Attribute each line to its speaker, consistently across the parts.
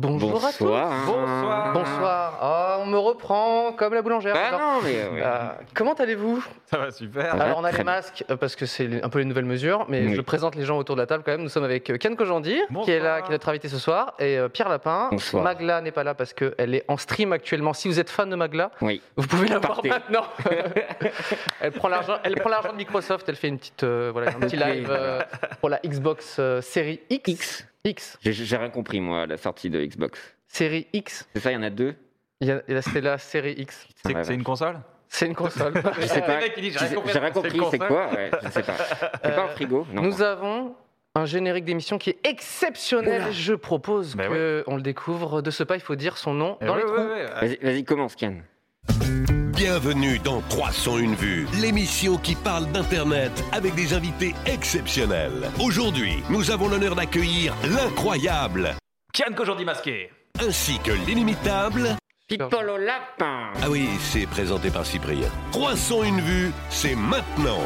Speaker 1: Bonjour à tous.
Speaker 2: Bonsoir.
Speaker 1: Bonsoir.
Speaker 3: Bonsoir. Ah, on me reprend comme la boulangère.
Speaker 2: Bah
Speaker 3: D'accord.
Speaker 2: non, mais. euh, ouais.
Speaker 3: Euh, comment allez-vous
Speaker 1: Ça va super.
Speaker 2: va
Speaker 3: Alors on a
Speaker 2: très
Speaker 3: les
Speaker 2: bien.
Speaker 3: masques euh, parce que c'est les- un peu les nouvelles mesures, mais
Speaker 2: Oui.
Speaker 3: je présente les gens autour de la table quand même. Nous sommes avec euh, Ken Kojandi, qui est là,
Speaker 1: Bonsoir.
Speaker 3: qui est notre invité ce soir, et euh, Pierre Lapin.
Speaker 2: Bonsoir.
Speaker 3: Magla n'est pas là parce qu'elle est en stream actuellement. Si vous êtes fan de Magla,
Speaker 2: Oui.
Speaker 3: vous pouvez la voir
Speaker 2: Partez.
Speaker 3: maintenant. elle prend l'argent, elle prend l'argent de Microsoft. Elle fait une petite, euh, voilà, un petit live euh, pour la Xbox euh, série X.
Speaker 2: X.
Speaker 3: X.
Speaker 2: J'ai- J'ai rien compris, moi, à la sortie de Xbox.
Speaker 3: Série X.
Speaker 2: C'est ça, il y en a deux
Speaker 3: Il y a- et là, c'est la série X.
Speaker 2: Putain, ouais,
Speaker 1: C'est c'est une console
Speaker 3: C'est une console.
Speaker 2: Je sais pas.
Speaker 1: Le Ah, mec, il dit,
Speaker 2: J'ai
Speaker 1: j'ai rien compris,
Speaker 2: j'ai rien
Speaker 1: c'est une
Speaker 2: compris, c'est
Speaker 1: console.
Speaker 2: quoi ouais, Je sais pas. C'est pas un
Speaker 3: Euh,
Speaker 2: frigo Non.
Speaker 3: Nous avons un générique d'émission qui est exceptionnel. Je propose
Speaker 1: Ben
Speaker 3: qu'on le découvre. De ce pas, il faut dire son nom
Speaker 1: Eh
Speaker 3: dans
Speaker 1: ouais,
Speaker 3: les
Speaker 1: ouais,
Speaker 3: trous.
Speaker 1: ouais.
Speaker 2: Vas-y, vas-y, commence, Ken.
Speaker 4: Bienvenue dans 301 vues, l'émission qui parle d'Internet avec des invités exceptionnels. Aujourd'hui, nous avons l'honneur d'accueillir l'incroyable
Speaker 1: Kian Kojandi masqué.
Speaker 4: ainsi que l'inimitable.
Speaker 2: People au lapin
Speaker 4: Ah oui, c'est présenté par Cyprien. 301 vues, c'est maintenant.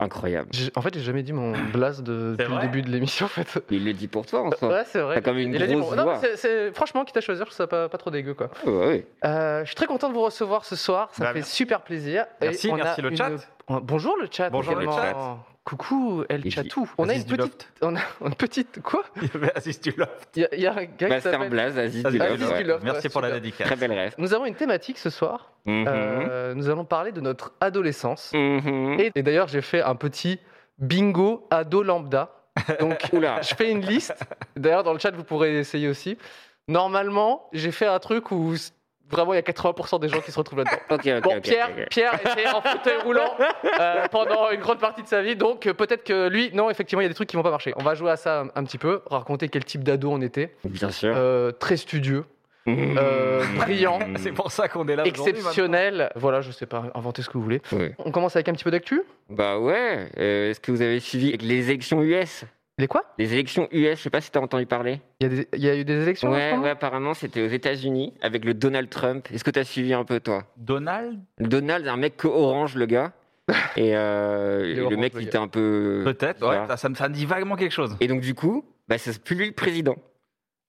Speaker 2: Incroyable.
Speaker 3: J'ai- En fait, j'ai jamais dit mon blase de-
Speaker 1: C'est
Speaker 3: depuis le
Speaker 1: vrai
Speaker 3: début de l'émission. En fait.
Speaker 2: Il le dit pour toi, en soi.
Speaker 3: Ouais, c'est vrai.
Speaker 2: T'as comme une
Speaker 3: Il a dit
Speaker 2: grosse
Speaker 3: bon. Non,
Speaker 2: voix.
Speaker 3: mais c'est- c'est- Franchement, quitte à choisir, je trouve ça pas, pas trop dégueu. quoi.
Speaker 2: Ouais, ouais.
Speaker 3: Euh, je suis très content de vous recevoir ce soir. Ça
Speaker 1: Bah,
Speaker 3: fait
Speaker 1: merci.
Speaker 3: super plaisir.
Speaker 1: Merci, merci le chat.
Speaker 3: on- Oh, Bonjour le chat.
Speaker 1: Bonjour le
Speaker 3: également.
Speaker 1: chat.
Speaker 3: Coucou El
Speaker 2: Et j'y-
Speaker 3: Chatou. On a
Speaker 1: Aziz
Speaker 3: une
Speaker 1: du
Speaker 3: petite. On a une petite. Quoi
Speaker 1: Il y avait Aziz Dulof.
Speaker 3: Il y, a- il y a un gars qui
Speaker 2: Bastien
Speaker 3: s'appelle.
Speaker 2: Blaze, Aziz
Speaker 1: Aziz
Speaker 2: Dulof,
Speaker 3: Aziz
Speaker 2: ouais.
Speaker 3: Dulof,
Speaker 1: Merci
Speaker 3: ouais,
Speaker 1: pour la
Speaker 3: super.
Speaker 1: dédicace.
Speaker 2: Très belle rêve.
Speaker 3: Nous avons une thématique ce soir.
Speaker 2: Mhm.
Speaker 3: Euh, nous allons parler de notre adolescence.
Speaker 2: Mhm.
Speaker 3: Et, et d'ailleurs, j'ai fait un petit bingo ado lambda. Donc,
Speaker 2: Oula.
Speaker 3: je fais une liste. D'ailleurs, dans le chat, vous pourrez essayer aussi. Normalement, j'ai fait un truc où s- vraiment il y a 80% des gens qui se retrouvent là-dedans.
Speaker 2: Ok, ok,
Speaker 3: Bon,
Speaker 2: ok,
Speaker 3: Pierre,
Speaker 2: ok, ok.
Speaker 3: Pierre était en fauteuil roulant euh, pendant une grande partie de sa vie, donc euh, peut-être que lui, non, effectivement, il y a des trucs qui vont pas marcher. On va jouer à ça un, un petit peu, raconter quel type d'ado on était.
Speaker 2: Bien sûr.
Speaker 3: Euh, très studieux,
Speaker 2: Ah. Mhm.
Speaker 3: euh, brillant,
Speaker 2: Mhm.
Speaker 1: C'est pour ça qu'on est là Ah, aujourd'hui,
Speaker 3: exceptionnel. Voilà, je sais pas, inventez ce que vous voulez.
Speaker 2: Ouais.
Speaker 3: On commence avec un petit peu d'actu.
Speaker 2: Bah ouais. euh, Est-ce que vous avez suivi les élections US
Speaker 3: Les quoi
Speaker 2: Les élections US, je sais pas si t'as entendu parler.
Speaker 3: il y, a des- il y a eu des élections en ce
Speaker 2: Ouais,
Speaker 3: moment
Speaker 2: ouais, apparemment c'était aux États-Unis avec le Donald Trump. Est-ce que t'as suivi un peu toi
Speaker 1: maintenant. Donald
Speaker 2: Le Donald, un mec orange le gars, et, euh, et
Speaker 3: orange,
Speaker 2: le mec
Speaker 3: le
Speaker 2: il
Speaker 3: gars.
Speaker 2: était un peu.
Speaker 1: Peut-être, ouais,
Speaker 2: Voilà.
Speaker 1: ça, ça me, ça me dit vaguement quelque chose.
Speaker 2: Et donc du coup, bah c'est plus lui le président.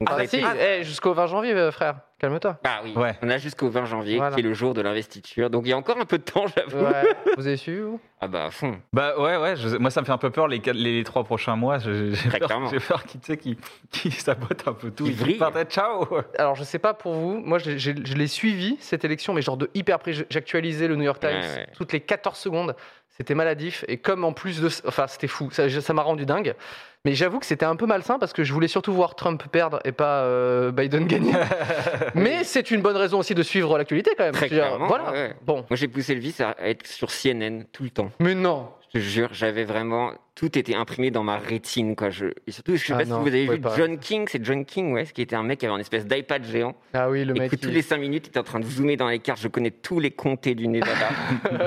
Speaker 2: Donc,
Speaker 3: Ah,
Speaker 2: ça a
Speaker 3: si,
Speaker 2: été-
Speaker 3: eh, jusqu'au 20 janvier, euh, frère. Calme-toi.
Speaker 2: Bah oui.
Speaker 1: Ouais.
Speaker 2: On a jusqu'au 20 janvier,
Speaker 3: Voilà.
Speaker 2: qui est le jour de l'investiture. Donc il y a encore un peu de temps, j'avoue.
Speaker 3: Ouais. vous avez su vous
Speaker 2: Ah bah à fond.
Speaker 1: Bah ouais, ouais, je- moi ça me fait un peu peur les, quatre- les trois prochains mois. je- J'ai
Speaker 2: Très
Speaker 1: peur,
Speaker 2: clairement.
Speaker 1: j'ai peur qu'ils tu sais, qu'ils- qu'ils sabotent un peu tout.
Speaker 2: Ils
Speaker 1: Ils
Speaker 2: vrillent.
Speaker 1: partent, ciao
Speaker 3: Alors, je sais pas pour vous, moi j'ai- j'ai- je l'ai suivi cette élection, mais genre de hyper près. J'ai- J'actualisais le New York Times
Speaker 2: Ouais, ouais.
Speaker 3: toutes les 14 secondes. C'était maladif. Et comme en plus de. Enfin, c'était fou. Ça ça m'a rendu dingue. Mais j'avoue que c'était un peu malsain parce que je voulais surtout voir Trump perdre et pas euh, Biden gagner. mais c'est une bonne raison aussi de suivre l'actualité quand même.
Speaker 2: Très
Speaker 3: Je veux dire,
Speaker 2: clairement,
Speaker 3: voilà.
Speaker 2: ouais.
Speaker 3: Bon.
Speaker 2: Moi j'ai poussé le vice à être sur CNN tout le temps.
Speaker 3: Mais non.
Speaker 2: Je te jure, j'avais vraiment tout était imprimé dans ma rétine quoi. Je... Et surtout, je sais
Speaker 3: Ah
Speaker 2: pas
Speaker 3: non,
Speaker 2: si vous avez
Speaker 3: je pouvais
Speaker 2: vu
Speaker 3: pas.
Speaker 2: John King, c'est John King ouais, ce qui était un mec qui avait une espèce d'iPad géant.
Speaker 3: Ah oui, le
Speaker 2: Et
Speaker 3: mec.
Speaker 2: que
Speaker 3: il-
Speaker 2: tous les 5 minutes, il était en train de zoomer dans les cartes. Je connais tous les comtés du Nevada.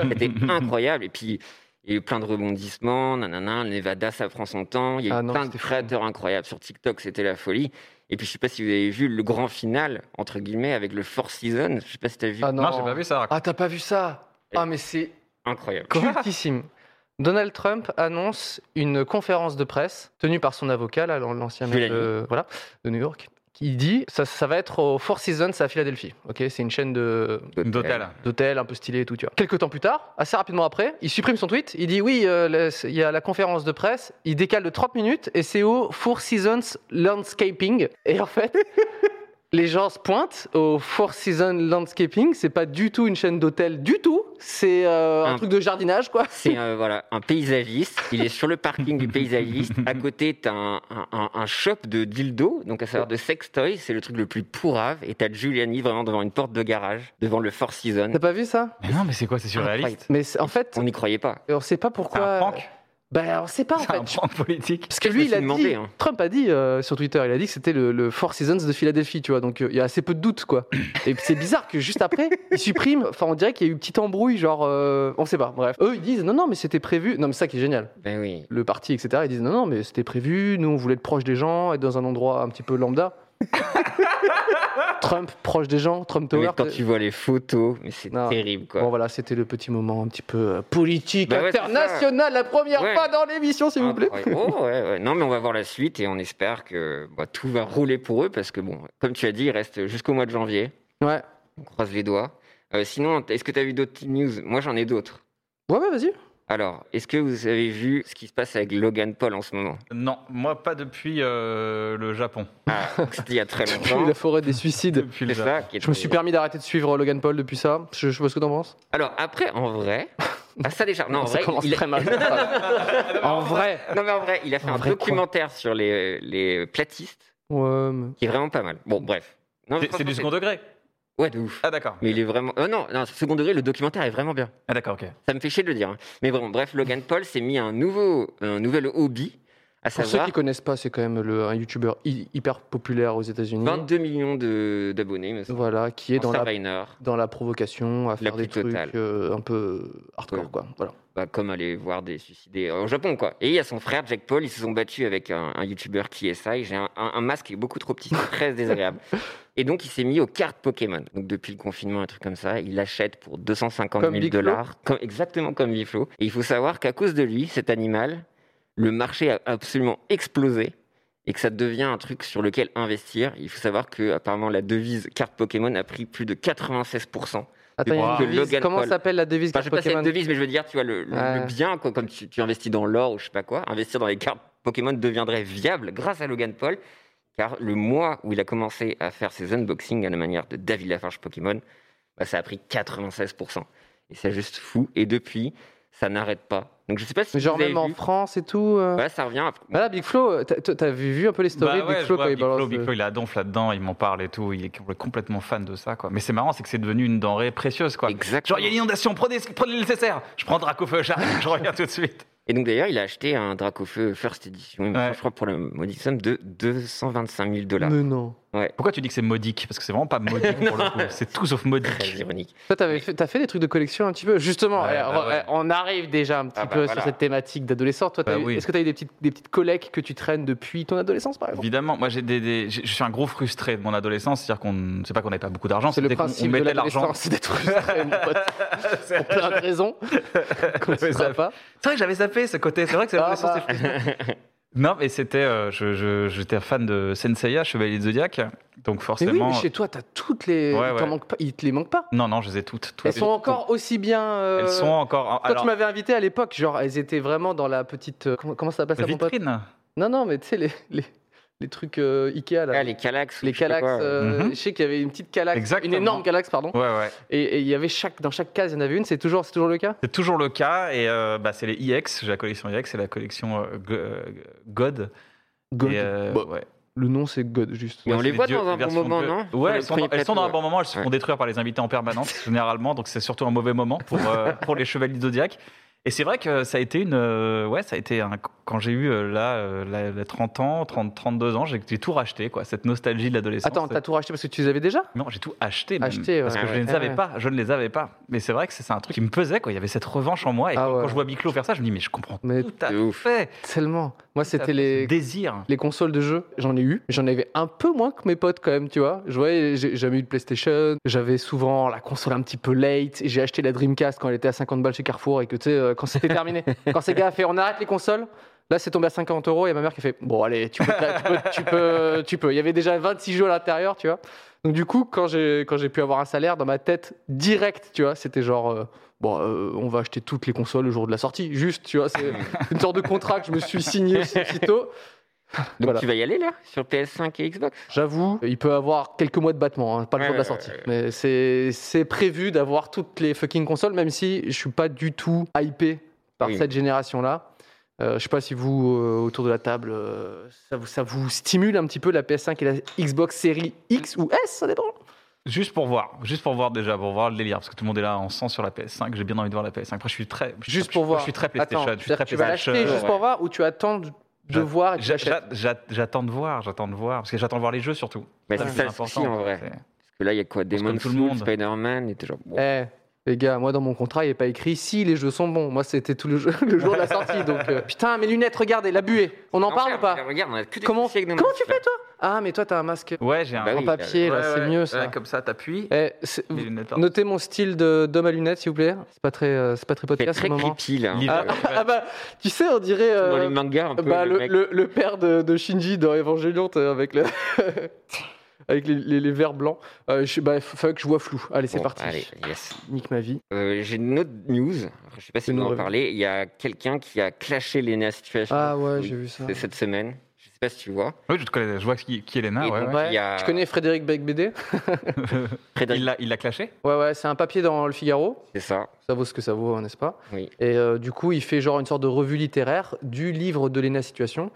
Speaker 2: C'était incroyable. Et puis, il y a eu plein de rebondissements. Nanana, le Nevada, ça prend son temps. Il y a eu
Speaker 3: Ah non,
Speaker 2: plein de
Speaker 3: c'était fou.
Speaker 2: créateurs incroyables. Sur TikTok, c'était la folie. Et puis, je sais pas si vous avez vu le grand final, entre guillemets, avec le Four Seasons. Je sais pas si t'as vu.
Speaker 3: Ah
Speaker 1: Non, j'ai pas vu ça. raconte.
Speaker 3: Ah, t'as pas vu ça Ah, mais c'est
Speaker 2: Incroyable.
Speaker 3: cultissime. Donald Trump annonce une conférence de presse tenue par son avocat, là, l'an- l'ancien mec
Speaker 2: Giuliani.
Speaker 3: de, voilà, de New York. qui dit ça, ça va être au Four Seasons à Philadelphie. Ok, c'est une chaîne de
Speaker 2: Ah,
Speaker 1: D'hôtel.
Speaker 3: d'hôtels un peu stylé et tout. Tu vois. Quelques temps plus tard, assez rapidement après, il supprime son tweet. Il dit oui, euh, le- il y a la conférence de presse. Il décale de 30 minutes et c'est au Four Seasons Landscaping. Et en fait. Les gens se pointent au Four Seasons Landscaping, c'est pas du tout une chaîne d'hôtel du tout, c'est euh, un
Speaker 2: Un-
Speaker 3: truc de jardinage quoi.
Speaker 2: C'est euh, voilà, un paysagiste. Il est sur le parking du paysagiste. À côté, t'as un, un, un- un shop de dildo, donc à savoir de sextoy. C'est le truc le plus pourrave. Et t'as Giuliani vraiment devant une porte de garage, devant le Four Seasons.
Speaker 3: T'as pas vu ça
Speaker 1: Mais non, mais c'est quoi C'est surréaliste
Speaker 3: Mais c'est- en fait,
Speaker 2: On n'y croyait pas.
Speaker 3: on sait pas
Speaker 1: C'est un
Speaker 3: pourquoi.
Speaker 1: prank
Speaker 3: Ben, on sait pas en
Speaker 1: C'est un
Speaker 3: fait.
Speaker 1: prank politique.
Speaker 3: Parce que
Speaker 2: Je
Speaker 3: lui,
Speaker 2: me
Speaker 3: il
Speaker 2: suis
Speaker 3: a
Speaker 2: demandé,
Speaker 3: dit,
Speaker 2: hein.
Speaker 3: Trump a dit euh, sur Twitter, il a dit que c'était le, le Four Seasons de Philadelphie, tu vois. Donc euh, il y a assez peu de doutes, quoi. Et c'est bizarre que juste après, ils suppriment. Enfin, on dirait qu'il y a eu une petite embrouille, genre, euh, on sait pas. Bref, eux, ils disent non, non, mais c'était prévu. Non, mais c'est ça qui est génial.
Speaker 2: Ben oui.
Speaker 3: Le parti, etc. Ils disent non, non, mais c'était prévu. Nous, on voulait être proche des gens, être dans un endroit un petit peu lambda. Trump proche des gens, Trump
Speaker 2: Mais
Speaker 3: Tower. euh,
Speaker 2: quand tu vois les photos, mais c'est
Speaker 3: Non.
Speaker 2: terrible quoi.
Speaker 3: Bon voilà, c'était le petit moment un petit peu euh, politique
Speaker 2: Bah ouais, c'est ça.
Speaker 3: international, la première
Speaker 2: Ouais.
Speaker 3: fois dans l'émission, s'il vous plaît.
Speaker 2: Ah, ouais. Oh, ouais, ouais. Non, mais on va voir la suite et on espère que bah, tout va rouler pour eux parce que, bon, comme tu as dit, il reste jusqu'au mois de janvier.
Speaker 3: Ouais,
Speaker 2: On croise les doigts. Euh, sinon, est-ce que tu as vu d'autres news Moi, j'en ai d'autres.
Speaker 3: ouais, ouais,
Speaker 2: Bah,
Speaker 3: vas-y.
Speaker 2: Alors, est-ce que vous avez vu ce qui se passe avec Logan Paul en ce moment
Speaker 1: Non, moi pas depuis euh, le Japon.
Speaker 2: ah, C'était il y a très
Speaker 3: Depuis
Speaker 2: longtemps.
Speaker 3: la forêt des suicides.
Speaker 1: Depuis le
Speaker 2: C'est
Speaker 1: Japon.
Speaker 2: ça qui
Speaker 3: Je me
Speaker 2: était-
Speaker 3: suis permis d'arrêter de suivre Logan Paul depuis ça. Je, je sais pas ce que t'en penses.
Speaker 2: Alors, après, en vrai. Ah, ça déjà. Non, en
Speaker 3: ça
Speaker 2: vrai,
Speaker 3: commence
Speaker 2: il a-
Speaker 3: très mal. en vrai.
Speaker 2: Non, mais en vrai, il a fait
Speaker 3: En
Speaker 2: un
Speaker 3: vrai, quoi.
Speaker 2: documentaire sur les, les platistes
Speaker 3: Ouais, mais-
Speaker 2: qui est vraiment pas mal. Bon, bref. Non, mais
Speaker 1: C'est- C'est
Speaker 2: franchement,
Speaker 1: du second degré.
Speaker 2: Ouais, de ouf.
Speaker 1: Ah d'accord.
Speaker 2: Mais il est vraiment. euh, non, non, second degré, le documentaire est vraiment bien.
Speaker 1: Ah d'accord, ok.
Speaker 2: Ça me fait chier de le dire. hein. Mais bon, bref, Logan Paul s'est mis un nouveau, un nouvel hobby, à
Speaker 3: Pour ceux
Speaker 2: savoir
Speaker 3: qui connaissent pas, c'est quand même le, un YouTuber hy- hyper populaire aux États-Unis.
Speaker 2: 22 millions de- d'abonnés, me semble.
Speaker 3: Voilà, qui est dans
Speaker 2: En
Speaker 3: la,
Speaker 2: Survivor.
Speaker 3: dans la provocation, à faire
Speaker 2: plus
Speaker 3: des trucs
Speaker 2: totale.
Speaker 3: euh, un peu hardcore,
Speaker 2: Ouais.
Speaker 3: quoi. Voilà.
Speaker 2: Bah, comme aller voir des suicidés euh, au Japon, quoi. Et il y a son frère Jack Paul, ils se sont battus avec un, un YouTuber qui est ça. et J'ai un, un- un masque qui est beaucoup trop petit, c'est très désagréable. Et donc, il s'est mis aux cartes Pokémon. Donc, depuis le confinement, un truc comme ça, il achète pour 250
Speaker 3: Comme
Speaker 2: 000
Speaker 3: Big Flo
Speaker 2: dollars, comme- exactement comme Biflo. Et il faut savoir qu'à cause de lui, cet animal, le marché a absolument explosé. Et que ça devient un truc sur lequel investir. Il faut savoir que apparemment la devise carte Pokémon a pris plus de 96
Speaker 3: Attends, il y a une
Speaker 1: que
Speaker 3: devise.
Speaker 2: Logan
Speaker 3: Comment
Speaker 2: Paul-
Speaker 3: s'appelle la devise
Speaker 2: Enfin, je sais pas si c'est
Speaker 3: Pokémon
Speaker 2: une devise, mais je veux dire, tu vois, le, le-
Speaker 3: Ouais.
Speaker 2: le bien, quoi, comme tu, tu investis dans l'or ou je sais pas quoi, investir dans les cartes Pokémon deviendrait viable grâce à Logan Paul, car le mois où il a commencé à faire ses unboxings à la manière de David Lafarge Pokémon, bah, ça a pris 96%. Et c'est juste fou. Et depuis, ça n'arrête pas. Donc je sais pas si
Speaker 3: Mais genre
Speaker 2: vous avez
Speaker 3: même en
Speaker 2: vu.
Speaker 3: France et tout. euh.
Speaker 2: Bah, ça revient. à-
Speaker 3: Voilà, Big Flo, euh, t'as- t'as vu vu un peu les stories
Speaker 1: Bah
Speaker 3: de
Speaker 1: ouais,
Speaker 3: Big
Speaker 1: je
Speaker 3: Flo
Speaker 1: vois
Speaker 3: quand il
Speaker 1: Big Flo,
Speaker 3: balance. euh.
Speaker 1: Big
Speaker 3: le-
Speaker 1: Flo, il a donf là-dedans, il m'en parle et tout, il est compl- complètement fan de ça quoi. Mais c'est marrant, c'est que c'est devenu une denrée précieuse quoi.
Speaker 2: Exactement.
Speaker 1: Genre il y a une inondation, prenez, prenez le nécessaire. Je prends Dracofeu, j'arrive, je reviens tout de suite.
Speaker 2: Et donc d'ailleurs, il a acheté un Dracofeu First Edition, il me
Speaker 1: Ouais.
Speaker 2: semble, je crois, pour la modique somme de 225 000 dollars.
Speaker 3: Mais non.
Speaker 1: Pourquoi tu dis que c'est modique Parce que c'est vraiment pas modique pour le coup. C'est tout sauf
Speaker 2: Très
Speaker 1: modique.
Speaker 2: ironique.
Speaker 3: Toi, t'avais fait, t'as fait des trucs de collection un petit peu. Justement,
Speaker 1: Ouais,
Speaker 3: eh,
Speaker 1: bah
Speaker 3: re-
Speaker 1: ouais.
Speaker 3: eh, on arrive déjà un petit
Speaker 2: Ah bah
Speaker 3: peu sur
Speaker 2: voilà.
Speaker 3: cette thématique d'adolescence. Toi, t'as
Speaker 1: Bah
Speaker 3: eu-
Speaker 1: oui.
Speaker 3: est-ce que t'as eu des petites, des petites collectes que tu traînes depuis ton adolescence, par exemple
Speaker 1: Évidemment, moi j'ai des, des- j'ai- je suis un gros frustré de mon adolescence, c'est-à-dire qu'on, c'est pas qu'on n'avait pas beaucoup d'argent,
Speaker 3: C'est le
Speaker 1: c'était qu'on- on
Speaker 3: principe de
Speaker 1: mettait l'argent.
Speaker 3: l'adolescence, c'est d'être frustré, mon pote, pour plein de raisons qu'on ne
Speaker 1: Mais
Speaker 3: saura
Speaker 1: ça-
Speaker 3: pas.
Speaker 1: C'est vrai que j'avais zappé ce côté. C'est vrai que c'est
Speaker 3: Ah
Speaker 1: l'adolescence,
Speaker 3: bah.
Speaker 1: c'est frustrant. Non, mais c'était. euh, je- je- J'étais fan de Senseiya, Chevalier de Zodiac.
Speaker 3: Mais
Speaker 1: Donc
Speaker 3: oui,
Speaker 1: forcément.
Speaker 3: mais chez toi, t'as toutes les...
Speaker 1: Ouais,
Speaker 3: il t'en
Speaker 1: ouais.
Speaker 3: manque pas- Il te les manque pas.
Speaker 1: Non, non, je les ai toutes. toutes
Speaker 3: Elles sont encore aussi bien... euh,
Speaker 1: Elles sont encore.
Speaker 3: Quand
Speaker 1: alors,
Speaker 3: tu m'avais invité à l'époque, genre, elles étaient vraiment dans la petite... euh, Comment, comment ça s'appelle
Speaker 1: la
Speaker 3: ça, mon pote
Speaker 1: vitrine.
Speaker 3: Non, non, mais tu sais, les, les, les trucs euh, Ikea, là.
Speaker 2: Ah, les Calax.
Speaker 3: Les Kallax, euh,
Speaker 1: Mhm.
Speaker 3: je sais qu'il y avait une petite Kallax, une
Speaker 1: Exactement.
Speaker 3: énorme Kallax, pardon.
Speaker 1: Ouais, ouais.
Speaker 3: Et et il y avait chaque, dans chaque case, il y en avait une, c'est toujours, c'est toujours le cas
Speaker 1: C'est toujours le cas. Et euh, bah, c'est les IX. J'ai la collection IX et la collection euh, G- euh, God.
Speaker 3: God.
Speaker 1: Et, euh,
Speaker 3: Bah,
Speaker 1: ouais.
Speaker 3: Le nom, c'est God, juste.
Speaker 2: Mais on
Speaker 1: Ouais,
Speaker 2: les
Speaker 1: c'est
Speaker 2: voit
Speaker 1: dieux-
Speaker 2: dans un bon
Speaker 1: versions
Speaker 2: moment,
Speaker 1: de-
Speaker 2: non Sur
Speaker 1: Ouais,
Speaker 2: le
Speaker 1: elles sont,
Speaker 2: premier
Speaker 1: dans, elles sont dans un
Speaker 2: plateau,
Speaker 1: bon moment. Elles se font
Speaker 2: Ouais.
Speaker 1: détruire par les invités en permanence, généralement. Donc c'est surtout un mauvais moment pour, euh, pour les chevaliers du zodiaque. Et c'est vrai que ça a été une. euh, ouais, ça a été. un- quand j'ai eu euh, là, euh, la- la 30 ans, 30, 32 ans, j'ai j'ai tout racheté, quoi. Cette nostalgie de l'adolescence.
Speaker 3: Attends, t'as tout racheté parce que tu les avais déjà
Speaker 1: Non, j'ai tout acheté. même,
Speaker 3: Acheté, ouais.
Speaker 1: Parce que
Speaker 2: Ah
Speaker 1: je
Speaker 2: ouais.
Speaker 1: ne les
Speaker 3: Ah
Speaker 1: avais
Speaker 3: ouais.
Speaker 1: pas. Je ne les avais pas. Mais c'est vrai que c'est c'est un truc qui me pesait, quoi. Il y avait cette revanche en moi. Et
Speaker 3: Ah
Speaker 1: quand,
Speaker 3: ouais.
Speaker 1: quand je vois Biclo faire ça, je me dis, mais je comprends
Speaker 3: Mais
Speaker 1: tout à
Speaker 2: de ouf.
Speaker 1: fait.
Speaker 3: Tellement. Moi,
Speaker 1: tout à fait
Speaker 3: c'était
Speaker 1: ce
Speaker 3: les,
Speaker 1: Désir.
Speaker 3: les consoles de jeux. J'en ai eu. mais J'en avais un peu moins que mes potes, quand même, tu vois. Je voyais, j'ai jamais eu de PlayStation. J'avais souvent la console un petit peu late. J'ai acheté la Dreamcast quand elle était à 50 balles chez Carrefour et que, tu sais, euh, quand c'était terminé. quand ces gars a fait, on arrête les consoles. Là, c'est tombé à 50 euros et ma mère qui a fait Bon, allez, tu peux, tu peux, tu peux, tu peux. Il y avait déjà 26 jeux à l'intérieur, tu vois. Donc, du coup, quand j'ai, quand j'ai pu avoir un salaire, dans ma tête, direct, tu vois, c'était genre euh, Bon, euh, on va acheter toutes les consoles le jour de la sortie. Juste, tu vois, c'est une sorte de contrat que je me suis signé aussitôt.
Speaker 2: Donc
Speaker 3: Voilà.
Speaker 2: tu vas y aller là sur PS5 et Xbox
Speaker 3: J'avoue, il peut avoir quelques mois de battement, hein, pas le
Speaker 2: Ouais,
Speaker 3: jour de la
Speaker 2: ouais,
Speaker 3: sortie.
Speaker 2: ouais, ouais.
Speaker 3: Mais c'est, c'est prévu d'avoir toutes les fucking consoles, même si je suis pas du tout hypé par
Speaker 2: Oui.
Speaker 3: cette génération-là. Euh, je sais pas si vous, euh, autour de la table, euh, ça, vous, ça vous stimule un petit peu la PS5 et la Xbox série X ou S, ça dépend.
Speaker 1: Juste pour voir, juste pour voir déjà, pour voir le délire, parce que tout le monde est là en sang sur la PS5. J'ai bien envie de voir la PS5. Après, je suis très. je suis-
Speaker 3: Juste
Speaker 1: je-
Speaker 3: pour voir.
Speaker 1: Je suis très PlayStation.
Speaker 3: Attends,
Speaker 1: je suis très
Speaker 3: tu vas
Speaker 1: PlayStation.
Speaker 3: l'acheter juste pour voir ou tu attends de de
Speaker 1: J'a-
Speaker 3: voir et tu
Speaker 1: J'a-
Speaker 3: l'achètes
Speaker 1: j'a- j'a- J'attends de voir, j'attends de voir, parce que j'attends de voir les jeux surtout.
Speaker 2: Bah,
Speaker 1: Ah, le
Speaker 2: c'est
Speaker 1: plus
Speaker 2: ça le souci
Speaker 1: important,
Speaker 2: en vrai.
Speaker 1: c'est-
Speaker 2: Parce que là, il y a quoi
Speaker 1: Parce que
Speaker 2: Demon
Speaker 1: tout le
Speaker 2: Souls,
Speaker 1: monde-
Speaker 2: Spider-Man, et t'es genre, bon,
Speaker 3: Eh, les gars, moi dans mon contrat, il n'est pas écrit si les jeux sont bons. Moi, c'était tout le, jeu- le jour de la sortie. Donc, euh, putain, mes lunettes, regardez, la buée. On en
Speaker 2: Enfer,
Speaker 3: parle ou pas
Speaker 2: Regarde, on a que des
Speaker 3: Comment,
Speaker 2: soucis avec nos
Speaker 3: comment
Speaker 2: masques,
Speaker 3: tu
Speaker 2: là.
Speaker 3: fais, toi Ah, mais toi, t'as un masque
Speaker 1: Ouais, j'ai un.
Speaker 2: Bah
Speaker 3: en
Speaker 2: oui,
Speaker 3: papier, là,
Speaker 1: Ouais,
Speaker 3: c'est
Speaker 1: ouais,
Speaker 3: mieux,
Speaker 1: ouais,
Speaker 3: ça.
Speaker 1: comme ça, t'appuies.
Speaker 3: Eh, c'est-
Speaker 1: les lunettes par-
Speaker 3: Notez mon style de- d'homme à lunettes, s'il vous plaît. C'est pas très, euh, c'est pas très
Speaker 2: C'est
Speaker 3: podcast
Speaker 2: très
Speaker 3: ce moment.
Speaker 2: creepy là. hein.
Speaker 1: Livre.
Speaker 3: Ah, ah bah, tu sais, on dirait
Speaker 2: Dans
Speaker 3: euh,
Speaker 2: les mangas un peu.
Speaker 3: bah,
Speaker 2: le
Speaker 3: le,
Speaker 2: mec-
Speaker 3: le- le père de, de Shinji dans Evangelion t'as- avec le avec les, les- les verres blancs. Euh, je, bah, faut que je vois flou. Allez, c'est
Speaker 2: Bon,
Speaker 3: parti.
Speaker 2: Allez, yes.
Speaker 3: Nique ma vie.
Speaker 2: Euh, J'ai une autre news. Je sais pas si
Speaker 3: Une
Speaker 2: vous en
Speaker 3: nouvelle.
Speaker 2: parlez. Il y a quelqu'un qui a clashé Lena Situation.
Speaker 3: Ah ouais,
Speaker 2: Oui.
Speaker 3: j'ai vu ça.
Speaker 2: C'est cette semaine. Je sais pas si tu vois.
Speaker 1: Oui, je te connais, je vois qui, qui est Lena.
Speaker 2: Et
Speaker 1: Ouais,
Speaker 2: donc,
Speaker 1: ouais.
Speaker 2: il y a-
Speaker 3: Tu connais Frédéric Becbédé
Speaker 2: Frédéric,
Speaker 1: Il l'a- il l'a clashé
Speaker 3: Ouais, ouais, c'est un papier dans Le Figaro.
Speaker 2: c'est ça.
Speaker 3: Ça vaut ce que ça vaut, hein, n'est-ce pas
Speaker 2: Oui.
Speaker 3: Et euh, du coup, il fait genre une sorte de revue littéraire du livre de Lena Situation.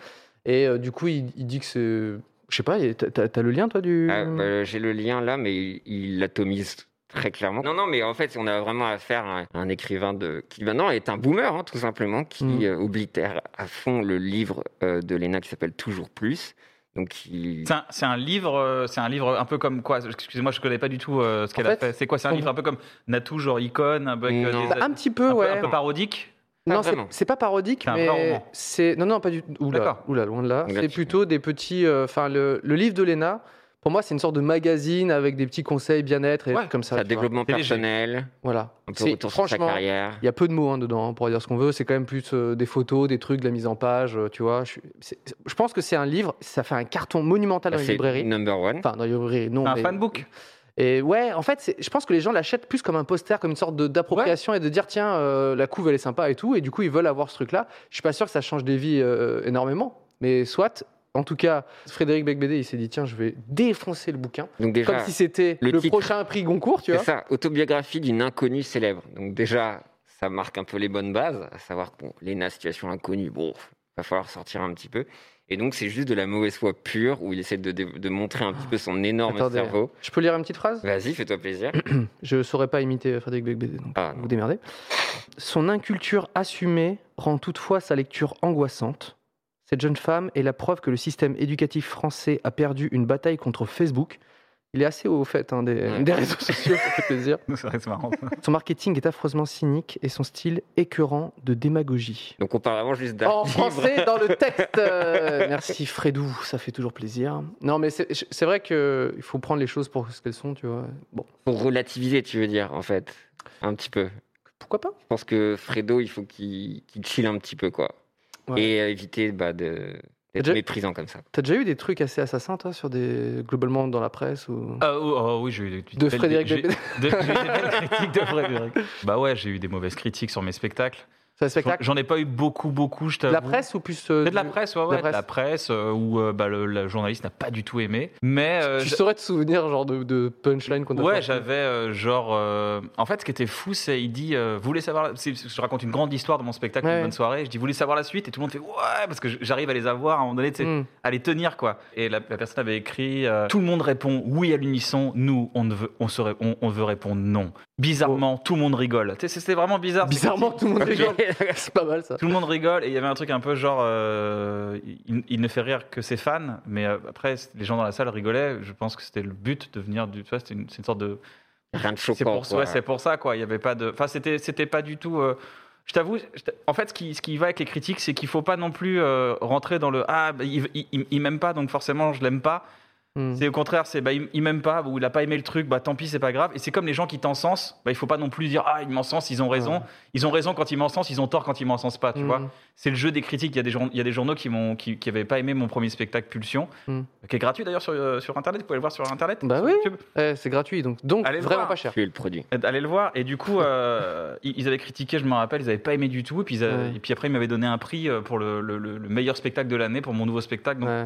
Speaker 3: Et euh, du coup, il, il dit que c'est. Je sais pas, il- t'as- t'as t'as le lien, toi, du.
Speaker 2: Ah, bah, J'ai le lien là, mais il- il l'atomise très clairement. Non, non, mais en fait, on a vraiment affaire à un, un écrivain de, qui maintenant est un boomer, hein, tout simplement, qui
Speaker 3: Mm.
Speaker 2: euh, oblitère à fond le livre euh, de Lena qui s'appelle Toujours Plus. Donc, il...
Speaker 1: C'est un, c'est un livre, euh, c'est un livre un peu comme quoi Excusez-moi, je connais pas du tout euh, ce qu'elle
Speaker 3: En
Speaker 1: a
Speaker 3: fait,
Speaker 1: fait. C'est quoi C'est un
Speaker 3: on-
Speaker 1: livre un peu comme Natou, genre icône, un peu avec, euh,
Speaker 2: Non.
Speaker 1: des-
Speaker 3: Bah, un petit peu,
Speaker 1: un peu-
Speaker 3: ouais.
Speaker 1: un peu parodique.
Speaker 2: Pas
Speaker 3: Non, c'est-
Speaker 2: vraiment.
Speaker 3: c'est pas parodique,
Speaker 1: C'est un vrai
Speaker 3: mais
Speaker 1: roman.
Speaker 3: c'est non non pas du oula
Speaker 1: D'accord.
Speaker 3: oula loin de là.
Speaker 2: Oula,
Speaker 3: C'est
Speaker 2: tu-
Speaker 3: plutôt des petits, euh, enfin le, le livre de Lena. Pour moi, c'est une sorte de magazine avec des petits conseils bien-être et
Speaker 1: Ouais,
Speaker 3: trucs comme ça. tu
Speaker 2: ça
Speaker 3: vois.
Speaker 2: développement
Speaker 1: C'est léger.
Speaker 2: personnel,
Speaker 3: Voilà.
Speaker 2: un peu
Speaker 3: C'est-
Speaker 2: retour sur sa
Speaker 3: Franchement, il
Speaker 2: carrière.
Speaker 3: y a peu de mots hein, dedans hein, pour dire ce qu'on veut. C'est quand même plus euh, des photos, des trucs, de la mise en page, euh, tu vois. Je, suis- c'est- c'est- je pense que c'est un livre. Ça fait un carton monumental
Speaker 2: Bah,
Speaker 3: dans les
Speaker 2: c'est
Speaker 3: librairies.
Speaker 2: number one.
Speaker 3: Enfin, dans les librairies, non.
Speaker 1: C'est un
Speaker 3: mais-
Speaker 1: fanbook.
Speaker 3: Et ouais, en fait, c'est- je pense que les gens l'achètent plus comme un poster, comme une sorte de- d'appropriation et de dire tiens, euh, la couve elle est sympa et tout. Et du coup, ils veulent avoir ce truc-là. Je suis pas sûr que ça change des vies euh, énormément, mais soit. En tout cas, Frédéric Becbédé, il s'est dit tiens, je vais défoncer le bouquin.
Speaker 2: Donc déjà,
Speaker 3: Comme si c'était
Speaker 2: le
Speaker 3: le,
Speaker 2: titre.
Speaker 3: prochain prix Goncourt, tu
Speaker 2: c'est
Speaker 3: vois.
Speaker 2: ça, autobiographie d'une inconnue célèbre. Donc déjà, ça marque un peu les bonnes bases, à savoir que bon, Léna, situation inconnue, bon, va falloir sortir un petit peu. Et donc c'est juste de la mauvaise foi pure, où il essaie de, dé- de montrer un petit peu son énorme
Speaker 3: Attendez.
Speaker 2: cerveau.
Speaker 3: Je peux lire une petite phrase
Speaker 2: Vas-y, fais-toi plaisir.
Speaker 3: Je saurais pas imiter euh, Frédéric Becbédé, donc
Speaker 2: Ah, non.
Speaker 3: vous démerdez. Son inculture assumée rend toutefois sa lecture angoissante. Cette jeune femme est la preuve que le système éducatif français a perdu une bataille contre Facebook. Il est assez au fait hein, des,
Speaker 2: Ouais.
Speaker 3: des réseaux sociaux, ça fait plaisir.
Speaker 1: C'est vrai, c'est marrant.
Speaker 3: Son marketing est affreusement cynique et son style écœurant de démagogie.
Speaker 2: Donc on parle vraiment juste d'un
Speaker 3: En
Speaker 2: livre.
Speaker 3: français, dans le texte. euh, merci Fredou, ça fait toujours plaisir. Non, mais c'est c'est vrai qu'il faut prendre les choses pour ce qu'elles sont, tu vois. Bon,
Speaker 2: Pour relativiser, tu veux dire, en fait, un petit peu.
Speaker 3: pourquoi pas
Speaker 2: Je pense que Fredo, il faut qu'il qu'il chill un petit peu, quoi.
Speaker 3: Ouais.
Speaker 2: Et euh, éviter bah, de- d'être
Speaker 3: Déjà-
Speaker 2: méprisant comme ça.
Speaker 3: T'as déjà eu des trucs assez assassins, toi, sur des globalement dans la presse ou
Speaker 1: Ah, oh, oh, oui, j'ai eu des,
Speaker 3: de
Speaker 1: belles-
Speaker 3: Frédéric
Speaker 1: j'ai-
Speaker 3: Becbédé
Speaker 1: de- j'ai eu des belles critiques de Frédéric. Bah ouais, j'ai eu des mauvaises critiques sur mes spectacles.
Speaker 3: C'est un spectacle.
Speaker 1: J'en ai pas eu beaucoup, beaucoup. Je
Speaker 3: De
Speaker 1: t'avoue.
Speaker 3: la presse ou plus euh,
Speaker 1: C'est de la
Speaker 3: du-
Speaker 1: presse, ouais,
Speaker 3: la
Speaker 1: ouais, de
Speaker 3: presse.
Speaker 1: la presse euh, où euh, bah, le, le journaliste n'a pas du tout aimé. Mais euh,
Speaker 3: Tu
Speaker 1: j'a-
Speaker 3: saurais te souvenir genre de, de punchline qu'on t'a
Speaker 1: ouais,
Speaker 3: fait
Speaker 1: j'avais euh, genre. euh, en fait, ce qui était fou, c'est il dit euh, Vous voulez savoir. la- c'est- Je raconte une grande histoire de mon spectacle,
Speaker 3: Ouais.
Speaker 1: une bonne soirée. Je dis Vous voulez savoir la suite Et tout le monde fait Ouais, parce que j- j'arrive à les avoir à un moment donné, tu sais,
Speaker 3: Hmm.
Speaker 1: à les tenir, quoi. Et la, la personne avait écrit euh, Tout le monde répond oui à l'unisson, nous, on, ne veut, on, se ré- on, on veut répondre non. Bizarrement, tout le monde rigole. Tu sais, c'est- c'est vraiment bizarre. c'est
Speaker 3: Bizarrement, tout le monde
Speaker 2: Ok.
Speaker 3: rigole. C'est pas mal ça.
Speaker 1: Tout le monde rigole et il y avait un truc un peu genre euh, il, il ne fait rire que ses fans, mais euh, après c- les gens dans la salle rigolaient. Je pense que c'était le but de venir du. Tu vois, c'était une, c'est une sorte de.
Speaker 2: Rien de
Speaker 1: C'est
Speaker 2: choquant.
Speaker 1: pour, ouais, c'est pour ça quoi. Il y avait pas de. Enfin c'était c'était pas du tout. euh, je t'avoue, je t'a- en fait, ce qui, ce qui va avec les critiques, c'est qu'il faut pas non plus euh, rentrer dans le ah bah, il, il- il- il m'aime pas donc forcément je l'aime pas.
Speaker 3: Hmm.
Speaker 1: C'est au contraire, c'est bah il, il m'aime pas ou il a pas aimé le truc, bah tant pis c'est pas grave. Et c'est comme les gens qui t'encensent, bah il faut pas non plus dire ah ils m'encensent, ils ont raison,
Speaker 3: Ouais.
Speaker 1: ils ont raison quand ils m'encensent, ils ont tort quand ils m'encensent pas, tu
Speaker 3: Hmm.
Speaker 1: vois. C'est le jeu des critiques. Il y a des, jour- il y a des journaux qui m'ont qui, qui avaient pas aimé mon premier spectacle Pulsion,
Speaker 3: Mm.
Speaker 1: qui est gratuit d'ailleurs sur, euh, sur internet. Vous pouvez le voir sur internet.
Speaker 3: Bah
Speaker 1: sur
Speaker 3: oui.
Speaker 1: YouTube.
Speaker 3: Eh, c'est gratuit donc donc
Speaker 1: Allez le
Speaker 3: vraiment
Speaker 1: voir.
Speaker 3: pas cher.
Speaker 2: Tu es le produit.
Speaker 1: Euh, Allez le voir. Et du coup, euh, ils ils avaient critiqué, je me rappelle, ils avaient pas aimé du tout. Et puis, ils a-
Speaker 3: Ouais.
Speaker 1: et puis après, ils m'avaient donné un prix euh, pour le, le- le- le meilleur spectacle de l'année pour mon nouveau spectacle. Donc,
Speaker 3: Ouais.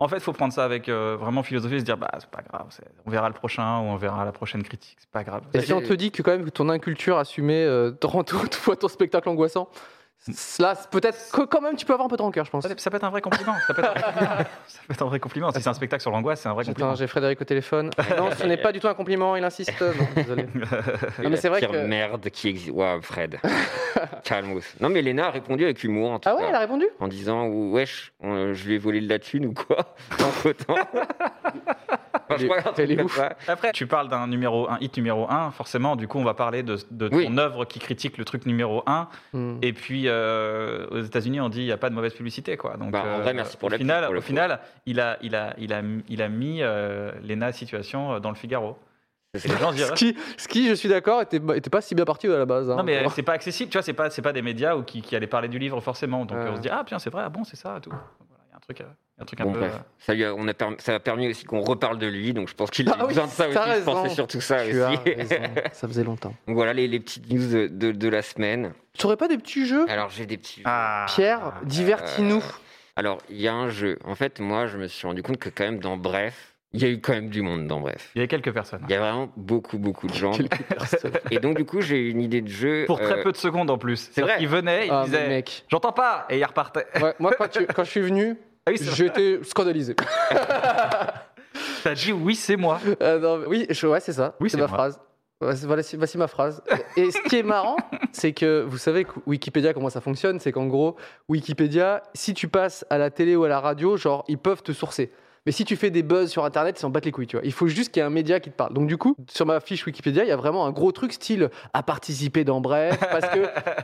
Speaker 1: En fait, faut prendre ça avec euh, vraiment philosophie, et se dire bah c'est pas grave, c'est- on verra le prochain ou on verra la prochaine critique, c'est pas grave.
Speaker 3: Et si on te dit que quand même que ton inculture assumée euh, te rend toutefois ton spectacle angoissant, Là, c'est peut-être que quand même, tu peux avoir un peu de rancœur, je pense.
Speaker 1: Ça, ça peut être un vrai compliment. Ça peut être un, ça peut être un vrai compliment. Si c'est un spectacle sur l'angoisse, c'est un vrai
Speaker 3: Putain,
Speaker 1: compliment.
Speaker 3: j'ai Frédéric au téléphone. Non, ce n'est pas du tout un compliment, il insiste. Non, désolé. Non, mais c'est vrai
Speaker 2: pire
Speaker 3: que.
Speaker 2: merde qui existe. Waouh, Fred. Calmos. Non, mais Léna a répondu avec humour, en tout
Speaker 3: Ah ouais,
Speaker 2: cas.
Speaker 3: elle a répondu
Speaker 2: En disant, ou- wesh, on- je lui ai volé de la thune ou quoi Entre temps.
Speaker 3: Elle est- elle est ouf.
Speaker 1: Après, tu parles d'un numéro un hit numéro 1, forcément, du coup, on va parler de, de
Speaker 2: Oui.
Speaker 1: ton œuvre qui critique le truc numéro 1.
Speaker 3: Hmm.
Speaker 1: Et puis, euh, aux États-Unis, on dit il n'y a pas de mauvaise publicité. Quoi. Donc, euh,
Speaker 2: Bah, en vrai, merci pour
Speaker 1: au
Speaker 2: la pub,
Speaker 1: final,
Speaker 2: pour le
Speaker 1: Au
Speaker 2: coup.
Speaker 1: final, il a, il a, il a, il a mis euh, Lena Situation euh, dans le Figaro.
Speaker 2: C'est
Speaker 1: Et les gens se
Speaker 3: Ce
Speaker 1: diront,
Speaker 3: qui, ce qui, je suis d'accord, était, était pas si bien parti à la base. hein.
Speaker 1: Non, mais c'est pas accessible, tu vois, c'est pas, c'est pas des médias ou qui, qui allaient parler du livre forcément. Donc,
Speaker 3: Ouais.
Speaker 1: on se dit ah, putain, c'est vrai, ah bon, c'est ça, tout. Donc, voilà, Il y a un truc, euh, il y a un, truc
Speaker 2: Bon,
Speaker 1: un peu.
Speaker 2: bref. Ça, lui a, on a permis- ça a permis aussi qu'on reparle de lui, donc je pense qu'il a
Speaker 3: Ah oui,
Speaker 2: besoin de ça aussi.
Speaker 3: t'as
Speaker 2: Je pensais
Speaker 3: raison.
Speaker 2: surtout ça
Speaker 3: Tu as
Speaker 2: aussi.
Speaker 3: raison, ça faisait longtemps.
Speaker 2: donc voilà les, les petites news de, de- de la semaine.
Speaker 3: Tu aurais pas des petits jeux
Speaker 2: Alors, j'ai des petits.
Speaker 1: Ah.
Speaker 3: Pierre, divertis-nous.
Speaker 2: Alors, il y a un jeu. En fait, moi, je me suis rendu compte que quand même dans Bref, il y a eu quand même du monde dans Bref.
Speaker 1: Il y a quelques personnes. hein.
Speaker 2: Il y a vraiment beaucoup, beaucoup de gens.
Speaker 3: Quelques personnes.
Speaker 2: Et donc, du coup, j'ai eu une idée de jeu.
Speaker 1: Pour très
Speaker 2: euh,
Speaker 1: peu de secondes en plus. C'est
Speaker 2: vrai.
Speaker 1: vrai. Ils venaient, ils
Speaker 3: Ah, mais
Speaker 1: disaient
Speaker 3: mec.
Speaker 1: j'entends pas, et ils repartaient.
Speaker 3: Ouais, moi, quand, tu- quand je suis venu,
Speaker 1: Ah oui, c'est vrai.
Speaker 3: j'étais scandalisé.
Speaker 1: T'as dit oui, c'est moi.
Speaker 3: Euh, non, mais oui, je- ouais, c'est ça.
Speaker 1: Oui,
Speaker 3: c'est
Speaker 1: c'est
Speaker 3: ma
Speaker 1: moi.
Speaker 3: phrase. Ouais, c'est- Voilà, c'est- voici ma phrase. Et ce qui est marrant, c'est que vous savez que Wikipédia, comment ça fonctionne, c'est qu'en gros, Wikipédia, si tu passes à la télé ou à la radio, genre, ils peuvent te sourcer. Mais si tu fais des buzz sur Internet, ils s'en battent les couilles, tu vois. Il faut juste qu'il y ait un média qui te parle. Donc du coup, sur ma fiche Wikipédia, il y a vraiment un gros truc style à participer dans Bref, parce que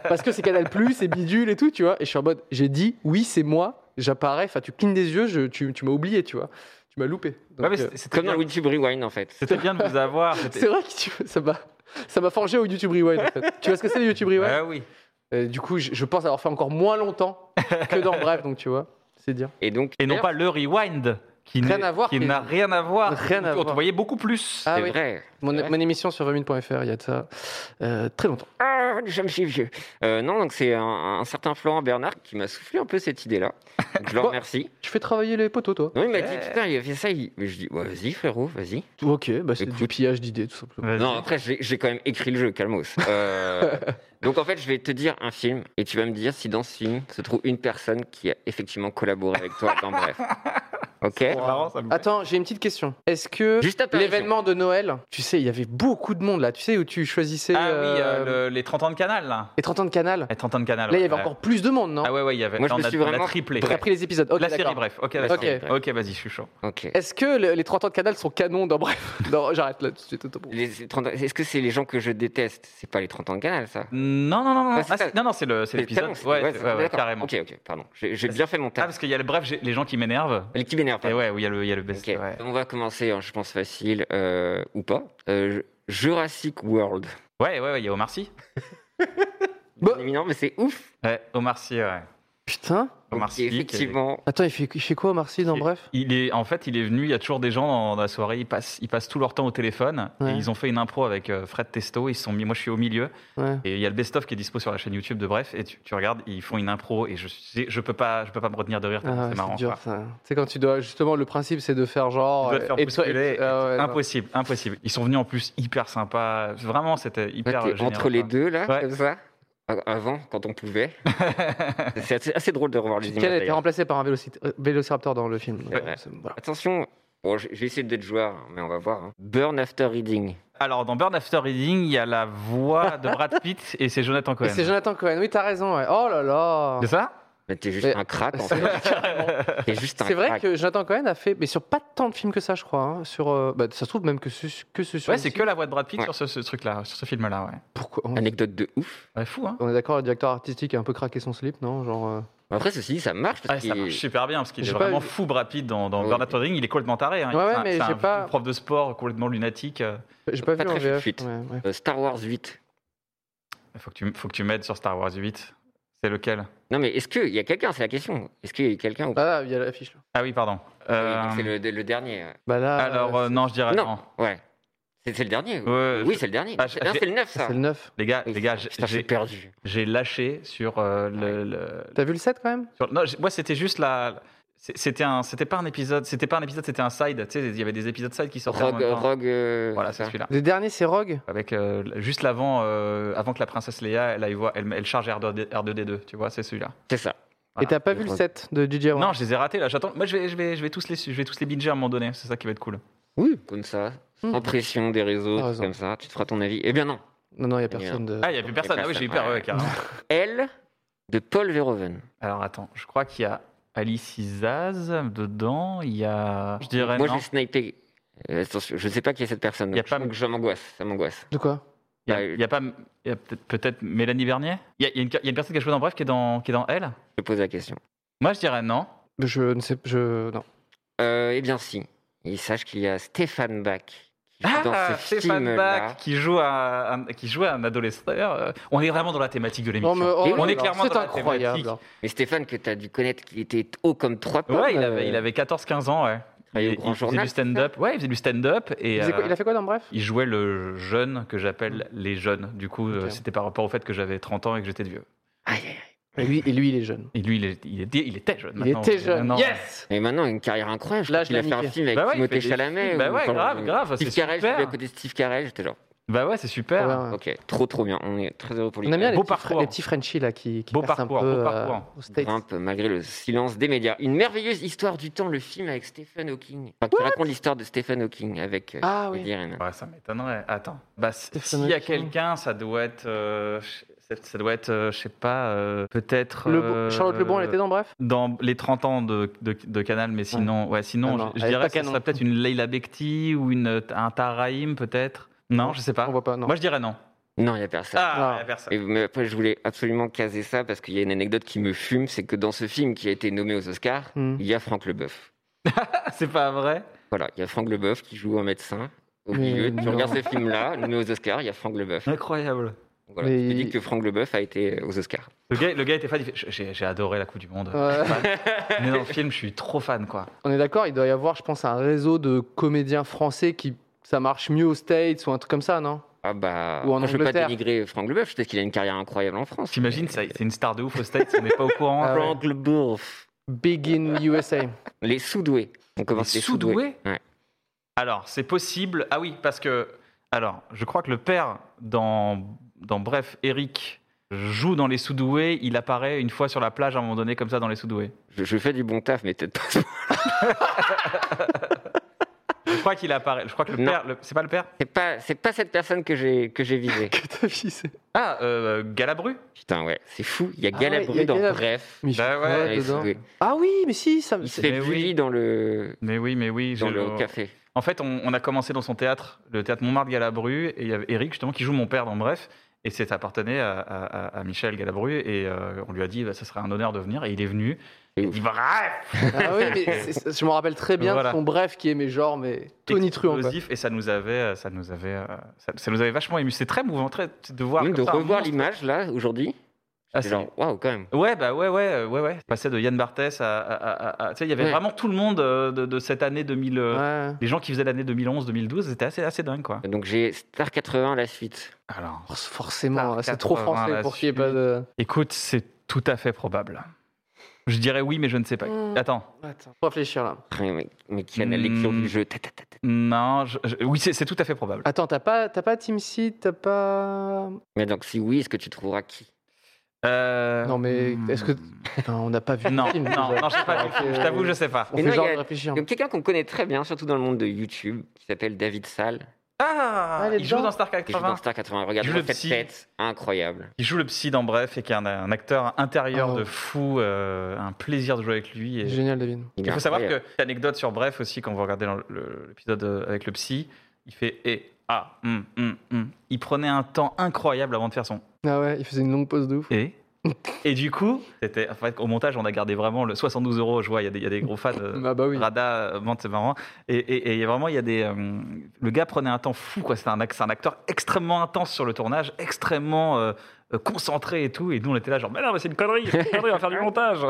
Speaker 3: parce que c'est Canal+, c'est bidule et tout, tu vois. Et je suis en mode, j'ai dit, oui, c'est moi, j'apparais, enfin, tu clignes des yeux, je- tu, tu m'as oublié, tu vois. Tu m'as loupé. Donc,
Speaker 1: Ouais, mais
Speaker 3: euh,
Speaker 1: c'était- c'était
Speaker 2: Comme dans
Speaker 1: bien,
Speaker 2: YouTube Rewind, en fait.
Speaker 1: c'était bien de vous avoir. c'était-
Speaker 3: c'est vrai que tu- ça m'a ça m'a forgé au YouTube Rewind. en fait. tu vois ce que c'est le YouTube Rewind
Speaker 1: Ah oui.
Speaker 3: Euh, Du coup, je, je pense avoir fait encore moins longtemps que dans Bref, donc tu vois, c'est dire.
Speaker 2: Et donc,
Speaker 1: Et non pas le rewind, qui
Speaker 3: Rien
Speaker 1: n'est-
Speaker 3: à voir,
Speaker 1: qui
Speaker 3: qui-
Speaker 1: n'a rien à voir.
Speaker 3: Rien à
Speaker 1: On te
Speaker 3: voir.
Speaker 1: voyait beaucoup plus.
Speaker 3: Ah
Speaker 2: c'est
Speaker 3: oui.
Speaker 2: vrai.
Speaker 3: Mon,
Speaker 2: Ouais.
Speaker 3: mon émission sur 20.fr, il y a de ça euh, très longtemps.
Speaker 2: Ah, je me suis vieux. Euh, non, donc c'est un, un certain Florent Bernard qui m'a soufflé un peu cette idée-là. Donc, je le
Speaker 3: Quoi
Speaker 2: remercie.
Speaker 3: Tu fais travailler les poteaux, toi
Speaker 2: Non, il m'a dit,
Speaker 1: Ouais.
Speaker 2: putain, il a fait ça. il- Mais je dis, ouais, vas-y, frérot, vas-y.
Speaker 3: Ok, bah c'est du
Speaker 2: Écoute.
Speaker 3: pillage d'idées, tout simplement.
Speaker 1: Vas-y. Ah
Speaker 2: Non, après, j'ai j'ai quand même écrit le jeu, calmos. Euh, donc, en fait, je vais te dire un film et tu vas me dire si dans ce film se trouve une personne qui a effectivement collaboré avec toi dans Bref. Ok
Speaker 1: C'est marrant, ça me plaît.
Speaker 3: Attends, j'ai une petite question. Est-ce que
Speaker 2: Juste apparition.
Speaker 3: l'événement de Noël, tu sais, il y avait beaucoup de monde là, tu sais, où tu choisissais
Speaker 1: Ah oui,
Speaker 3: euh,
Speaker 1: euh, le- les 30 ans de canal, là.
Speaker 3: les 30 ans de canal
Speaker 1: Les 30 ans de canal.
Speaker 3: Là, il y
Speaker 1: ouais.
Speaker 3: avait encore plus de monde, non
Speaker 1: Ah ouais, ouais, il y avait.
Speaker 2: Moi, je
Speaker 1: on
Speaker 2: me
Speaker 1: a-
Speaker 2: suis
Speaker 1: on a
Speaker 2: vraiment-
Speaker 1: triplé.
Speaker 3: T'as pris les épisodes. Ok,
Speaker 1: la
Speaker 3: d'accord.
Speaker 1: série, bref. Ok,
Speaker 2: La
Speaker 1: d'accord.
Speaker 3: série, bref.
Speaker 1: Ok, vas-y, je suis chaud.
Speaker 2: Ok.
Speaker 3: Est-ce que le- les 30 ans de canal sont canons dans Bref Non, j'arrête là tout de suite. autant pour moi.
Speaker 2: Les 30 Est-ce que c'est les gens que je déteste C'est pas les 30 ans de canal, ça
Speaker 1: Non, non, non, non,
Speaker 2: Ah,
Speaker 1: non,
Speaker 2: c'est
Speaker 1: Ah,
Speaker 2: ça.
Speaker 1: c'est- non, non, c'est le, c'est l'épisode.
Speaker 2: c'est-
Speaker 1: Ouais,
Speaker 2: c'est-
Speaker 1: c'est- ouais, ouais,
Speaker 2: d'accord.
Speaker 1: carrément.
Speaker 2: Ok, ok, pardon. J'ai j'ai bien fait mon
Speaker 1: Ah,
Speaker 2: taf.
Speaker 1: parce qu'il y a le bref, j'ai- les gens qui m'énervent.
Speaker 2: Les qui m'énervent.
Speaker 1: Et
Speaker 2: pardon.
Speaker 1: ouais, où il y a le, il y a le best.
Speaker 2: Ok.
Speaker 1: Ouais.
Speaker 2: On va commencer, hein, je pense facile, euh, ou pas. Euh, Jurassic World.
Speaker 1: ouais, ouais, ouais, il y a Omar Sy.
Speaker 3: Bah.
Speaker 2: C'est éminent, mais c'est ouf.
Speaker 1: Ouais, Omar Sy, ouais.
Speaker 3: Putain.
Speaker 1: Omar
Speaker 2: Ok,
Speaker 1: Sy, qui est-
Speaker 2: effectivement.
Speaker 3: Attends, il fait, il fait quoi, Marcy, dans
Speaker 1: Et-
Speaker 3: Bref
Speaker 1: Il est, en fait, il est venu. Il y a toujours des gens dans la soirée. Ils passent, ils passent tout leur temps au téléphone.
Speaker 3: Ouais.
Speaker 1: Et ils ont fait une impro avec euh, Fred Testo. Ils se sont mis. Moi, je suis au milieu.
Speaker 3: Ouais.
Speaker 1: Et il y a le best-of qui est dispo sur la chaîne YouTube de Bref. Et tu, tu regardes, ils font une impro. Et je, sais- je peux pas, je peux pas me retenir de rire. tellement
Speaker 3: Ah,
Speaker 1: c'est marrant.
Speaker 3: dur,
Speaker 1: quoi.
Speaker 3: ça. Tu sais, quand tu dois. Justement, le principe, c'est de faire genre.
Speaker 1: Tu dois te faire
Speaker 3: euh, et toi- et-
Speaker 1: bousculer,
Speaker 3: ah ouais, non.
Speaker 1: Impossible, impossible. Ils sont venus en plus hyper sympas. Vraiment, c'était
Speaker 2: Toi,
Speaker 1: hyper.
Speaker 2: t'es
Speaker 1: génial,
Speaker 2: entre les
Speaker 1: quoi.
Speaker 2: deux, là,
Speaker 1: hein. Ouais.
Speaker 2: comme ça. A- Avant, quand on pouvait. c'est assez, assez drôle de revoir les
Speaker 3: Jim
Speaker 2: images.
Speaker 3: Carrey a été
Speaker 2: d'ailleurs.
Speaker 3: remplacé par un véloci- euh, vélociraptor dans le film. Donc,
Speaker 2: C'est vrai.
Speaker 3: c'est- voilà.
Speaker 2: Attention, bon, je je vais essayer d'être joueur, hein, mais on va voir. hein. Burn After Reading.
Speaker 1: Alors, dans Burn After Reading, il y a la voix de Brad Pitt et c'est Jonathan
Speaker 3: Et
Speaker 1: Cohen.
Speaker 3: c'est Jonathan Cohen. Oui, t'as raison. ouais. Oh là là.
Speaker 1: C'est ça
Speaker 2: Mais t'es juste
Speaker 3: Mais-
Speaker 2: un crack, en fait. T'es juste un
Speaker 3: C'est vrai
Speaker 2: crack.
Speaker 3: que Jonathan Cohen a fait, mais sur pas tant de films que ça, je crois. hein, sur, euh, bah, ça se trouve même que ce, que ce
Speaker 1: Ouais, c'est que la voix de Brad Pitt
Speaker 2: Ouais.
Speaker 1: sur ce, ce truc-là, sur ce film-là, ouais.
Speaker 3: Pourquoi on,
Speaker 2: Anecdote de ouf.
Speaker 1: Ouais, fou, hein
Speaker 3: on est d'accord, le directeur artistique a un peu craqué son slip, non Genre. euh,
Speaker 2: Après, ceci dit, ça marche.
Speaker 1: Ouais,
Speaker 2: Parce
Speaker 1: ça
Speaker 2: qu'il-
Speaker 1: marche super bien parce qu'il est
Speaker 3: J'ai pas
Speaker 1: vraiment
Speaker 3: vu-
Speaker 1: fou Brad Pitt dans, dans
Speaker 2: Ouais.
Speaker 1: Burn After Reading. Il est complètement taré. Hein.
Speaker 3: Ouais, ouais,
Speaker 1: C'est un-
Speaker 3: mais
Speaker 1: c'est
Speaker 3: j'ai
Speaker 1: un
Speaker 3: pas-
Speaker 1: prof de sport complètement lunatique. euh.
Speaker 3: J'ai pas,
Speaker 2: Pas
Speaker 3: vu
Speaker 2: très
Speaker 3: en VF.
Speaker 2: fuite.
Speaker 3: ouais, ouais.
Speaker 2: Euh, Star Wars 8.
Speaker 1: Faut que tu, faut que tu m'aides sur Star Wars 8. C'est lequel
Speaker 2: Non, mais est-ce qu'il y a quelqu'un C'est la question. Est-ce qu'il y a quelqu'un ou pas
Speaker 3: Ah là, il y a l'affiche là.
Speaker 1: Ah oui, pardon. Euh,
Speaker 2: Oui, donc C'est le, le dernier. ouais.
Speaker 3: Bah là,
Speaker 1: alors,
Speaker 3: euh,
Speaker 1: euh, non, je dirais
Speaker 2: Non.
Speaker 1: non.
Speaker 2: Ouais. C'est c'est le dernier. oui.
Speaker 1: Ouais,
Speaker 2: oui,
Speaker 1: je-
Speaker 2: c'est le dernier.
Speaker 1: Ah,
Speaker 2: C'est-
Speaker 1: j'ai-
Speaker 2: non, c'est le 9, ça.
Speaker 3: c'est le 9.
Speaker 1: Les gars,
Speaker 2: Oui,
Speaker 1: les gars, j'ai-
Speaker 2: putain, j'ai
Speaker 1: j'ai-
Speaker 2: perdu.
Speaker 1: j'ai lâché sur euh, le- le,
Speaker 3: T'as vu le 7 quand même
Speaker 1: Sur- Non, j- moi, c'était juste la. C'est- C'était un, c'était pas un épisode, c'était pas un épisode, c'était un side. Tu sais, il y avait des épisodes side qui sortaient. en
Speaker 2: Rogue.
Speaker 1: même temps.
Speaker 2: Rogue euh,
Speaker 1: Voilà,
Speaker 2: c'est
Speaker 1: c'est
Speaker 2: ça.
Speaker 1: celui-là.
Speaker 3: Le dernier, c'est Rogue.
Speaker 1: Avec euh, juste l'avant, euh, avant que la princesse Leia, elle, aille voir- elle, elle charge R2D, R2D2. Tu vois, c'est celui-là.
Speaker 2: C'est ça.
Speaker 3: Et t'as pas vu le 7 de DJ Abrams
Speaker 1: Ah, Non, je les ai ratés là. J'attends. Moi, je vais, je vais, je vais tous les, je vais tous les binger à un moment donné. C'est ça qui va être cool.
Speaker 2: Oui. Comme ça.
Speaker 3: Hmm.
Speaker 2: Sans pression des réseaux,
Speaker 3: T'as
Speaker 2: tout
Speaker 3: raison.
Speaker 2: comme ça. Tu te feras ton avis. Eh bien non.
Speaker 3: Non, non, y a personne de.
Speaker 1: Ah, il y a plus personne. Ah oui, j'ai eu peur. ouais, carrément.
Speaker 2: Elle de Paul Verhoeven.
Speaker 1: Alors attends, je crois qu'il y a Alice Izaz dedans. Il y a, je dirais
Speaker 2: Moi,
Speaker 1: non.
Speaker 2: j'ai snipé. Euh, attention, je ne sais pas qui est cette personne.
Speaker 1: Y a
Speaker 2: donc
Speaker 1: pas-
Speaker 2: je- Je m'angoisse. Ça m'angoisse.
Speaker 3: De quoi
Speaker 1: Il y a,
Speaker 2: Ouais.
Speaker 1: il y a pas, il y a peut-être, peut-être Mélanie Bernier. Il y a, il y a une, il y a une personne qui a joué dans Bref qui est dans, qui est dans elle.
Speaker 2: Je pose la question.
Speaker 1: Moi, je dirais non.
Speaker 3: Je ne sais. Je. Non.
Speaker 2: Euh, eh bien, si. Il sache qu'il y a Stéphane Bach. qui joue
Speaker 1: Ah, Stéphane
Speaker 2: film-là.
Speaker 1: Bach qui joue à un, qui joue à un adolescent. D'ailleurs, euh, on est vraiment dans la thématique de l'émission.
Speaker 3: Non, mais- oh
Speaker 2: Et
Speaker 3: là
Speaker 1: on est
Speaker 3: là,
Speaker 1: clairement
Speaker 3: C'est
Speaker 1: dans la
Speaker 3: incroyable. hein.
Speaker 1: thématique.
Speaker 2: Mais Stéphane, que tu as dû connaître, qu'il était haut comme trois pommes.
Speaker 1: Ouais, il
Speaker 3: euh,
Speaker 1: avait, il avait 14-15 ans, ouais. Il,
Speaker 2: travaillait au
Speaker 1: il
Speaker 2: Grand
Speaker 1: faisait
Speaker 2: Journal,
Speaker 1: du stand-up. Ouais, il faisait du stand-up et
Speaker 3: Il, faisait quoi-
Speaker 1: euh,
Speaker 3: il a fait quoi dans Bref
Speaker 1: il jouait le jeune que j'appelle les jeunes. Du coup, euh,
Speaker 3: Ok.
Speaker 1: c'était par rapport au fait que j'avais 30 ans et que j'étais vieux.
Speaker 2: Aïe, aïe, aïe.
Speaker 3: et lui, et lui, il est jeune.
Speaker 1: Et lui, il, est- il était, il était jeune.
Speaker 3: Il
Speaker 1: maintenant.
Speaker 3: était jeune.
Speaker 1: Maintenant,
Speaker 3: Yes
Speaker 2: Mais maintenant, il a une carrière incroyable. Je
Speaker 3: Là,
Speaker 2: crois
Speaker 3: je
Speaker 2: qu'il a
Speaker 3: l'ai
Speaker 2: fait un
Speaker 3: niqué.
Speaker 2: film avec
Speaker 1: Bah ouais, il
Speaker 2: Timothée
Speaker 1: fait des
Speaker 2: Chalamet.
Speaker 1: films. Bah
Speaker 2: ou-
Speaker 1: ouais, grave, grave,
Speaker 2: Steve
Speaker 1: c'est
Speaker 2: Carell, je l'ai vu à
Speaker 1: super.
Speaker 2: côté de Steve Carell, j'étais genre,
Speaker 1: Bah ouais, c'est super.
Speaker 3: Ouais, ouais.
Speaker 2: ok, trop trop bien. On est très heureux pour lui.
Speaker 3: On aime bien les
Speaker 1: Beau
Speaker 3: petits, fr-
Speaker 1: parcours.
Speaker 3: les petits Frenchies là qui, qui
Speaker 1: Beau
Speaker 3: percent
Speaker 1: parcours,
Speaker 3: un peu
Speaker 1: beau
Speaker 3: euh,
Speaker 1: parcours.
Speaker 3: aux States.
Speaker 2: Grimpe malgré le silence des médias. Une merveilleuse histoire du temps, le film avec Stephen Hawking. Enfin, qui raconte l'histoire de Stephen Hawking avec euh,
Speaker 3: Ah oui.
Speaker 2: Woody Allen.
Speaker 1: Ouais, ça m'étonnerait. Attends. Bah, s-
Speaker 3: Stephen
Speaker 1: s'il y a
Speaker 3: Hawking.
Speaker 1: quelqu'un, ça doit être. euh, ch- ça- ça doit être, euh, je sais pas, euh, peut-être.
Speaker 3: Le bon-
Speaker 1: euh,
Speaker 3: Charlotte Lebon, elle était dans Bref
Speaker 1: dans les 30 ans de, de- de Canal, mais sinon, ouais. sinon,
Speaker 3: Ah non,
Speaker 1: je- je,
Speaker 3: elle est pas
Speaker 1: dirais que ça
Speaker 3: canon.
Speaker 1: serait peut-être une Leila Bekti ou une, un Taraïm, peut-être. Non, je sais pas.
Speaker 3: On voit pas, non.
Speaker 1: Moi, je dirais non.
Speaker 2: Non, il n'y a personne.
Speaker 1: Ah,
Speaker 3: Ah.
Speaker 1: y a personne.
Speaker 2: Et, mais après, je voulais absolument caser ça parce qu'il y a une anecdote qui me fume c'est que dans ce film qui a été nommé aux Oscars,
Speaker 3: Hmm.
Speaker 2: il y a Franck Leboeuf.
Speaker 1: Ah, C'est pas vrai.
Speaker 2: Voilà, il y a Franck Leboeuf qui joue un médecin. Au
Speaker 3: Mais
Speaker 2: milieu, tu
Speaker 3: non.
Speaker 2: regardes ce film-là, nommé aux Oscars, il y a Franck Leboeuf.
Speaker 1: Incroyable.
Speaker 2: Voilà,
Speaker 3: Mais
Speaker 2: je te dis
Speaker 3: il-
Speaker 2: que Franck Leboeuf a été aux Oscars.
Speaker 1: Le gars, le gars était fan. il fait, J'ai j'ai adoré la Coupe du Monde.
Speaker 3: Ouais.
Speaker 1: Mais dans le film, je suis trop fan, quoi.
Speaker 3: On est d'accord, il doit y avoir, je pense, un réseau de comédiens français qui ça marche mieux aux States ou un truc comme ça, non
Speaker 2: Ah bah,
Speaker 3: Ou en
Speaker 2: moi, je veux pas
Speaker 3: Angleterre.
Speaker 2: dénigrer Franck Leboeuf, peut-être qu'il a une carrière incroyable en France.
Speaker 1: T'imagines, ça- c'est une star de ouf au States, on n'est pas au courant.
Speaker 3: Ah ouais.
Speaker 2: Franck Leboeuf.
Speaker 3: Big in USA.
Speaker 2: Les sous-doués. On
Speaker 1: Les
Speaker 2: commence les sous-doués.
Speaker 1: sous-doués
Speaker 2: Ouais.
Speaker 1: Alors, c'est possible. Ah oui, parce que. Alors, je crois que le père, dans, dans Bref, Eric, joue dans Les Sous-doués. Il apparaît une fois sur la plage à un moment donné, comme ça, dans Les Sous-doués.
Speaker 2: Je, je fais du bon taf, mais peut-être pas.
Speaker 1: Je crois qu'il apparaît. Je crois que le
Speaker 2: Non.
Speaker 1: père. le- C'est pas le père
Speaker 2: C'est pas, c'est pas cette personne que j'ai, que j'ai visée.
Speaker 3: que t'as visé.
Speaker 1: Ah, euh, Galabru
Speaker 2: Putain, ouais, c'est fou. Il y a
Speaker 3: Ah ouais,
Speaker 2: Galabru
Speaker 3: il y a
Speaker 2: dans
Speaker 3: Galabru.
Speaker 2: Bref.
Speaker 3: Mais il
Speaker 1: Bah
Speaker 3: fait
Speaker 1: ouais,
Speaker 3: quoi
Speaker 2: les
Speaker 3: dedans
Speaker 2: sous-doués.
Speaker 3: Ah oui, mais si, ça me.
Speaker 2: Il se
Speaker 3: c'est-
Speaker 2: fait
Speaker 1: Mais oui.
Speaker 2: bully dans le,
Speaker 1: Mais oui, mais oui.
Speaker 2: dans
Speaker 1: j'ai-
Speaker 2: le
Speaker 1: on-
Speaker 2: café.
Speaker 1: En fait, on, on a commencé dans son théâtre, le théâtre Montmartre Galabru, et il y avait Eric justement qui joue mon père dans Bref, et c'est appartenait à, à- à- à Michel Galabru, et euh, on lui a dit bah, ça serait un honneur de venir, et il est venu. Et il dit Bref,
Speaker 3: Ah oui, mais c'est- c'est- je m'en rappelle très bien
Speaker 1: Voilà.
Speaker 3: de son bref qui est mais genre mais tonitruant. quoi.
Speaker 1: Explosif, et ça nous avait, ça nous avait, euh, ça, ça nous avait vachement ému. C'est très mouvant, très de voir
Speaker 2: Même de
Speaker 1: comme ça un
Speaker 2: revoir
Speaker 1: monstre.
Speaker 2: l'image là aujourd'hui.
Speaker 1: Ah,
Speaker 2: c'est
Speaker 1: c'est-
Speaker 2: genre, waouh, quand même.
Speaker 1: Ouais, bah ouais, ouais, euh, ouais, ouais. Passer de Yann Barthès à, à- à- à- tu sais, il y avait
Speaker 2: Ouais.
Speaker 1: vraiment tout le monde euh, de, de cette année 2000. euh,
Speaker 3: Ouais.
Speaker 1: Les gens qui faisaient l'année 2011-2012, c'était assez, assez dingue, quoi.
Speaker 2: Donc j'ai Star 80 la suite.
Speaker 1: Alors,
Speaker 3: Force- Oh, Forcément,
Speaker 1: Star
Speaker 3: c'est trop
Speaker 1: 80,
Speaker 3: français
Speaker 1: la
Speaker 3: pour qu'il n'y ait pas de.
Speaker 1: Écoute, c'est tout à fait probable. Je dirais oui, mais je ne sais pas.
Speaker 3: Hmm.
Speaker 1: Attends.
Speaker 3: Attends, faut réfléchir là.
Speaker 2: Putain, Mais, mais qui a la lecture
Speaker 1: Hmm.
Speaker 2: du jeu. ta, ta, ta, ta.
Speaker 1: Non, je- je- oui, c'est c'est tout à fait probable.
Speaker 3: Attends, t'as pas, t'as pas Team Seed, t'as pas.
Speaker 2: Mais donc si oui, est-ce que tu trouveras qui
Speaker 1: Euh,
Speaker 3: Non, mais
Speaker 1: hmm.
Speaker 3: est-ce que- Non, on n'a pas vu. le
Speaker 1: Non, non,
Speaker 3: film,
Speaker 1: non,
Speaker 3: déjà.
Speaker 1: je sais pas.
Speaker 3: Ok.
Speaker 1: Je t'avoue, je sais pas.
Speaker 3: On
Speaker 2: Mais
Speaker 3: fait
Speaker 2: non,
Speaker 3: genre
Speaker 2: il y a-
Speaker 3: de réfléchir.
Speaker 2: Il y a quelqu'un qu'on connaît très bien, surtout dans le monde de YouTube, qui s'appelle David Salle.
Speaker 1: Ah,
Speaker 3: Ah, elle est
Speaker 1: il joue
Speaker 3: dedans.
Speaker 1: dans Star
Speaker 2: qui joue
Speaker 1: 80.
Speaker 2: dans Star 80. Regarde
Speaker 1: Il joue le
Speaker 2: cette
Speaker 1: psy.
Speaker 2: tête, incroyable.
Speaker 1: Il joue le psy dans Bref et qui est un, un acteur intérieur
Speaker 3: Oh.
Speaker 1: de fou. euh, un plaisir de jouer avec lui. et-
Speaker 3: Génial, David.
Speaker 1: Il faut savoir que anecdote sur Bref aussi quand vous regardez dans le- le- l'épisode euh, avec le psy, il fait et ah, hmm, hmm, hmm. il prenait un temps incroyable avant de faire son
Speaker 3: Ah ouais, il faisait une longue pause de ouf.
Speaker 1: Et Et du coup, c'était en fait, au montage, on a gardé vraiment le 72 euros. Je vois, il y a des- il y, a des gros fans. euh,
Speaker 3: Ah bah oui.
Speaker 1: Rada, euh, Vente, c'est marrant. Et, et- et il y a vraiment, il y a des. euh, le gars prenait un temps fou, quoi. C'était un, ac- c'est un acteur extrêmement intense sur le tournage, extrêmement euh, euh, concentré et tout. Et nous, on était là, genre, mais non, mais c'est une connerie, c'est une connerie, on va faire du montage.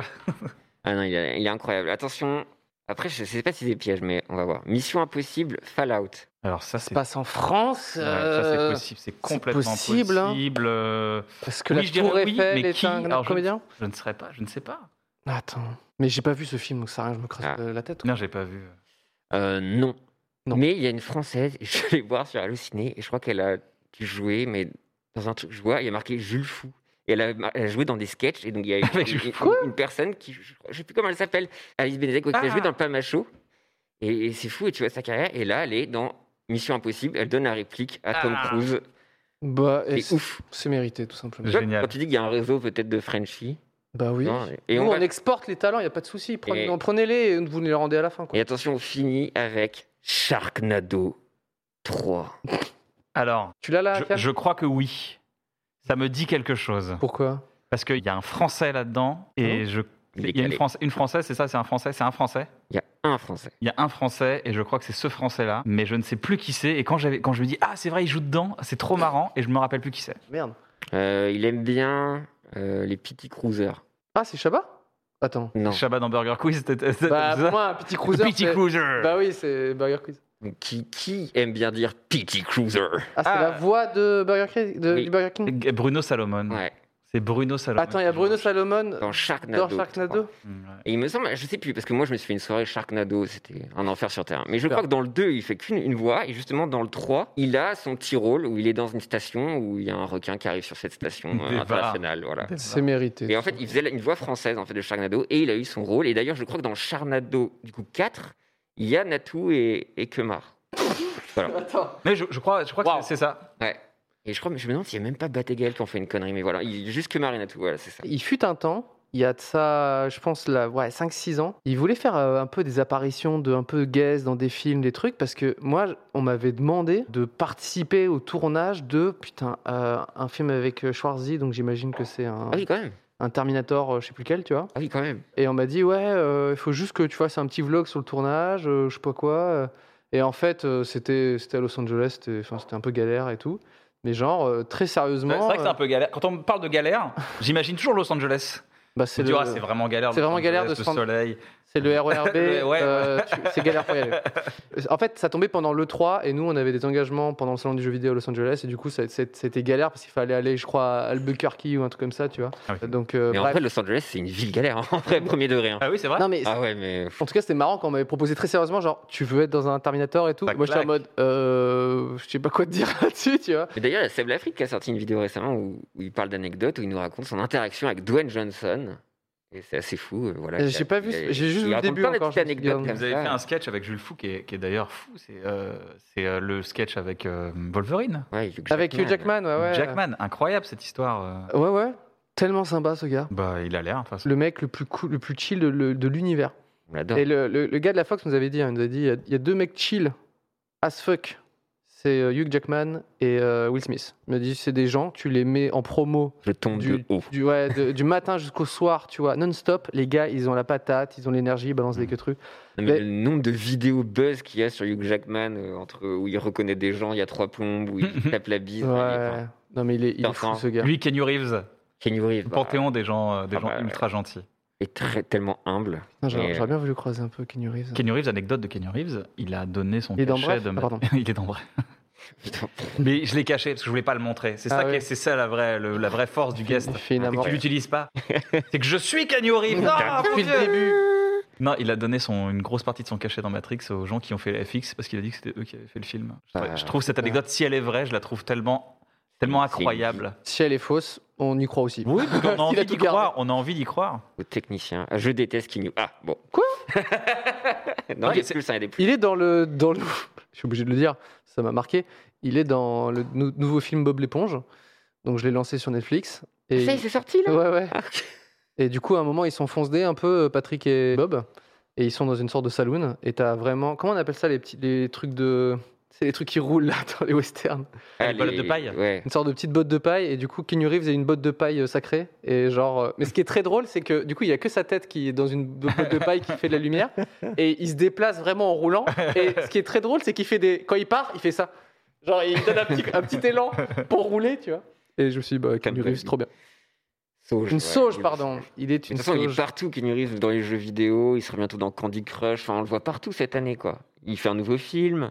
Speaker 2: Ah non, il est, il est incroyable. Attention. Après, je sais pas si c'est des pièges, mais on va voir. Mission Impossible, Fallout.
Speaker 1: Alors, ça, c'est.
Speaker 3: Passe en France.
Speaker 1: ouais,
Speaker 3: euh,
Speaker 1: ça, c'est possible, c'est complètement
Speaker 3: possible,
Speaker 1: possible.
Speaker 3: hein.
Speaker 1: euh,
Speaker 3: Parce que
Speaker 1: Oui,
Speaker 3: la
Speaker 1: je dirais
Speaker 3: Tour
Speaker 1: oui,
Speaker 3: Eiffel
Speaker 1: mais
Speaker 3: est
Speaker 1: qui
Speaker 3: un
Speaker 1: Alors, je-
Speaker 3: comédien
Speaker 1: je ne serais pas, je ne sais pas.
Speaker 3: Attends. Mais j'ai pas vu ce film, donc ça sert à rien, je me crasse
Speaker 2: Ah.
Speaker 3: euh, la tête. quoi.
Speaker 1: Non, j'ai pas vu.
Speaker 2: Euh, non.
Speaker 3: Non.
Speaker 2: Mais il y a une Française, je vais voir sur Halluciné, et je crois qu'elle a joué, mais dans un truc, je vois, il y a marqué Jules Fou. Et elle a, mar- elle a joué dans des sketchs, et donc il y a une,
Speaker 1: Avec Ah, Jules
Speaker 2: une-
Speaker 1: Fou
Speaker 2: une personne qui, je ne sais plus comment elle s'appelle, Alice Benedek, ouais, qui
Speaker 1: Ah.
Speaker 2: a joué dans le Pamacho. Et, et c'est fou, et tu vois sa carrière, et là, elle est dans Mission Impossible, elle donne la réplique à Tom
Speaker 1: Ah.
Speaker 2: Cruise.
Speaker 3: Bah, et
Speaker 2: C'est
Speaker 3: c'est
Speaker 2: ouf.
Speaker 3: c'est mérité, tout simplement.
Speaker 2: Tu vois,
Speaker 1: Génial.
Speaker 2: Quand tu dis qu'il y a un réseau peut-être de Frenchie.
Speaker 3: Bah oui.
Speaker 2: non,
Speaker 3: Et
Speaker 2: et, on
Speaker 3: on,
Speaker 2: va-
Speaker 3: exporte les talents, il n'y a pas de souci. Prenez-
Speaker 2: Et-
Speaker 3: non, Prenez-les et vous nous les rendez à la fin. Quoi.
Speaker 2: et attention, on finit avec Sharknado 3.
Speaker 1: Alors,
Speaker 3: Tu l'as là,
Speaker 1: je,
Speaker 3: Cam
Speaker 1: je crois que oui. Ça me dit quelque chose.
Speaker 3: Pourquoi
Speaker 1: Parce qu'il y a un Français là-dedans.
Speaker 3: Mmh.
Speaker 1: Et je.
Speaker 2: Il est
Speaker 1: Il y a une,
Speaker 2: calé.
Speaker 1: Française- une Française, c'est ça C'est un Français C'est un Français
Speaker 2: Il y a un Français.
Speaker 1: Il y a un Français et je crois que c'est ce Français-là, mais je ne sais plus qui c'est. Et quand, j'avais- quand je me dis ah c'est vrai il joue dedans, c'est trop marrant et je me rappelle plus qui c'est.
Speaker 3: Merde.
Speaker 2: Euh, il aime bien euh, les petits cruisers.
Speaker 3: Ah, c'est Chabat Attends.
Speaker 2: Non.
Speaker 1: Shabba dans Burger Quiz, c'était c'était
Speaker 3: Bah,
Speaker 1: ça
Speaker 3: pour moi, un petit cruiser.
Speaker 1: Petit
Speaker 3: c'est-
Speaker 1: Cruiser.
Speaker 3: Bah oui, c'est Burger Quiz.
Speaker 2: Qui, qui aime bien dire petit cruiser
Speaker 3: Ah, c'est
Speaker 1: Ah.
Speaker 3: la voix de Burger, King- de,
Speaker 2: Oui.
Speaker 3: du Burger King
Speaker 1: Et Bruno Salomon.
Speaker 3: Mm.
Speaker 2: Ouais.
Speaker 1: C'est Bruno Salomon.
Speaker 3: Attends, il y a Bruno Salomon
Speaker 2: Dans
Speaker 3: dans
Speaker 2: Sharknado.
Speaker 3: Sharknado.
Speaker 1: Mm, ouais.
Speaker 2: Et il me semble, je sais plus, parce que moi je me suis fait une soirée Sharknado, c'était un enfer sur Terre. Mais je crois que dans le 2, il fait qu'une une voix, et justement dans le 3, il a son petit rôle où il est dans une station où il y a un requin qui arrive sur cette station euh,
Speaker 1: Des
Speaker 2: internationale. Voilà.
Speaker 3: C'est mérité.
Speaker 2: Et en fait, il faisait une voix française en fait, de Sharknado, et il a eu son rôle. Et d'ailleurs, je crois que dans Sharknado du coup, 4, il y a Natou et, et Kemar.
Speaker 3: Attends.
Speaker 1: Mais je, je crois, je crois
Speaker 3: Wow.
Speaker 1: que c'est c'est ça.
Speaker 2: Ouais. Et je crois, mais je me demande s'il n'y a même pas Batégal qui en fait une connerie, mais voilà, il, juste que Marine à tout, voilà, c'est ça.
Speaker 3: Il fut un temps, il y a de ça, je pense, là, ouais, 5-6 ans, il voulait faire euh, un peu des apparitions de un peu guest dans des films, des trucs, parce que moi, je- on m'avait demandé de participer au tournage de, putain, euh, un film avec euh, Schwarzy, donc j'imagine que c'est un,
Speaker 2: Ah oui, quand même.
Speaker 3: un Terminator, euh, je sais plus lequel, tu vois.
Speaker 2: Ah oui, quand même.
Speaker 3: Et on m'a dit, ouais, euh, il faut juste que tu fasses un petit vlog sur le tournage, euh, je sais pas quoi. euh. Et en fait, euh, c'était c'était à Los Angeles, c'était enfin, c'était un peu galère et tout. Mais genre, euh, très
Speaker 1: C'est
Speaker 3: sérieusement.
Speaker 1: vrai que c'est
Speaker 3: euh,
Speaker 1: un peu galère. Quand on me parle de galère, j'imagine toujours Los Angeles.
Speaker 3: bah,
Speaker 1: C'est
Speaker 3: c'est
Speaker 1: dur,
Speaker 3: le-
Speaker 1: c'est vraiment galère.
Speaker 3: c'est
Speaker 1: Los
Speaker 3: vraiment galère de
Speaker 1: Angeles,
Speaker 3: se
Speaker 1: le
Speaker 3: prendre-
Speaker 1: soleil.
Speaker 3: C'est le RERB.
Speaker 1: Ouais, ouais.
Speaker 3: euh, tu- c'est galère pour y aller. En fait, ça tombait pendant l'E3 et nous, on avait des engagements pendant le salon du jeu vidéo à Los Angeles et du coup, ça- c'est- c'était galère parce qu'il fallait aller, je crois, à Albuquerque ou un truc comme ça, tu vois.
Speaker 1: Ah oui.
Speaker 3: Donc, euh,
Speaker 2: Mais en
Speaker 3: bref.
Speaker 2: vrai, Los Angeles, c'est une ville galère, hein, en vrai, premier degré. hein.
Speaker 1: Ah oui, c'est vrai.
Speaker 3: Non, mais
Speaker 2: Ah ouais, mais.
Speaker 3: en tout cas, c'était marrant quand on m'avait proposé très sérieusement, genre, tu veux être dans un Terminator et tout.
Speaker 1: Tac,
Speaker 3: Moi, j'étais en
Speaker 1: tac.
Speaker 3: mode, euh, je sais pas quoi te dire là-dessus, tu vois.
Speaker 2: Mais D'ailleurs, il y a Seb Lafrique qui a sorti une vidéo récemment où, où il parle d'anecdotes, où il nous raconte son interaction avec Dwayne Johnson. Et c'est assez fou, euh, voilà.
Speaker 3: Euh,
Speaker 2: Il a-
Speaker 3: j'ai pas vu
Speaker 2: il a-
Speaker 3: ce- j'ai juste
Speaker 2: il
Speaker 3: vu le
Speaker 2: raconte
Speaker 3: début
Speaker 2: plein de
Speaker 3: encore,
Speaker 2: petites
Speaker 3: je me oh,
Speaker 2: anecdotes
Speaker 3: souviens.
Speaker 2: comme
Speaker 1: Vous avez
Speaker 2: ça.
Speaker 1: fait un sketch avec Jules Fou qui est, qui est d'ailleurs fou. C'est euh, c'est, euh, le sketch avec euh, Wolverine.
Speaker 2: Ouais, Hugh
Speaker 3: Avec Hugh Jackman, ouais, Ah ouais.
Speaker 1: Jackman, incroyable cette histoire. euh.
Speaker 3: Ouais, ouais. Tellement sympa, ce gars.
Speaker 1: Bah, il a l'air. de toute façon.
Speaker 3: Le mec le plus cool, le plus chill de, le- de l'univers.
Speaker 2: On l'adore.
Speaker 3: Et le, le- le gars de la Fox nous avait dit, hein, il nous a dit, il y a- il y, a deux mecs chill as fuck. C'est euh, Hugh Jackman et euh, Will Smith. Il m'a dit, c'est des gens, tu les mets en promo
Speaker 2: Je tombe de
Speaker 3: du,
Speaker 2: haut.
Speaker 3: du, ouais, de- du matin jusqu'au soir, tu vois, non-stop. Les gars, ils ont la patate, ils ont l'énergie, ils balancent des que trucs.
Speaker 2: Non, mais
Speaker 3: Mais-
Speaker 2: Le nombre de vidéos buzz qu'il y a sur Hugh Jackman, euh, entre où il reconnaît des gens, il y a trois plombes, où il tape la bise.
Speaker 3: Ouais.
Speaker 2: enfin,
Speaker 3: Non, mais il est, il est
Speaker 2: Enfin.
Speaker 3: fou, ce gars.
Speaker 1: Lui, Kenny Reeves,
Speaker 2: Kenny Reeves,
Speaker 1: le
Speaker 2: bah,
Speaker 1: panthéon des gens, euh, des
Speaker 2: Ah
Speaker 1: gens
Speaker 2: bah,
Speaker 1: ultra gentils.
Speaker 2: est très, tellement humble.
Speaker 3: Putain, J'aurais
Speaker 2: Et-
Speaker 3: j'aurais bien voulu croiser un peu Kenny Reeves.
Speaker 1: Kenny Reeves, anecdote de Kenny Reeves, il a donné son
Speaker 3: Il est dans
Speaker 1: cachet
Speaker 3: Bref
Speaker 1: de
Speaker 3: Ah, pardon.
Speaker 1: il est dans Bref.
Speaker 2: Putain,
Speaker 1: Mais je l'ai caché parce que je voulais pas le montrer. C'est
Speaker 3: Ah
Speaker 1: ça, qui
Speaker 3: oui.
Speaker 1: est- c'est ça la vraie, le- la vraie force du guest.
Speaker 3: Il fait une
Speaker 1: C'est que
Speaker 3: amorce.
Speaker 1: tu l'utilises pas. C'est que je suis Kenny Reeves. Non, mon
Speaker 3: Depuis le
Speaker 1: Dieu.
Speaker 3: début.
Speaker 1: Non, il a donné son, une grosse partie de son cachet dans Matrix aux gens qui ont fait la FX parce qu'il a dit que c'était eux qui avaient fait le film. Je, trouve-
Speaker 2: Ah.
Speaker 1: je trouve cette anecdote, si elle est vraie, je la trouve tellement, tellement
Speaker 2: C'est-
Speaker 1: incroyable.
Speaker 3: Si elle est fausse, on y croit aussi.
Speaker 1: Oui, parce qu'on a
Speaker 3: Il a
Speaker 1: envie
Speaker 3: tout
Speaker 1: d'y
Speaker 3: gardé.
Speaker 1: croire. On a envie d'y croire.
Speaker 2: au technicien. Ah, je déteste Kenny. Ah, bon.
Speaker 3: Quoi Ah,
Speaker 2: Non,
Speaker 1: Ouais,
Speaker 2: il est
Speaker 1: c'est-
Speaker 2: plus, hein, il est plus.
Speaker 3: Il est dans le. Dans le je suis obligé de le dire, ça m'a marqué. Il est dans le nou- nouveau film Bob l'éponge. Donc je l'ai lancé sur Netflix. Et...
Speaker 2: Ça, il s'est sorti, là
Speaker 3: Ouais, ouais.
Speaker 2: Ah, ok.
Speaker 3: Et du coup, à un moment, ils s'enfoncent des un peu, euh, Patrick et Bob. Et ils sont dans une sorte de saloon. Et t'as vraiment. Comment on appelle ça les, petits, les trucs de. C'est les trucs qui roulent là dans les westerns.
Speaker 1: Ah, les
Speaker 2: Allez,
Speaker 1: balades de paille.
Speaker 2: Ouais.
Speaker 3: Une sorte de petite botte de paille. Et du coup, Kenny Reeves a une botte de paille euh, sacrée. Et genre. euh, Mais ce qui est très drôle, c'est que du coup, il y a que sa tête qui est dans une botte de paille qui fait de la lumière. Et il se déplace vraiment en roulant. Et ce qui est très drôle, c'est qu'il fait des. Quand il part, il fait ça. Genre, il donne un petit, un petit élan pour rouler, tu vois. Et je me suis dit, bah, Kenny Reeves, trop bien.
Speaker 2: Sauge,
Speaker 3: Une
Speaker 2: ouais,
Speaker 3: sauge,
Speaker 2: oui,
Speaker 3: pardon.
Speaker 2: sauge.
Speaker 3: Il est
Speaker 2: De
Speaker 3: une
Speaker 2: toute façon, il est
Speaker 3: sauge.
Speaker 2: partout, Kenny Reeves, dans les jeux vidéo. Il sera bientôt dans Candy Crush. Enfin, on le voit partout cette année, quoi. Il fait un nouveau film.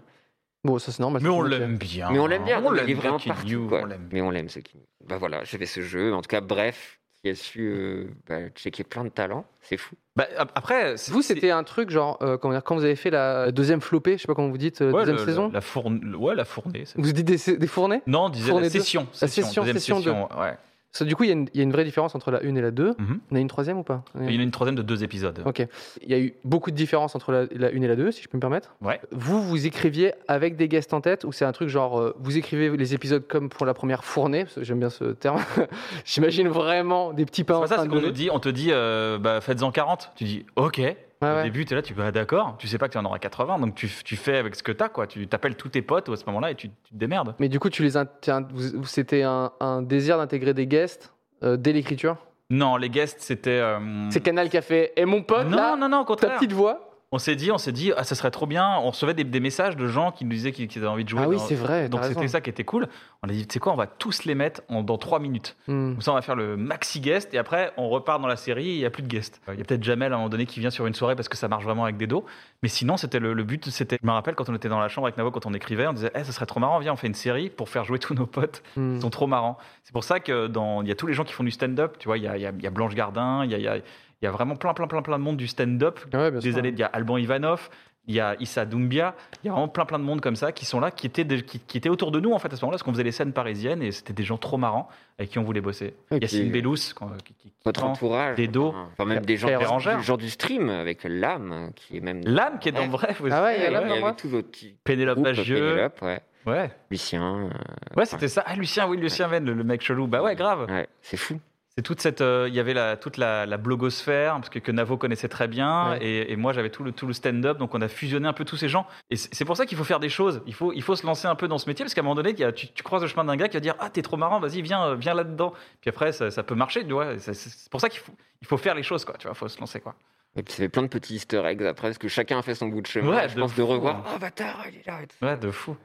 Speaker 3: Bon, ça c'est normal.
Speaker 1: Mais
Speaker 3: c'est
Speaker 1: on
Speaker 3: ok.
Speaker 1: l'aime bien.
Speaker 2: Mais on l'aime bien.
Speaker 1: On
Speaker 2: il est
Speaker 1: l'aime bien,
Speaker 2: vraiment
Speaker 1: Kenny
Speaker 2: partout,
Speaker 1: Reeves,
Speaker 2: quoi.
Speaker 1: on l'aime
Speaker 2: Mais
Speaker 1: bien.
Speaker 2: on l'aime, ce Kenny. Bah voilà, j'ai fait ce jeu. En tout cas, bref, qui a su euh, bah, checker plein de talents. C'est fou.
Speaker 1: Bah, ap- après, c'est-
Speaker 3: Vous, c'était un truc genre, euh, comment dire, quand vous avez fait la deuxième flopée, je sais pas comment vous dites, la
Speaker 1: c'est- ouais,
Speaker 3: euh, deuxième
Speaker 1: le-
Speaker 3: saison,
Speaker 1: la, fourn- ouais, la fournée. c'est-
Speaker 3: vous dites des, des fournées
Speaker 1: Non, on disait
Speaker 3: Fournée
Speaker 1: la
Speaker 3: deux.
Speaker 1: session.
Speaker 3: La session,
Speaker 1: deuxième
Speaker 3: session
Speaker 1: session, ouais.
Speaker 3: Parce que Du coup, il y, a une- il y a une vraie différence entre la 1 et la 2.
Speaker 1: Mhm.
Speaker 3: On a une troisième ou pas
Speaker 1: Il y en a une troisième de deux épisodes.
Speaker 3: Ok. Il y a eu beaucoup de différences entre la, la 1 et la 2, si je peux me permettre.
Speaker 1: Ouais.
Speaker 3: Vous, vous écriviez avec des guests en tête, ou c'est un truc genre, euh, vous écrivez les épisodes comme pour la première fournée, parce que j'aime bien ce terme. J'imagine vraiment des petits pains
Speaker 1: C'est pas ça,
Speaker 3: train
Speaker 1: c'est
Speaker 3: de
Speaker 1: qu'on
Speaker 3: donner.
Speaker 1: nous dit, on te dit, euh, bah, faites-en 40. Tu dis, ok.
Speaker 3: Ouais,
Speaker 1: Au
Speaker 3: ouais.
Speaker 1: début, tu es là, tu vas d'accord. Tu sais pas que tu en auras 80, donc tu, tu fais avec ce que tu as, quoi. Tu t'appelles tous tes potes à ce moment-là et tu, tu te démerdes.
Speaker 3: Mais du coup, tu les in- t'es un- vous- vous- c'était un, un désir d'intégrer des guests euh, dès l'écriture.
Speaker 1: Non, les guests, c'était. euh,
Speaker 3: C'est Canal qui a fait. Et mon pote,
Speaker 1: non,
Speaker 3: là,
Speaker 1: non, non, au
Speaker 3: ta
Speaker 1: contraire.
Speaker 3: petite voix.
Speaker 1: On s'est dit, on s'est dit, ah, ça serait trop bien. On recevait des, des messages de gens qui nous disaient qu'ils qu'ils avaient envie de jouer.
Speaker 3: ah oui,
Speaker 1: dans-
Speaker 3: c'est vrai.
Speaker 1: Donc
Speaker 3: t'as raison.
Speaker 1: c'était ça qui était cool. On a dit, tu sais quoi, on va tous les mettre en- dans 3 minutes.
Speaker 3: Hmm.
Speaker 1: Comme ça, on va faire le maxi guest et après, on repart dans la série et il n'y a plus de guest. Euh, Il y a peut-être Jamel à un moment donné qui vient sur une soirée parce que ça marche vraiment avec des dos. Mais sinon, c'était le, le but. C'était, je me rappelle quand on était dans la chambre avec Navo, quand on écrivait, on disait, eh, ça serait trop marrant, viens, on fait une série pour faire jouer tous nos potes.
Speaker 3: Hmm.
Speaker 1: Ils sont trop marrants. C'est pour ça que dans, il y a tous les gens qui font du stand-up. Tu vois, il y a, il y a- il y a Blanche Gardin, il y a, il y a- il y a vraiment plein, plein, plein, plein de monde du stand-up
Speaker 3: Ouais, bien
Speaker 1: des
Speaker 3: sûr.
Speaker 1: années- il y a Alban Ivanov, il y a Issa Doumbia, il y a vraiment plein plein de monde comme ça qui sont là, qui étaient, des- qui, qui étaient autour de nous en fait à ce moment-là, parce qu'on faisait les scènes parisiennes et c'était des gens trop marrants avec qui on voulait bosser.
Speaker 2: Et
Speaker 1: Yacine
Speaker 2: puis-
Speaker 1: Bellous, quand- euh, qui, qui- qui
Speaker 2: Votre
Speaker 1: prend
Speaker 2: entourage.
Speaker 1: des dos.
Speaker 2: enfin, Enfin, même des gens,
Speaker 1: Bérangère.
Speaker 2: des gens du stream avec l'âme qui est même.
Speaker 1: l'âme qui est dans
Speaker 2: Ouais.
Speaker 1: Bref aussi.
Speaker 3: Ah ouais, il y a
Speaker 2: Et
Speaker 3: l'âme dans
Speaker 2: avec
Speaker 3: Bref.
Speaker 2: tous vos petits
Speaker 1: Pénélope
Speaker 2: groupes,
Speaker 1: Bagieux.
Speaker 2: Pénélope, ouais.
Speaker 1: Ouais,
Speaker 2: Lucien. euh,
Speaker 1: ouais c'était ça. Ah, Lucien, oui, Lucien Venn, le, le mec chelou. Bah ouais, grave.
Speaker 2: ouais, c'est fou.
Speaker 1: C'est toute cette, euh, il y avait la, toute la, la blogosphère parce que, que Navo connaissait très bien
Speaker 3: Ouais.
Speaker 1: et, et moi j'avais tout le tout le stand-up donc on a fusionné un peu tous ces gens et c'est c'est pour ça qu'il faut faire des choses. Il faut il faut se lancer un peu dans ce métier parce qu'à un moment donné il y a- tu, tu croises le chemin d'un gars qui va dire ah t'es trop marrant vas-y viens euh, viens là-dedans puis après ça, ça peut marcher tu vois. C'est- C'est c'est pour ça qu'il faut il faut faire les choses quoi tu vois faut se lancer quoi.
Speaker 2: Et puis ça fait plein de petits easter eggs après, parce que chacun a fait son bout de chemin.
Speaker 1: Ouais,
Speaker 2: je
Speaker 1: de
Speaker 2: pense de
Speaker 1: fou,
Speaker 2: revoir.
Speaker 1: hein.
Speaker 2: Oh, bâtard, il est là. et tout.
Speaker 1: Ouais de fou.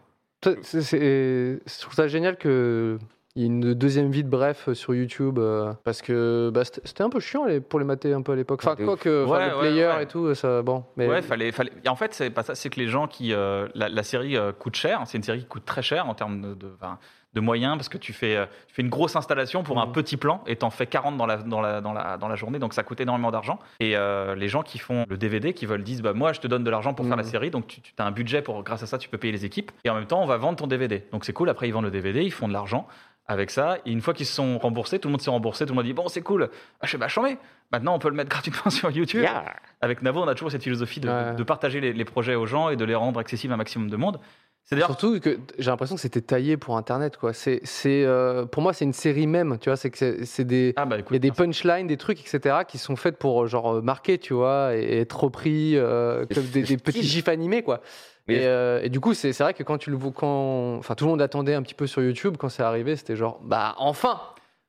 Speaker 3: Ça, c'est- c'est- Je trouve ça génial que. Il y ait une deuxième vie de bref sur YouTube euh, parce que bah, c'était c'était un peu chiant les- pour les mater un peu à l'époque. Enfin, euh,
Speaker 2: De
Speaker 3: quoi
Speaker 2: ouf.
Speaker 3: que enfin,
Speaker 1: Ouais,
Speaker 3: le
Speaker 1: ouais,
Speaker 3: player
Speaker 1: ouais.
Speaker 3: et tout, ça bon. Mais
Speaker 1: Ouais, fallait, fallait... et en fait, c'est pas ça, c'est que les gens qui. euh, la, la série euh, coûte cher, c'est une série qui coûte très cher en termes de, de, enfin, de moyens, parce que tu fais, euh, tu fais une grosse installation pour un
Speaker 3: Mhm.
Speaker 1: petit plan et t'en fais 40 dans la, dans, la, dans, la, dans la journée, donc ça coûte énormément d'argent. Et euh, les gens qui font le DVD, qui veulent, disent bah, Moi, je te donne de l'argent pour faire
Speaker 3: Mhm.
Speaker 1: la série, donc tu, tu as un budget pour, grâce à ça, tu peux payer les équipes, et en même temps, on va vendre ton DVD. Donc c'est cool, après, ils vendent le DVD, ils font de l'argent. Avec ça, et une fois qu'ils se sont remboursés, tout le monde s'est remboursé, tout le monde dit bon c'est cool, ah, je fais bah chambé. Maintenant on peut le mettre gratuitement sur YouTube
Speaker 2: Yeah.
Speaker 1: avec Navo, on a toujours cette philosophie de,
Speaker 3: Ouais.
Speaker 1: de partager les, les projets aux gens et de les rendre accessibles à un maximum de monde. C'est d'ailleurs
Speaker 3: Surtout que t- j'ai l'impression que c'était taillé pour Internet, quoi. C'est, c'est, euh, pour moi, c'est une série même, tu vois. C'est que c'est, c'est des,
Speaker 1: ah bah
Speaker 3: il y
Speaker 1: écoute,
Speaker 3: a des punchlines, des trucs, etc., qui sont faites pour euh, genre euh, marquer, tu vois, et, et être repris euh,
Speaker 2: C'est
Speaker 3: comme des, des
Speaker 2: subtil.
Speaker 3: petits gifs animés, quoi.
Speaker 2: Mais-
Speaker 3: Et, euh, et du coup, c'est, c'est vrai que quand tu le vois, quand, enfin, tout le monde attendait un petit peu sur YouTube quand c'est arrivé, c'était genre, bah enfin.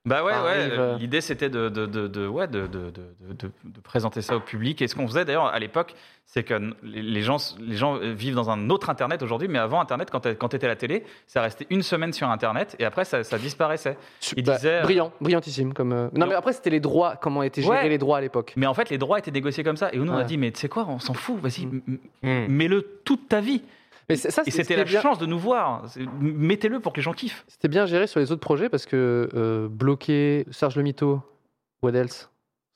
Speaker 1: bah ouais,
Speaker 3: ça
Speaker 1: ouais.
Speaker 3: arrive, euh.
Speaker 1: L'idée c'était de, de, de, de- ouais, de, de, de- de- de- de présenter ça au public. Et ce qu'on faisait d'ailleurs à l'époque, c'est que n- les les gens, les gens euh, vivent dans un autre Internet aujourd'hui, mais avant Internet, quand t'es- quand t'étais à la télé, ça restait une semaine sur Internet et après ça, ça disparaissait. Il disait, euh,
Speaker 3: Bah, brillant, brillantissime, comme. euh, Non,
Speaker 1: Non.
Speaker 3: mais après, c'était les droits, comment étaient gérés
Speaker 1: Ouais.
Speaker 3: les droits à l'époque.
Speaker 1: Mais en fait, les droits étaient négociés comme ça. Et nous, on a
Speaker 3: Ouais.
Speaker 1: dit, mais tu sais quoi, on s'en fout, vas-y,
Speaker 3: Mm.
Speaker 1: m-
Speaker 2: Hmm.
Speaker 1: mets-le toute ta vie.
Speaker 3: Mais c'est- ça,
Speaker 1: Et
Speaker 3: c'est- ce qui
Speaker 1: c'était
Speaker 3: est
Speaker 1: la
Speaker 3: bien-
Speaker 1: chance de nous voir. C'est- Mettez-le pour que les gens kiffent.
Speaker 3: C'était bien géré sur les autres projets parce que euh, bloqué Serge Le Mito, what else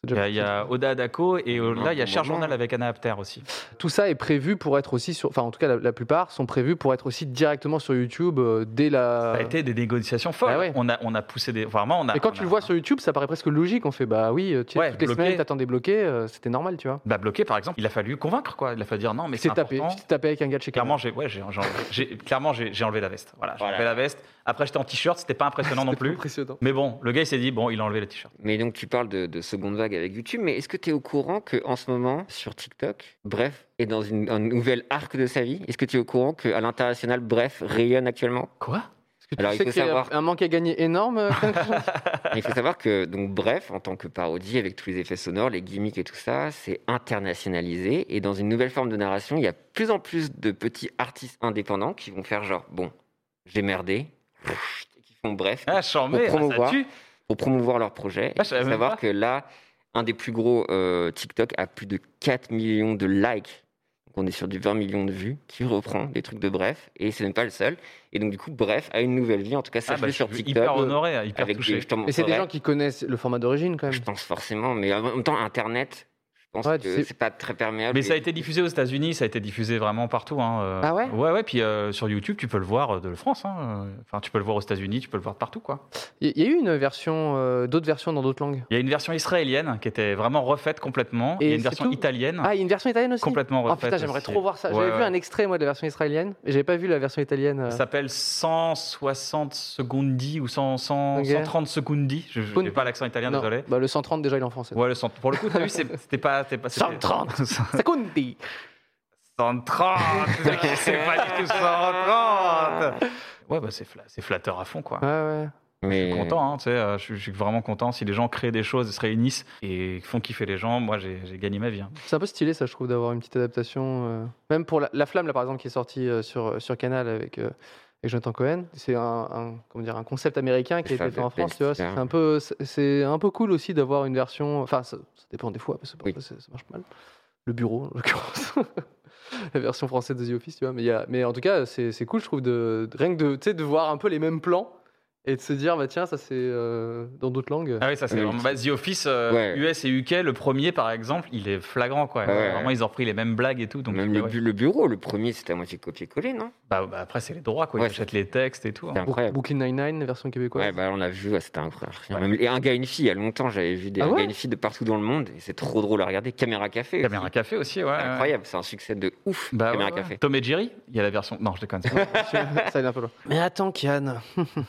Speaker 3: C'est
Speaker 1: Il y
Speaker 3: déjà
Speaker 1: a, il y a Oda Adako et euh, là, il y a
Speaker 2: bon
Speaker 1: Cher
Speaker 2: moment.
Speaker 1: Journal avec Anna Apter aussi.
Speaker 3: Tout ça est prévu pour être aussi sur. Enfin, en tout cas, la, la plupart sont prévus pour être aussi directement sur YouTube euh, dès la.
Speaker 1: Ça a été des négociations folles.
Speaker 3: Bah ouais.
Speaker 1: on, a, on a poussé des. Vraiment, on a,
Speaker 3: Et quand
Speaker 1: on
Speaker 3: tu
Speaker 1: a-
Speaker 3: le vois sur YouTube, ça paraît presque logique. On fait bah oui, euh, tu sais,
Speaker 1: Ouais,
Speaker 3: toutes les
Speaker 1: bloqué.
Speaker 3: semaines, t'attends des bloqués, euh, c'était normal, tu vois.
Speaker 1: Bah, bloqué, par exemple, il a fallu convaincre, quoi. Il a fallu dire non, mais c'est
Speaker 3: C'est tapé,
Speaker 1: important.
Speaker 3: tu t'es tapé avec un gars de chez
Speaker 1: Clairement, j'ai ouais, j'ai- j'ai- j'ai- clairement, j'ai- j'ai enlevé la veste. Voilà, j'ai
Speaker 2: Voilà.
Speaker 1: enlevé la veste. Après, j'étais en t-shirt, c'était pas impressionnant non
Speaker 3: C'était
Speaker 1: plus.
Speaker 3: Impressionnant.
Speaker 1: Mais bon, le gars, il s'est dit, bon, il a enlevé le t-shirt.
Speaker 2: Mais donc tu parles de, de seconde vague avec YouTube, mais est-ce que tu es au courant que en ce moment sur TikTok, Bref est dans une, un nouvel arc de sa vie Est-ce que tu es au courant qu'à l'international, Bref rayonne actuellement
Speaker 1: Quoi
Speaker 3: Parce que
Speaker 2: Alors,
Speaker 3: tu
Speaker 2: il
Speaker 3: sais
Speaker 2: faut
Speaker 3: qu'il y a
Speaker 2: savoir-
Speaker 3: un manque à gagner énorme. euh,
Speaker 2: Et Il faut savoir que donc Bref, en tant que parodie avec tous les effets sonores, les gimmicks et tout ça, c'est internationalisé et dans une nouvelle forme de narration, il y a de plus en plus de petits artistes indépendants qui vont faire genre bon, j'ai merdé, et qui font Bref
Speaker 1: Ah, chambé,
Speaker 2: Pour
Speaker 1: ah, ça
Speaker 2: promouvoir.
Speaker 1: tue.
Speaker 2: pour promouvoir leur projet.
Speaker 1: Ah,
Speaker 2: Il
Speaker 1: je
Speaker 2: faut
Speaker 1: savais même
Speaker 2: savoir
Speaker 1: pas.
Speaker 2: que là, un des plus gros euh, TikTok a plus de 4 millions de likes. Donc, on est sur du 20 millions de vues qui reprend des trucs de Bref et c'est même pas le seul. Et donc du coup, Bref a une nouvelle vie. En tout cas, ça
Speaker 1: Ah,
Speaker 2: je
Speaker 1: bah,
Speaker 2: l'ai
Speaker 1: je
Speaker 2: sur
Speaker 1: suis
Speaker 2: TikTok.
Speaker 1: hyper honoré, hyper
Speaker 2: avec des,
Speaker 1: touché.
Speaker 2: je t'en
Speaker 3: Mais c'est des
Speaker 2: montrerai.
Speaker 3: gens qui connaissent le format d'origine quand même.
Speaker 2: Je pense forcément, mais en même temps, Internet, je pense
Speaker 3: Ouais,
Speaker 2: que
Speaker 3: c'est-
Speaker 2: c'est pas très perméable.
Speaker 1: Mais ça a été diffusé aux États-Unis, ça a été diffusé vraiment partout. hein, euh.
Speaker 3: Ah ouais
Speaker 1: Ouais, ouais. Puis euh, sur YouTube, tu peux le voir euh, de France. hein, euh. Enfin, tu peux le voir aux États-Unis, tu peux le voir de partout, quoi.
Speaker 3: Il y a eu une version, euh, d'autres versions dans d'autres langues.
Speaker 1: Il y a une version israélienne qui était vraiment refaite complètement.
Speaker 3: Et
Speaker 1: Il y a une
Speaker 3: c'est
Speaker 1: version
Speaker 3: tout
Speaker 1: italienne
Speaker 3: Ah, il y a une version italienne aussi
Speaker 1: complètement
Speaker 3: Oh
Speaker 1: refaite.
Speaker 3: putain, j'aimerais
Speaker 1: aussi.
Speaker 3: trop voir ça.
Speaker 1: Ouais,
Speaker 3: J'avais vu
Speaker 1: ouais.
Speaker 3: un extrait, moi, de la version israélienne. et J'avais pas vu la version italienne. euh.
Speaker 1: Ça s'appelle 160 secondi ou 100, 100,
Speaker 3: Ok.
Speaker 1: 130 secondi. Je
Speaker 3: Pun-
Speaker 1: n'ai pas l'accent italien,
Speaker 3: Non.
Speaker 1: désolé.
Speaker 3: Bah, le 130, déjà, il est en français.
Speaker 1: Ouais, le cent- Pour le coup, t'as vu, c'est- c'était pas. c'était pas- c'était-
Speaker 3: 130. Ça compte dit.
Speaker 1: 130 C'est pas du tout 130 Ouais, bah, c'est fla- c'est flatteur à fond, quoi.
Speaker 3: Ouais, ouais.
Speaker 2: Mais...
Speaker 1: Je suis content, hein, tu sais, euh, je suis- je suis vraiment content. Si les gens créent des choses, se réunissent et font kiffer les gens, moi j'ai j'ai gagné ma vie. hein.
Speaker 3: C'est un peu stylé, ça, je trouve, d'avoir une petite adaptation. euh. Même pour la, La Flamme, là, par exemple, qui est sortie euh, sur, sur Canal avec, euh, avec Jonathan Cohen. C'est un, un- comment dire, un concept américain qui a
Speaker 2: Ça
Speaker 3: été fait
Speaker 2: fait
Speaker 3: en France. Tu vois, c'est
Speaker 2: plaisir.
Speaker 3: un peu, c'est- c'est un peu cool aussi d'avoir une version. Enfin, ça, ça dépend des fois, parce que parfois, ça, ça marche mal. Le bureau, en l'occurrence. La version française de The Office, tu vois. Mais, il y a- mais en tout cas, c'est c'est cool, je trouve, de, de- rien que de, tu sais, de voir un peu les mêmes plans et de se dire, bah tiens, ça c'est euh, dans d'autres langues.
Speaker 1: Ah oui, ça c'est
Speaker 2: Oui.
Speaker 1: vraiment. bah, The Office euh,
Speaker 2: Ouais.
Speaker 1: US et UK, le premier par exemple, il est flagrant quoi.
Speaker 2: Ouais.
Speaker 1: Vraiment, ils ont repris les mêmes blagues et tout. Donc, bah
Speaker 2: Même
Speaker 1: ouais.
Speaker 2: le, bu- le bureau, le premier, c'était à moitié copier-coller, non
Speaker 1: Bah, bah, après, c'est les droits quoi.
Speaker 2: Ouais,
Speaker 1: Ils achètent les textes et tout. hein.
Speaker 2: C'était
Speaker 3: Brooklyn
Speaker 2: incroyable.
Speaker 3: Brooklyn Nine-Nine, version québécoise.
Speaker 2: Ouais, bah on a vu, ouais, c'était incroyable.
Speaker 1: Ouais.
Speaker 2: Même- Et un gars et une fille, il y a longtemps, j'avais vu des
Speaker 3: Ah
Speaker 2: un gars
Speaker 3: ouais
Speaker 2: et une fille de partout dans le monde, et c'est trop drôle à regarder. Caméra Café. aussi.
Speaker 1: Caméra Café aussi, ouais.
Speaker 2: C'est
Speaker 1: ouais.
Speaker 2: Incroyable, c'est un succès de ouf,
Speaker 1: Bah,
Speaker 2: Caméra
Speaker 1: ouais, ouais.
Speaker 2: Café.
Speaker 1: Tom et Jerry, il y a la version. Non, je déconne. c'est pas-
Speaker 3: ça allait un peu loin. Mais attends, Kian,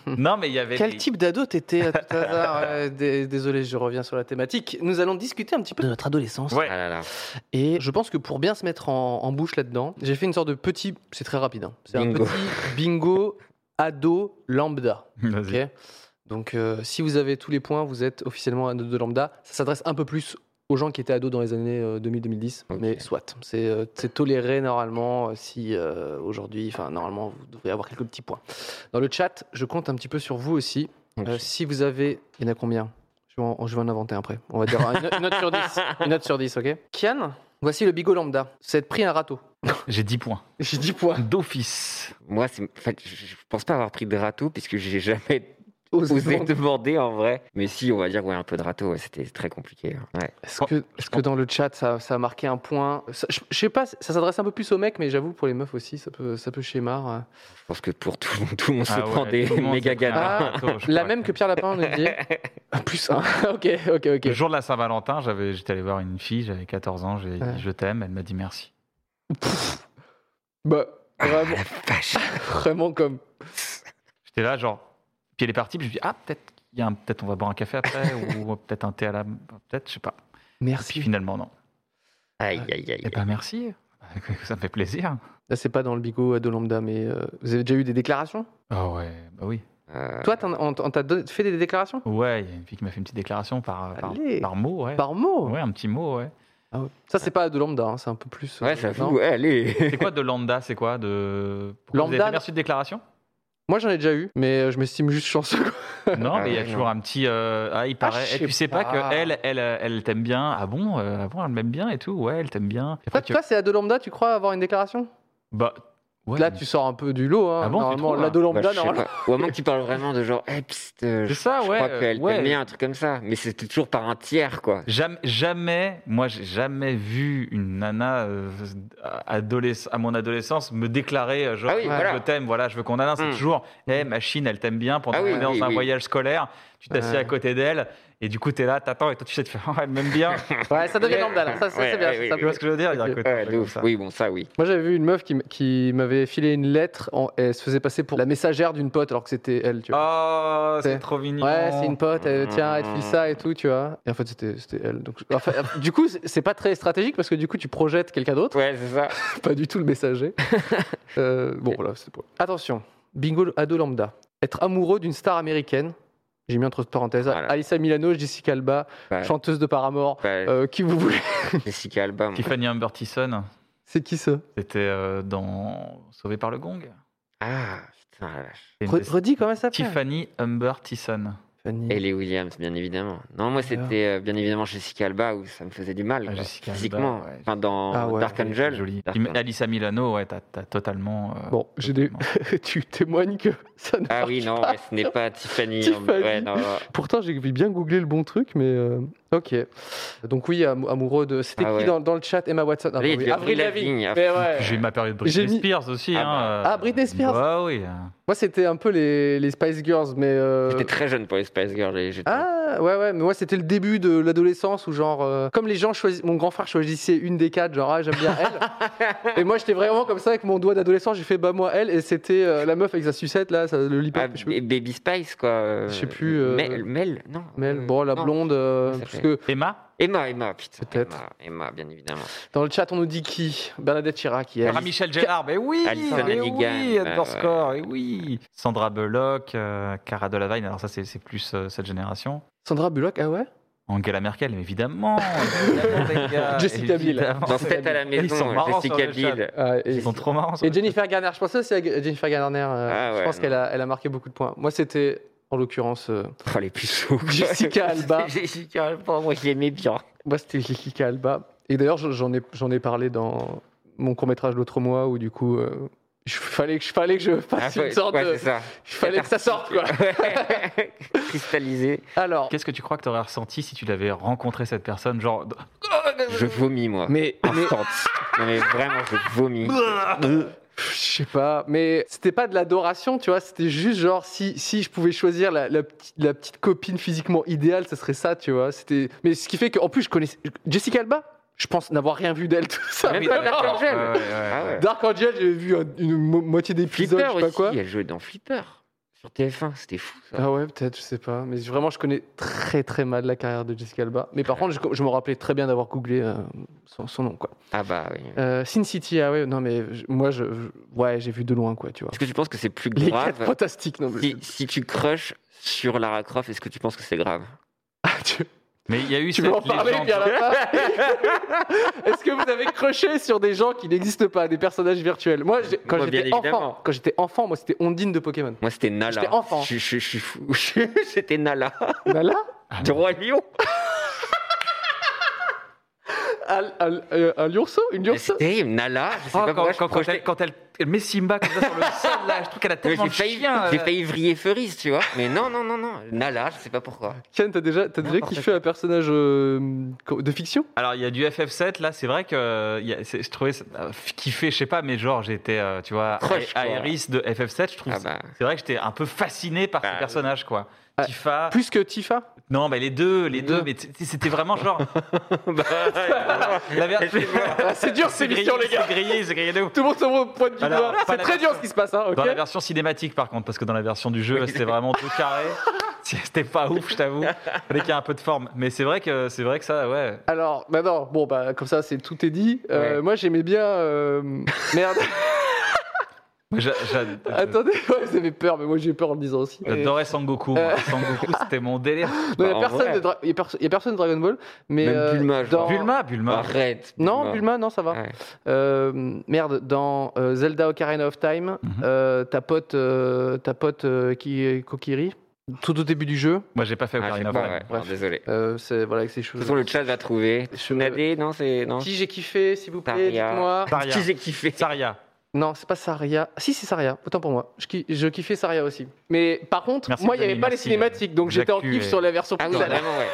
Speaker 1: non, mais il y avait.
Speaker 3: quel
Speaker 1: des-
Speaker 3: type d'ado t'étais à tout hasard Euh, dé- Désolé, je reviens sur la thématique. Nous allons discuter un petit peu de notre adolescence.
Speaker 1: Ouais.
Speaker 2: Ah là là.
Speaker 3: Et je pense que pour bien se mettre en, en bouche là-dedans, j'ai fait une sorte de petit. C'est très rapide. hein. C'est un
Speaker 2: Bingo.
Speaker 3: petit bingo ado lambda.
Speaker 1: Vas-y.
Speaker 3: ok Donc, euh, si vous avez tous les points, vous êtes officiellement ado de lambda. Ça s'adresse un peu plus aux gens qui étaient ados dans les années euh, 2000-2010,
Speaker 2: Ok.
Speaker 3: mais soit. C'est euh, c'est toléré normalement euh, si euh, aujourd'hui, enfin normalement, vous devriez avoir quelques petits points. Dans le chat, je compte un petit peu sur vous aussi.
Speaker 2: Ok.
Speaker 3: Euh, si vous avez, il y en a combien je vais, en, je vais en inventer après. On va dire une, une note sur 10. Une note sur 10, ok Kian, voici le bigot lambda. C'est de prix un râteau.
Speaker 1: J'ai 10 points. Ah
Speaker 3: J'ai 10 points.
Speaker 1: D'office.
Speaker 2: Moi, c'est- en fait, je je pense pas avoir pris de râteau, puisque j'ai jamais
Speaker 3: Osez
Speaker 2: osé
Speaker 3: demander.
Speaker 2: demander en vrai. Mais si, on va dire, ouais, un peu de râteau, ouais, c'était très compliqué. hein. Ouais.
Speaker 3: Est-ce que, est-ce que dans le chat, ça, ça a marqué un point Ça- je, je sais pas, ça s'adresse un peu plus aux mecs, mais j'avoue, pour les meufs aussi, ça peut, ça peut schémar. euh.
Speaker 2: Je pense que pour tout le monde, tout le monde se
Speaker 1: Ah
Speaker 2: prend
Speaker 1: ouais,
Speaker 2: des
Speaker 1: tout le monde
Speaker 2: méga
Speaker 1: s'est
Speaker 3: Ah
Speaker 1: pris un
Speaker 2: ganas.
Speaker 1: râteau, je
Speaker 3: La
Speaker 1: crois.
Speaker 3: même que Pierre Lapin, on nous dit. Ah, plus un. ok, ok, ok.
Speaker 1: Le jour de la Saint-Valentin, j'avais- j'étais allé voir une fille, j'avais 14 ans, j'ai
Speaker 3: Ouais.
Speaker 1: dit je t'aime, elle m'a dit merci.
Speaker 3: Bah, vraiment,
Speaker 2: Vache.
Speaker 3: vraiment comme.
Speaker 1: J'étais là, genre, puis elle est partie, puis je me dis, ah, peut-être il y a un- peut-être on va boire un café après, ou peut-être un thé à la. Peut-être, je sais pas. Puis
Speaker 3: Merci.
Speaker 1: finalement, non.
Speaker 2: Aïe, aïe, aïe.
Speaker 1: Eh ben, merci. Ça me fait plaisir.
Speaker 3: Là, c'est pas dans le bigot de lambda, mais euh, vous avez déjà eu des déclarations
Speaker 1: Ah ouais, bah oui.
Speaker 2: Euh,
Speaker 3: Toi, t'en- on, on t'a don- fait des déclarations
Speaker 1: Ouais, il y a une fille qui m'a fait une petite déclaration par, par,
Speaker 3: Allez.
Speaker 1: par mot, ouais.
Speaker 3: Par mot
Speaker 1: Ouais, un petit mot, ouais.
Speaker 3: Ah ouais. Ça, c'est pas de lambda, hein, c'est un peu plus. euh,
Speaker 2: Ouais, j'avoue,
Speaker 3: non
Speaker 2: ouais, allez.
Speaker 1: C'est quoi de lambda C'est quoi de. Pourquoi vous avez
Speaker 3: Lambda-
Speaker 1: jamais reçu de déclaration
Speaker 3: Moi, j'en ai déjà eu, mais euh, je m'estime juste chanceux. quoi.
Speaker 1: Non, mais il y a
Speaker 2: ouais,
Speaker 1: toujours un petit. euh, ah, il paraît.
Speaker 3: je
Speaker 1: et tu
Speaker 3: sais
Speaker 1: sais pas,
Speaker 3: pas.
Speaker 1: que elle, elle, elle t'aime bien. Ah bon euh, Ah bon, elle m'aime bien et tout. Ouais, elle t'aime bien. Et
Speaker 3: Toi,
Speaker 1: après, tu-
Speaker 3: toi, c'est à de lambda, tu crois avoir une déclaration
Speaker 1: Bah. Ouais,
Speaker 3: Là, tu sors un peu du lot. Hein.
Speaker 1: Ah bon, tu
Speaker 3: normalement,
Speaker 1: trouves,
Speaker 3: l'ado
Speaker 2: Bah,
Speaker 3: lambda,
Speaker 2: je sais
Speaker 1: hein.
Speaker 3: normalement.
Speaker 2: pas. Ou à moins que tu parles vraiment de genre, eh, pst, euh, je,
Speaker 1: C'est ça,
Speaker 2: je
Speaker 1: ouais,
Speaker 2: crois qu'elle
Speaker 1: ouais.
Speaker 2: t'aime bien, un truc comme ça. Mais c'était toujours par un tiers, quoi.
Speaker 1: Jamais, jamais, moi j'ai jamais vu une nana euh, adoles- à mon adolescence me déclarer euh, genre
Speaker 2: Ah oui,
Speaker 1: je
Speaker 2: voilà.
Speaker 1: t'aime, voilà, je veux qu'on annonce. C'est
Speaker 2: Hmm.
Speaker 1: toujours, hé, machine, elle t'aime bien pendant
Speaker 2: Ah
Speaker 1: qu'on
Speaker 2: oui,
Speaker 1: est dans
Speaker 2: oui,
Speaker 1: un
Speaker 2: oui.
Speaker 1: voyage scolaire, tu t'assieds
Speaker 3: Ouais.
Speaker 1: à côté d'elle et du coup t'es là, t'attends et toi tu sais, tu fais, oh, elle m'aime bien.
Speaker 3: Ouais, ça devient lambda, là. Ça, c'est
Speaker 2: Ouais,
Speaker 3: c'est bien.
Speaker 2: ouais,
Speaker 3: ça
Speaker 2: ouais,
Speaker 1: tu vois ce que je veux dire Il y a un
Speaker 3: Ok.
Speaker 1: côté un
Speaker 2: Ouais,
Speaker 1: peu
Speaker 2: de
Speaker 1: comme
Speaker 2: ouf.
Speaker 1: ça.
Speaker 2: Oui, bon, ça, oui.
Speaker 3: Moi, j'avais vu une meuf qui, m- qui m'avait filé une lettre en- et elle se faisait passer pour la messagère d'une pote alors que c'était elle, tu vois.
Speaker 1: Oh,
Speaker 3: C'est-
Speaker 1: c'est trop mignon.
Speaker 3: Ouais, c'est une pote, elle, tiens,
Speaker 1: Mm.
Speaker 3: elle te file ça et tout, tu vois. Et en fait, c'était c'était elle. Donc, je- enfin, du coup, c'est c'est pas très stratégique parce que du coup, tu projettes quelqu'un d'autre,
Speaker 2: Ouais, c'est ça.
Speaker 3: pas du tout le messager. Euh, bon, voilà, c'est pour. Attention, bingo ado lambda. Être amoureux d'une star américaine, j'ai mis entre parenthèses,
Speaker 2: Voilà.
Speaker 3: Alissa Milano, Jessica Alba,
Speaker 2: Ouais.
Speaker 3: chanteuse de Paramore,
Speaker 2: Bah,
Speaker 3: euh, qui vous voulez.
Speaker 2: Jessica Alba. moi.
Speaker 1: Tiffany Amber Thiessen,
Speaker 3: C'est qui ça
Speaker 1: c'était euh, dans Sauvé par le Gong.
Speaker 2: Ah, putain, la vache.
Speaker 1: C'est une
Speaker 3: Re-
Speaker 1: des-
Speaker 3: Redis comment ça s'appelle
Speaker 1: Tiffany Amber Thiessen.
Speaker 3: Fanny.
Speaker 2: Ellie Williams, bien évidemment. Non, moi, c'était euh, bien évidemment Jessica Alba où ça me faisait du mal.
Speaker 1: Ah,
Speaker 2: quoi,
Speaker 1: Jessica Alba,
Speaker 2: physiquement.
Speaker 1: ouais.
Speaker 2: Enfin, dans
Speaker 3: Ah ouais,
Speaker 2: Dark
Speaker 3: elle
Speaker 2: Angel.
Speaker 1: Joli.
Speaker 2: Dark
Speaker 1: Im-
Speaker 2: Angel.
Speaker 1: Alissa Milano, ouais, t'as t'as totalement. euh,
Speaker 3: Bon, j'ai des-
Speaker 1: totalement.
Speaker 3: tu témoignes que ça ne
Speaker 2: Ah
Speaker 3: marche
Speaker 2: oui, non,
Speaker 3: pas.
Speaker 2: mais ce n'est pas Tiffany.
Speaker 3: Tiffany.
Speaker 2: Ouais, non, non.
Speaker 3: Pourtant, j'ai bien googlé le bon truc, mais euh, ok. Donc oui, am- amoureux de. C'était
Speaker 2: Ah
Speaker 3: qui
Speaker 2: ouais.
Speaker 3: dans, dans le chat Emma Watson. Ah,
Speaker 2: Oui,
Speaker 3: bah oui,
Speaker 2: tu as pris Lavigne.
Speaker 3: Mais ouais.
Speaker 1: J'ai eu ma période
Speaker 3: J'ai
Speaker 1: Britney
Speaker 3: mis-
Speaker 1: Spears aussi.
Speaker 2: Ah
Speaker 1: hein,
Speaker 2: bah.
Speaker 1: euh,
Speaker 3: Ah, Britney Spears.
Speaker 1: Bah oui.
Speaker 3: Ah, Moi, c'était un peu les, les Spice Girls, mais. euh,
Speaker 2: J'étais très jeune pour les Spice Girls. et j'étais-
Speaker 3: Ah ouais ouais mais moi c'était le début de l'adolescence où genre euh, comme les gens choisissent mon grand frère choisissait une des quatre genre ah, j'aime bien elle et moi j'étais vraiment comme ça avec mon doigt d'adolescent j'ai fait bah moi elle et c'était euh, la meuf avec sa sucette là ça, le lip
Speaker 2: Ah,
Speaker 3: je sais plus.
Speaker 2: et Baby Spice, quoi. euh,
Speaker 3: Je sais plus, euh,
Speaker 2: Mel, Mel, non.
Speaker 3: Mais elle,
Speaker 2: euh,
Speaker 3: bon la
Speaker 2: non.
Speaker 3: blonde euh,
Speaker 2: ça
Speaker 3: parce
Speaker 2: fait-
Speaker 3: que
Speaker 1: Emma
Speaker 2: Emma, Emma, putain.
Speaker 3: Peut-être.
Speaker 2: Emma, Emma, bien évidemment.
Speaker 3: dans le chat on nous dit qui Bernadette Chirac hier.
Speaker 1: Michel Gérard, mais oui,
Speaker 2: Alison
Speaker 1: mais
Speaker 2: Hannigan,
Speaker 1: oui,
Speaker 2: bah
Speaker 1: underscore, et oui. Sandra Bullock, euh, Cara Delevingne, alors ça c'est c'est plus euh, cette génération.
Speaker 3: Sandra Bullock ah ouais
Speaker 1: Angela Merkel, évidemment. évidemment, les gars,
Speaker 3: Jessica Biel.
Speaker 1: évidemment.
Speaker 2: Dans Tête à la
Speaker 1: Ils sont
Speaker 2: maison,
Speaker 1: marrants
Speaker 2: Jessica
Speaker 1: sur le chat.
Speaker 2: Biel.
Speaker 3: Ah, et,
Speaker 1: Ils sont trop marrants.
Speaker 3: et Jennifer Garner je pensais aussi à G- Jennifer Garner euh,
Speaker 2: Ah ouais,
Speaker 3: je pense
Speaker 2: non.
Speaker 3: qu'elle a, elle a marqué beaucoup de points moi c'était en l'occurrence euh,
Speaker 2: Oh, les puceaux. quoi.
Speaker 3: Jessica Alba.
Speaker 2: Jessica Alba, moi, je l'aimais bien.
Speaker 3: Moi, c'était Kika Alba. Et d'ailleurs, je- j'en ai, j'en ai parlé dans mon court-métrage l'autre mois où, du coup, euh, il fallait que, je- fallait que je
Speaker 2: Ah,
Speaker 3: fasse
Speaker 2: ouais,
Speaker 3: une sorte
Speaker 2: ouais,
Speaker 3: de.
Speaker 2: c'est ça.
Speaker 3: Il fallait que ça sorte, quoi.
Speaker 2: Ouais. Cristallisé.
Speaker 3: Alors.
Speaker 1: Qu'est-ce que tu crois que tu aurais ressenti si tu l'avais rencontré cette personne Genre.
Speaker 2: Je vomis, moi.
Speaker 3: Mais, mais
Speaker 2: Instant. Non, mais vraiment, je vomis.
Speaker 3: je sais pas, mais c'était pas de l'adoration, tu vois, c'était juste genre si, si je pouvais choisir la, la, petite- la petite copine physiquement idéale, ça serais ça, tu vois. C'était, mais ce qui fait qu'en plus je connaissais Jessica Alba, je pense n'avoir rien vu d'elle tout ça.
Speaker 2: Même
Speaker 3: Dark,
Speaker 2: pas d'accord.
Speaker 3: Angel.
Speaker 2: Ouais, Ah ouais.
Speaker 3: Dark Angel, j'ai vu un- une mo- moitié d'épisode, je
Speaker 2: Flipper
Speaker 3: sais pas
Speaker 2: aussi.
Speaker 3: quoi.
Speaker 2: Elle jouait dans Flipper. Sur TF1, c'était fou, ça.
Speaker 3: Ah ouais, peut-être, je sais pas. Mais vraiment, je connais très très mal la carrière de Jessica Alba. Mais par contre, je, je me rappelais très bien d'avoir googlé euh, son, son nom, quoi.
Speaker 2: Ah bah oui.
Speaker 3: Euh, Sin City, ah ouais, non mais je- moi, je, je- ouais, j'ai vu de loin, quoi, tu vois.
Speaker 2: Est-ce que tu penses que c'est plus
Speaker 3: Les quatre
Speaker 2: grave
Speaker 3: fantastiques, non mais-
Speaker 2: si, si tu crushes sur Lara Croft, est-ce que tu penses que c'est grave
Speaker 3: Ah, tu,
Speaker 1: Mais il y a eu
Speaker 3: tu
Speaker 1: cette
Speaker 3: veux en parler,
Speaker 1: légende.
Speaker 3: puis à la fin- Est-ce que vous avez croché sur des gens qui n'existent pas, des personnages virtuels Moi, j'ai- quand
Speaker 2: Moi, bien
Speaker 3: j'étais enfant,
Speaker 2: évidemment.
Speaker 3: quand j'étais enfant, moi, c'était Ondine de Pokémon.
Speaker 2: Moi, c'était Nala.
Speaker 3: J'étais enfant.
Speaker 2: Je, je- je suis fou. C'était Nala.
Speaker 3: Bah là,
Speaker 2: Du Roi Lion.
Speaker 3: à, à- euh, un lionceau, une
Speaker 2: Mais
Speaker 3: lionceau.
Speaker 2: C'est terrible. Nala, je sais
Speaker 1: Oh,
Speaker 2: pas
Speaker 1: quand,
Speaker 2: pourquoi je
Speaker 1: quand- quand
Speaker 2: projetais-
Speaker 1: elle, quand elle- elle met Simba comme ça sur le sol, là, je trouve qu'elle a
Speaker 2: Ouais,
Speaker 1: tellement
Speaker 2: J'ai
Speaker 1: de
Speaker 2: failli,
Speaker 1: chien.
Speaker 2: j'ai
Speaker 1: euh.
Speaker 2: failli vriller Furries, tu vois. Mais non, non, non, non. Nala, je sais pas pourquoi.
Speaker 3: Ken, t'as déjà, t'as déjà
Speaker 2: N'importe
Speaker 3: kiffé
Speaker 2: quoi.
Speaker 3: un personnage euh, de fiction
Speaker 1: Alors, il y a du FF7, là, c'est vrai que euh, il y a- c'est- je trouvais ça- euh, kiffé, je sais pas, mais genre, j'étais, euh, tu vois,
Speaker 2: Crush,
Speaker 1: A-
Speaker 2: quoi.
Speaker 1: Aeris de FF7, je trouve.
Speaker 2: Ah
Speaker 1: ça-
Speaker 2: bah.
Speaker 1: C'est vrai que j'étais un peu fasciné par
Speaker 2: Bah,
Speaker 1: ce personnage, quoi.
Speaker 3: Ah.
Speaker 1: Tifa.
Speaker 3: Plus que Tifa
Speaker 1: Non, mais les deux, les
Speaker 3: Les
Speaker 1: deux,
Speaker 3: deux.
Speaker 1: mais t- t- c'était vraiment genre.
Speaker 2: bah,
Speaker 1: la merde,
Speaker 3: Ah, c'est dur ces missions, les gars.
Speaker 1: C'est grillé, c'est grillé de ouf.
Speaker 3: Tout le monde se voit au point de vue.
Speaker 1: Alors, pas
Speaker 3: C'est
Speaker 1: la
Speaker 3: très dur ce qui se passe, hein, ok
Speaker 1: Dans la version cinématique, par contre, parce que dans la version du jeu, c'était vraiment tout carré. C'était pas ouf, je t'avoue. Fallait qu'il y ait un peu de forme. Mais c'est vrai que c'est vrai que ça, ouais.
Speaker 3: Alors, bah non, bon, bah comme ça, c'est tout est dit. Euh,
Speaker 2: Ouais.
Speaker 3: Moi, j'aimais bien. euh, Merde,
Speaker 1: Moi, j'a- j'a-
Speaker 3: attendez, ouais, vous avez peur, mais moi j'ai peur en le disant aussi.
Speaker 1: J'adorais Sangoku. moi.
Speaker 3: Euh.
Speaker 1: Sangoku, c'était mon délire.
Speaker 3: Non, il
Speaker 2: Bah,
Speaker 3: n'y
Speaker 2: en
Speaker 3: a, personne
Speaker 2: vrai.
Speaker 3: de Dra- y a perso- y a personne de Dragon Ball, mais.
Speaker 2: Même
Speaker 3: euh,
Speaker 2: Bulma, je
Speaker 3: dans- Ah.
Speaker 1: Bulma, Bulma.
Speaker 2: Arrête.
Speaker 3: Non, Bulma, non, ça va.
Speaker 2: Ouais.
Speaker 3: Euh, merde, dans euh, Zelda Ocarina of Time,
Speaker 1: Mhm.
Speaker 3: euh, ta pote, euh, ta pote euh, qui, Kokiri, tout au début du jeu,
Speaker 1: Moi, j'ai pas fait
Speaker 2: Ah, je sais
Speaker 1: Ocarina of
Speaker 2: pas,
Speaker 1: Time.
Speaker 2: ouais.
Speaker 3: Bref.
Speaker 2: Non, Désolé.
Speaker 3: euh, c'est voilà avec ses
Speaker 2: De toute
Speaker 3: cheveux.
Speaker 2: façon, le chat va trouver.
Speaker 3: Cheveux-
Speaker 2: Nadé, non, c'est. Non.
Speaker 3: Qui j'ai kiffé, s'il vous plaît,
Speaker 2: Paria.
Speaker 3: dites-moi.
Speaker 1: Saria.
Speaker 2: Qui j'ai kiffé
Speaker 1: Saria.
Speaker 3: Non, c'est pas Saria. Si, c'est Saria. Autant pour moi. Je, ki- je kiffais Saria aussi. Mais par contre,
Speaker 1: Merci,
Speaker 3: moi, il n'y avait
Speaker 1: Xavier,
Speaker 3: pas les
Speaker 1: merci,
Speaker 3: cinématiques, donc
Speaker 1: Jacques
Speaker 3: j'étais en
Speaker 1: Hu
Speaker 3: kiff
Speaker 1: et-
Speaker 3: sur la version
Speaker 2: Ah oui,
Speaker 3: plus à la-
Speaker 2: vraiment, ouais.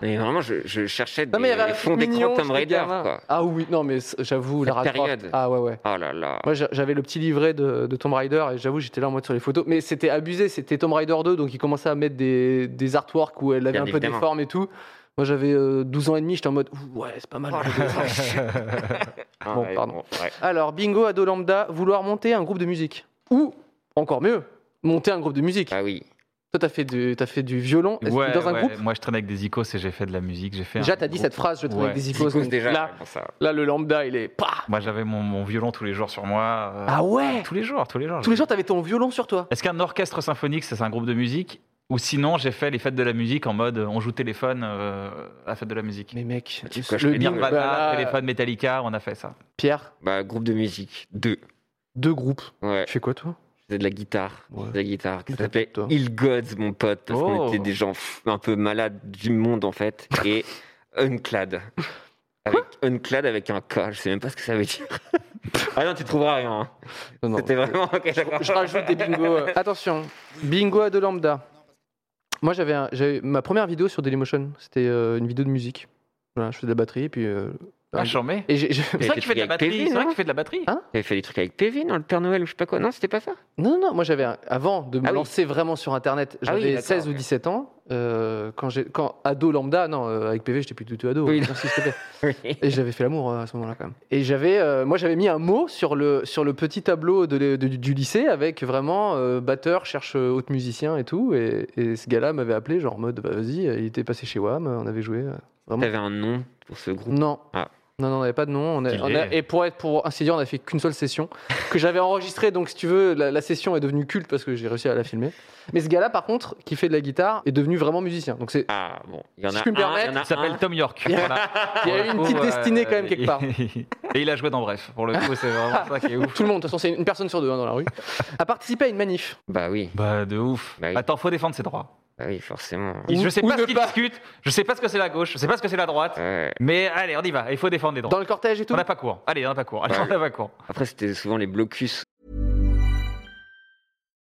Speaker 2: Mais vraiment, je, je cherchais des
Speaker 3: Non, mais il y avait un
Speaker 2: les fonds
Speaker 3: truc
Speaker 2: d'écran
Speaker 3: mignon,
Speaker 2: Tomb
Speaker 3: j'étais
Speaker 2: Raider,
Speaker 3: gamin.
Speaker 2: quoi.
Speaker 3: Ah oui, non, mais c- j'avoue,
Speaker 2: Cette
Speaker 3: la
Speaker 2: période.
Speaker 3: Ah ouais, ouais.
Speaker 2: Oh là là.
Speaker 3: Moi, j'a- j'avais le petit livret de, de Tomb Raider et j'avoue, j'étais là en mode sur les photos. Mais c'était abusé, c'était Tomb Raider 2, donc ils commençaient à mettre des, des artworks où elle avait
Speaker 2: Bien
Speaker 3: un peu des
Speaker 2: évidemment.
Speaker 3: formes et tout. Moi, j'avais euh, 12 ans et demi, j'étais en mode Ouh, ouais, c'est pas mal.
Speaker 2: Oh la vache. Ah,
Speaker 3: Bon,
Speaker 2: ouais,
Speaker 3: pardon.
Speaker 2: ouais.
Speaker 3: Alors, bingo, ado lambda, vouloir monter un groupe de musique. Ou, encore mieux, monter un groupe de musique.
Speaker 2: Ah oui.
Speaker 3: Toi, t'as fait du, t'as fait du violon Est-ce que
Speaker 1: Ouais,
Speaker 3: dans un
Speaker 1: ouais.
Speaker 3: groupe.
Speaker 1: Moi, je traîne avec des icônes et j'ai fait de la musique. J'ai fait.
Speaker 3: Déjà,
Speaker 1: un
Speaker 3: t'as dit
Speaker 1: groupe.
Speaker 3: cette phrase, je trouve
Speaker 1: Ouais.
Speaker 3: avec des icônes.
Speaker 2: Psychose déjà.
Speaker 3: Là,
Speaker 2: ouais, bon, ça.
Speaker 3: là, le lambda, il est. Pah
Speaker 1: Moi, j'avais mon, mon violon tous les jours sur moi. euh,
Speaker 3: ah ouais
Speaker 1: Tous les jours, tous les jours.
Speaker 3: Tous les jours, t'avais ton violon sur toi.
Speaker 1: Est-ce qu'un orchestre symphonique, ça, c'est un groupe de musique Ou sinon, j'ai fait les fêtes de la musique en mode euh, on joue téléphone euh, à la fête de la musique.
Speaker 3: Mais mec,
Speaker 2: Tu
Speaker 3: le
Speaker 2: coches les
Speaker 3: bingo,
Speaker 1: Nirvana,
Speaker 3: bah là,
Speaker 1: téléphone Metallica, on a fait ça.
Speaker 3: Pierre,
Speaker 2: Bah, groupe de musique. Deux.
Speaker 3: deux groupes.
Speaker 2: Ouais.
Speaker 3: Tu fais quoi toi
Speaker 2: faisait de la guitare.
Speaker 3: Ouais.
Speaker 2: De la guitare. qui
Speaker 3: Mais t'as-
Speaker 2: s'appelait
Speaker 3: toi.
Speaker 2: Il Gods, mon pote, parce qu'on
Speaker 1: Oh.
Speaker 2: était des gens f- un peu malades du monde, en fait. Et Unclad. Avec Unclad avec un K, je sais même pas ce que ça veut dire. ah non, tu trouveras rien. hein.
Speaker 3: Non, non.
Speaker 2: C'était vraiment. ok, d'accord.
Speaker 3: Je rajoute des bingos. euh. Attention, bingo à de lambda. Moi, j'avais un- j'avais- ma première vidéo sur Dailymotion. C'était euh, une vidéo de musique. Voilà, je faisais de la batterie et puis. euh,
Speaker 1: Ah, j'en mets.
Speaker 3: et j'ai- j'ai-
Speaker 1: C'est vrai qu'il fait de la
Speaker 2: Avec
Speaker 1: batterie.
Speaker 2: Kevin,
Speaker 1: C'est vrai
Speaker 2: non
Speaker 1: qu'il fait de la batterie.
Speaker 3: Hein
Speaker 2: T'avais fait des trucs avec PV, non Le Père Noël ou je sais pas quoi. Non, c'était pas ça.
Speaker 3: Non, non, non, moi j'avais un- avant de me
Speaker 2: Ah oui.
Speaker 3: lancer vraiment sur Internet,
Speaker 2: Ah oui,
Speaker 3: j'avais
Speaker 2: d'accord,
Speaker 3: 16 ou
Speaker 2: ok.
Speaker 3: 17 ans. euh, quand j'ai, quand ado lambda, non, euh, avec PV, j'étais plus du tout ado.
Speaker 2: Oui.
Speaker 3: Non, si, s'il te plaît.
Speaker 2: Oui.
Speaker 3: Et j'avais fait l'amour euh, à ce moment-là quand même. Et j'avais, euh, moi j'avais mis un mot sur le sur le petit tableau de l'é- de- du lycée avec vraiment euh, batteur cherche euh, autre musicien et tout. Et, et ce gars-là m'avait appelé genre en mode bah, vas-y, il était passé chez Wam, on avait joué. euh, vraiment.
Speaker 2: T'avais un nom pour ce groupe.
Speaker 3: Non.
Speaker 2: Ah.
Speaker 3: Non, non, on n'avait pas de nom. On a-
Speaker 1: Stylé.
Speaker 3: on a- et pour être pour ainsi dire, on n'a fait qu'une seule session que j'avais enregistrée. Donc, si tu veux, la, la session est devenue culte parce que j'ai réussi à la filmer. Mais ce gars-là, par contre, qui fait de la guitare, est devenu vraiment musicien. Donc, c'est
Speaker 2: Ah bon, il y en
Speaker 3: Si
Speaker 2: a
Speaker 3: je peux
Speaker 2: un.
Speaker 3: me permettre,
Speaker 2: il y en a
Speaker 1: Il s'appelle
Speaker 2: un.
Speaker 1: Tom York.
Speaker 3: Ah, Il y a-
Speaker 1: Voilà.
Speaker 3: il y a eu
Speaker 1: Pour
Speaker 3: une
Speaker 1: le
Speaker 3: petite
Speaker 1: coup, euh,
Speaker 3: destinée quand même quelque part.
Speaker 1: Et il a joué dans Bref. Pour le coup, c'est vraiment ça qui est ouf.
Speaker 3: tout le monde. De toute façon, c'est une personne sur deux hein, dans la rue. A participé à une manif.
Speaker 2: Bah oui,
Speaker 1: Bah, de ouf.
Speaker 2: Bah oui.
Speaker 1: Attends, faut défendre ses droits.
Speaker 2: bah oui, forcément.
Speaker 1: Il-
Speaker 3: Ou-
Speaker 1: je sais
Speaker 3: ou
Speaker 1: pas
Speaker 3: ne
Speaker 1: ce qu'ils
Speaker 3: pas.
Speaker 1: discutent, je sais pas ce que c'est la gauche, je sais pas ce que c'est la droite,
Speaker 2: Ouais.
Speaker 1: mais allez, on y va, il faut défendre les droits.
Speaker 3: Dans le cortège et tout.
Speaker 1: On n'a pas cours. Allez, on n'a pas cours. Allez,
Speaker 2: Bah
Speaker 1: on
Speaker 2: oui.
Speaker 1: n'a pas cours.
Speaker 2: Après, c'était souvent les blocus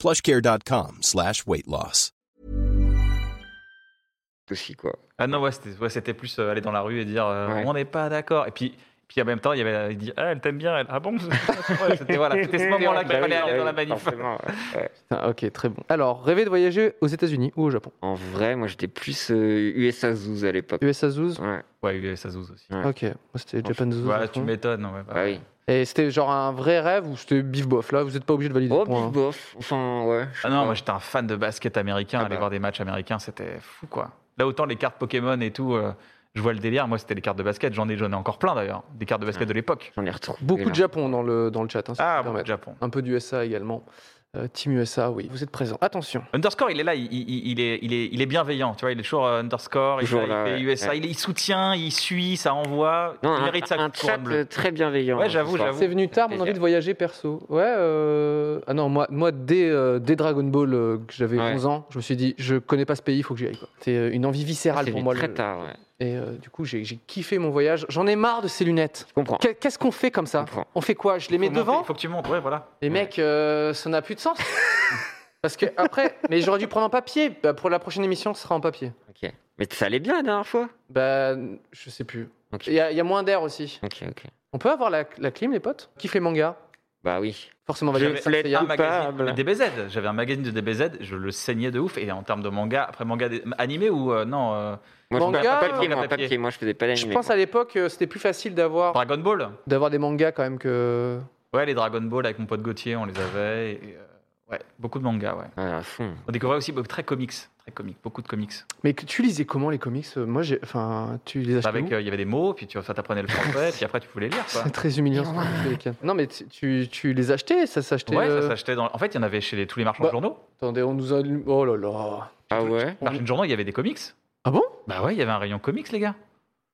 Speaker 5: plushcare.com slash weight loss.
Speaker 2: aussi, quoi.
Speaker 1: Ah non, ouais, c'était ouais, c'était plus euh, aller dans la rue et dire euh,
Speaker 2: Ouais.
Speaker 1: on n'est pas d'accord. Et puis, puis en même temps, il y avait la- il dit ah, elle t'aime bien, elle. Ah bon Ouais, C'était voilà, c'était ce moment-là qu'il
Speaker 2: Bah oui,
Speaker 1: fallait aller
Speaker 2: bah
Speaker 1: dans la
Speaker 2: oui,
Speaker 1: manif.
Speaker 2: forcément, ouais.
Speaker 3: Ah, ok, très bon. Alors, rêver de voyager aux États-Unis ou au Japon.
Speaker 2: En vrai, moi, j'étais plus euh, USA Zouz à l'époque.
Speaker 3: USA Zouz.
Speaker 2: Ouais,
Speaker 1: Ouais, ça zouz aussi.
Speaker 3: Ok, moi c'était Japan Zouz. à
Speaker 1: Ouais, tu
Speaker 3: fond.
Speaker 1: m'étonnes. ouais, bah.
Speaker 2: bah oui.
Speaker 3: et c'était genre un vrai rêve ou c'était bif bof là Vous n'êtes pas obligé de valider.
Speaker 2: Oh,
Speaker 3: le point,
Speaker 2: big
Speaker 3: hein.
Speaker 2: bof. Enfin, ouais. je sais
Speaker 1: Ah non,
Speaker 2: pas.
Speaker 1: moi j'étais un fan de basket américain.
Speaker 2: Ah
Speaker 1: aller
Speaker 2: bah.
Speaker 1: voir des matchs américains, c'était fou quoi. Là, autant les cartes Pokémon et tout, euh, je vois le délire. Moi, c'était les cartes de basket. J'en ai, j'en ai encore plein d'ailleurs. Des cartes de basket
Speaker 2: Ouais.
Speaker 1: de l'époque.
Speaker 2: J'en ai retrouvé.
Speaker 3: Beaucoup
Speaker 2: là.
Speaker 3: de Japon dans le, dans le chat. hein, si je
Speaker 1: Ah,
Speaker 3: peux me
Speaker 1: bon,
Speaker 3: permettre.
Speaker 1: Japon.
Speaker 3: Un peu d'USA également. Euh, Team USA, oui. Vous êtes présent. Attention.
Speaker 1: Underscore, il est là, il, il- il est, il, est, il est bienveillant. Tu vois, il est toujours euh, underscore. Il,
Speaker 2: Toujours
Speaker 1: il
Speaker 2: là,
Speaker 1: fait
Speaker 2: ouais.
Speaker 1: USA.
Speaker 2: Ouais.
Speaker 1: Il, il soutient, il suit, ça envoie.
Speaker 2: Non,
Speaker 1: il
Speaker 2: un,
Speaker 1: mérite sa
Speaker 2: un
Speaker 1: couronne
Speaker 2: chat
Speaker 1: bleue.
Speaker 2: euh, très bienveillant.
Speaker 1: Ouais,
Speaker 2: hein,
Speaker 1: j'avoue,
Speaker 2: ce soir.
Speaker 1: j'avoue.
Speaker 3: C'est venu tard mon
Speaker 2: plaisir.
Speaker 3: envie de voyager perso. Ouais. euh, Ah non, moi, moi dès, euh, dès Dragon Ball euh, que j'avais
Speaker 2: Ouais.
Speaker 3: 11 ans, je me suis dit, je connais pas ce pays, il faut que j'y aille. quoi. C'est euh, une envie viscérale
Speaker 2: Ah, C'est
Speaker 3: pour
Speaker 2: venu
Speaker 3: moi. le-
Speaker 2: très tard, ouais.
Speaker 3: Et euh, du coup, j'ai j'ai kiffé mon voyage. J'en ai marre de ces lunettes.
Speaker 2: Je comprends.
Speaker 3: Qu'est- Qu'est-ce qu'on fait comme
Speaker 2: Je
Speaker 3: ça
Speaker 2: comprends.
Speaker 3: On fait quoi Je les mets
Speaker 1: Faut monter,
Speaker 3: devant
Speaker 1: Il faut que tu montes, ouais, voilà.
Speaker 3: Les
Speaker 2: Ouais.
Speaker 3: mecs, euh, ça n'a plus de sens. Parce que après, mais j'aurais dû prendre en papier. Bah, pour la prochaine émission, ce sera en papier.
Speaker 2: Ok. Mais ça allait bien la dernière fois.
Speaker 3: Bah, je sais plus.
Speaker 2: Ok.
Speaker 3: Il y, a- il y a moins d'air aussi.
Speaker 2: Ok, ok.
Speaker 3: On peut avoir la, la clim, les potes Kiffe les mangas
Speaker 2: Bah oui.
Speaker 3: Forcément, on va
Speaker 2: Je
Speaker 3: dire
Speaker 2: vais
Speaker 3: ça,
Speaker 2: l'être.
Speaker 3: c'est hier.
Speaker 1: Un
Speaker 2: coupable.
Speaker 1: magazine de DBZ. J'avais un magazine de DBZ, je le saignais de ouf. Et en termes de manga, après manga des- animé ou euh, non, euh,
Speaker 2: Moi,
Speaker 3: Manga,
Speaker 2: je faisais pas papier,
Speaker 1: manga
Speaker 2: moi,
Speaker 1: papier.
Speaker 2: papier. Moi, je faisais pas
Speaker 3: Je
Speaker 2: d'anime.
Speaker 3: pense à l'époque, euh, c'était plus facile d'avoir
Speaker 1: Dragon Ball.
Speaker 3: d'avoir des mangas quand même que.
Speaker 1: Ouais, les Dragon Ball avec mon pote Gauthier, on les avait. et, euh, ouais, beaucoup de mangas, ouais.
Speaker 2: Ouais, à fond.
Speaker 1: On découvrait aussi beaucoup- très comics, très comics, beaucoup de comics.
Speaker 3: Mais que tu lisais comment les comics Euh, Moi, j'ai. Enfin, tu les achetais.
Speaker 1: Avec, euh,
Speaker 3: où
Speaker 1: il y avait des mots, puis tu ça t'apprenais le français, puis après tu pouvais les lire, quoi.
Speaker 3: C'est très humiliant. ce que tu fais, les gars. Non, mais tu, tu- tu les achetais Ça s'achetait.
Speaker 1: Ouais, ça
Speaker 3: euh,
Speaker 1: s'achetait dans. En fait, il y en avait chez les- tous les marchands
Speaker 3: Bah.
Speaker 1: de journaux.
Speaker 3: Attendez, on nous a. Oh là là.
Speaker 2: Ah ouais
Speaker 1: Marchands de journaux, il y avait des comics.
Speaker 3: Ah bon
Speaker 1: Bah ouais, il y avait un rayon comics, les gars.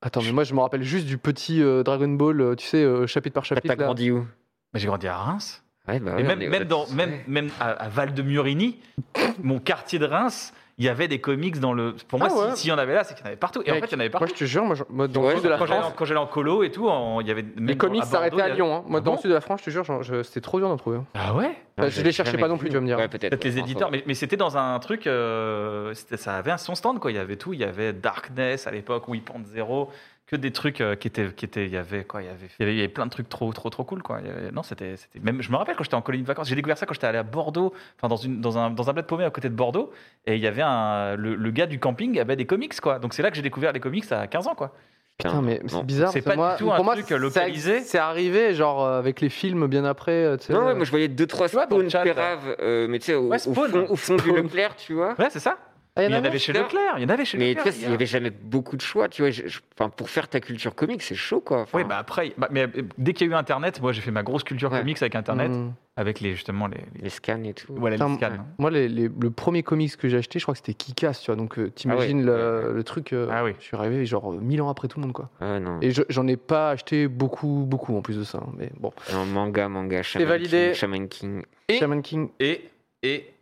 Speaker 3: Attends, mais moi je me rappelle juste du petit euh, Dragon Ball, euh, tu sais, euh, chapitre par
Speaker 2: T'as
Speaker 3: chapitre.
Speaker 2: t'as
Speaker 3: Là.
Speaker 2: grandi où
Speaker 1: Mais j'ai grandi à Reims.
Speaker 2: Ouais, bah
Speaker 1: Et
Speaker 2: ouais,
Speaker 1: même,
Speaker 2: on est-
Speaker 1: même, dans,
Speaker 2: ouais.
Speaker 1: même, même à, à Val de Murini, mon quartier de Reims, il y avait des comics dans le. Pour moi,
Speaker 3: Ah
Speaker 1: si-
Speaker 3: ouais.
Speaker 1: s'il y en avait là, c'est qu'il y en avait partout. Et en
Speaker 3: Mec,
Speaker 1: fait, il y en avait
Speaker 3: Moi
Speaker 1: partout.
Speaker 3: je te jure, moi, je- moi, dans le
Speaker 2: Ouais,
Speaker 3: sud de la
Speaker 1: quand j'allais en-
Speaker 3: France,
Speaker 1: quand j'allais en colo et tout, en- il y avait.
Speaker 3: les comics s'arrêtaient à Lyon. hein. Moi
Speaker 1: Ah
Speaker 3: dans
Speaker 1: bon
Speaker 3: le sud de la France, je te jure, genre, je- c'était trop dur d'en trouver. hein.
Speaker 1: Ah ouais
Speaker 3: Bah, je les cherchais
Speaker 2: jamais
Speaker 3: pas non plus,
Speaker 2: vu.
Speaker 3: tu vas me dire.
Speaker 2: Ouais, peut-être.
Speaker 1: Peut-être les
Speaker 2: ouais,
Speaker 1: éditeurs, mais, mais c'était dans un truc, euh, c'était- ça avait un son stand quoi. Il y avait tout, il y avait Darkness à l'époque, Weapon Zero, que des trucs euh, qui étaient, qui étaient, il y avait quoi, il y avait, il y avait- il y avait plein de trucs trop, trop, trop cool quoi. Il y avait- non, c'était, c'était- même, je me rappelle quand j'étais en colonie de vacances, j'ai découvert ça quand j'étais allé à Bordeaux, enfin dans une, dans un, dans un bled paumé à côté de Bordeaux, et il y avait un, le, le gars du camping avait des comics quoi. Donc c'est là que j'ai découvert les comics à 15 ans quoi.
Speaker 3: Putain, mais
Speaker 2: non.
Speaker 3: c'est bizarre.
Speaker 1: C'est
Speaker 3: parce que
Speaker 1: pas
Speaker 3: moi,
Speaker 1: du tout un
Speaker 3: pour moi,
Speaker 1: truc euh,
Speaker 3: ça-
Speaker 1: localisé.
Speaker 3: C'est arrivé, genre, euh, avec les films bien après. euh, tu sais,
Speaker 2: Non,
Speaker 3: euh,
Speaker 2: ouais, moi je voyais deux trois
Speaker 1: Tu vois, dans le
Speaker 2: spawns
Speaker 1: chat,
Speaker 2: péraves, euh, mais tu sais, au,
Speaker 1: Ouais,
Speaker 2: au
Speaker 1: spawn.
Speaker 2: fond, au fond du
Speaker 3: Spawn.
Speaker 2: Leclerc, tu vois.
Speaker 1: Ouais, c'est ça.
Speaker 3: Ah,
Speaker 1: Il y en
Speaker 3: un
Speaker 1: avait
Speaker 3: autre
Speaker 1: chez
Speaker 2: putain.
Speaker 1: Leclerc. Il y en avait chez
Speaker 2: Eh ben Mais tu
Speaker 1: Leclerc.
Speaker 2: vois, il n'y avait jamais beaucoup de choix, tu vois. je- je- Enfin, pour faire ta culture comique, c'est chaud, quoi. Enfin,
Speaker 1: Oui, bah après, bah, mais euh, dès qu'il y a eu Internet, moi j'ai fait ma grosse culture
Speaker 2: Ouais. Mm.
Speaker 1: comics avec Internet,
Speaker 3: Hmm.
Speaker 1: avec les justement les, les-
Speaker 2: les scans et tout.
Speaker 1: voilà, les
Speaker 3: Putain,
Speaker 1: scans.
Speaker 2: ouais.
Speaker 1: hein.
Speaker 3: Moi, les- les- le premier comics que j'ai acheté, je crois que c'était Kikas, tu vois. Donc, euh, t'imagines
Speaker 2: Ah ouais.
Speaker 3: le, le truc. euh,
Speaker 1: Ah oui.
Speaker 3: Je suis arrivé, genre, euh, mille ans après tout le monde, quoi.
Speaker 2: Ah non.
Speaker 3: Et je- j'en ai pas acheté beaucoup, beaucoup en plus de ça. hein, Mais bon.
Speaker 2: Un manga, manga, Shaman
Speaker 3: validé.
Speaker 2: King, Shaman King.
Speaker 1: Et-
Speaker 3: Shaman King.
Speaker 1: Et et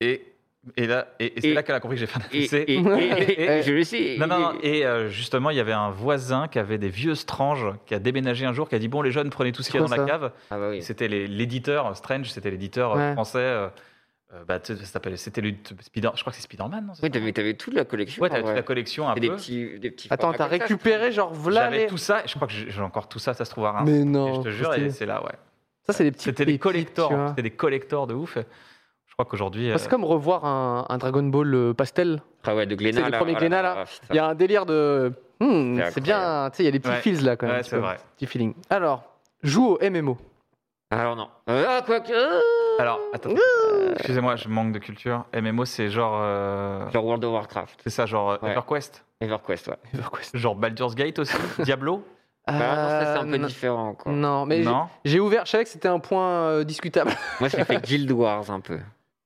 Speaker 1: et et là et, et c'est
Speaker 2: Et-
Speaker 1: là qu'elle a compris que j'ai fait un
Speaker 2: Et,
Speaker 1: AVC.
Speaker 2: et- et- et-
Speaker 3: Et-
Speaker 2: je le sais.
Speaker 1: Non, non, non.
Speaker 2: et-
Speaker 1: Et euh, justement, il y avait un voisin qui avait des vieux stranges, qui a déménagé un jour, qui a dit Bon, les jeunes, prenez tout ce
Speaker 3: C'est
Speaker 1: qu'il y a dans
Speaker 3: quoi
Speaker 1: la
Speaker 3: ça
Speaker 1: cave.
Speaker 2: Ah bah oui.
Speaker 1: C'était les- l'éditeur, euh, Strange, c'était l'éditeur euh,
Speaker 3: Ouais.
Speaker 1: français. euh, euh, bah, tu sais, ça s'appelle- c'était le Spider, je crois que c'est Spider-Man, non c'est
Speaker 2: Oui,
Speaker 1: ça
Speaker 2: t'avais, t'avais toute la collection.
Speaker 1: Ouais,
Speaker 2: en
Speaker 1: t'avais
Speaker 2: vrai.
Speaker 1: toute la collection un
Speaker 2: Et des
Speaker 1: peu.
Speaker 2: petits, des petits
Speaker 3: Attends,
Speaker 2: formats
Speaker 3: t'as
Speaker 2: comme ça,
Speaker 3: récupéré, genre, v'là
Speaker 1: J'avais
Speaker 3: les.
Speaker 1: tout ça, et je crois que j'ai j'ai encore tout ça, ça se trouve à Reims.
Speaker 3: Mais
Speaker 1: Et
Speaker 3: non.
Speaker 1: je te jure,
Speaker 3: c'est-
Speaker 1: et c'est là, ouais.
Speaker 3: Ça, c'est des petits.
Speaker 1: C'était des
Speaker 3: pépites,
Speaker 1: collectors,
Speaker 3: tu vois.
Speaker 1: hein, c'était des collectors de ouf. Je crois qu'aujourd'hui. euh,
Speaker 3: C'est comme revoir un, un Dragon Ball euh, pastel.
Speaker 2: c'est- Ah ouais, de Glénat.
Speaker 3: C'est le
Speaker 2: là,
Speaker 3: premier
Speaker 2: oh là
Speaker 3: Glénat,
Speaker 2: là,
Speaker 3: là.
Speaker 2: putain.
Speaker 3: Il y a un délire de. Hmm,
Speaker 2: C'est
Speaker 3: c'est bien, tu sais, il y a des petits
Speaker 1: Ouais.
Speaker 3: feels là quand même.
Speaker 1: Ouais,
Speaker 3: un petit
Speaker 1: c'est
Speaker 3: peu.
Speaker 1: vrai.
Speaker 3: Petit feeling. Alors, joue au MMO.
Speaker 2: Alors non. Euh, Ah, quoi que. euh,
Speaker 1: Alors, attends. Excusez-moi, je manque de culture. MMO, c'est genre. euh,
Speaker 2: Genre World of Warcraft,
Speaker 1: C'est ça, genre euh,
Speaker 2: Ouais.
Speaker 1: EverQuest,
Speaker 2: EverQuest, ouais.
Speaker 3: EverQuest.
Speaker 1: genre Baldur's Gate aussi, Diablo.
Speaker 2: Bah, non, ça, Bah, c'est un
Speaker 3: Euh,
Speaker 2: peu
Speaker 3: non.
Speaker 2: différent, quoi.
Speaker 3: Non, mais
Speaker 1: non.
Speaker 3: j'ai- j'ai ouvert, je savais que c'était un point euh, discutable.
Speaker 2: Moi, j'ai fait Guild Wars un peu.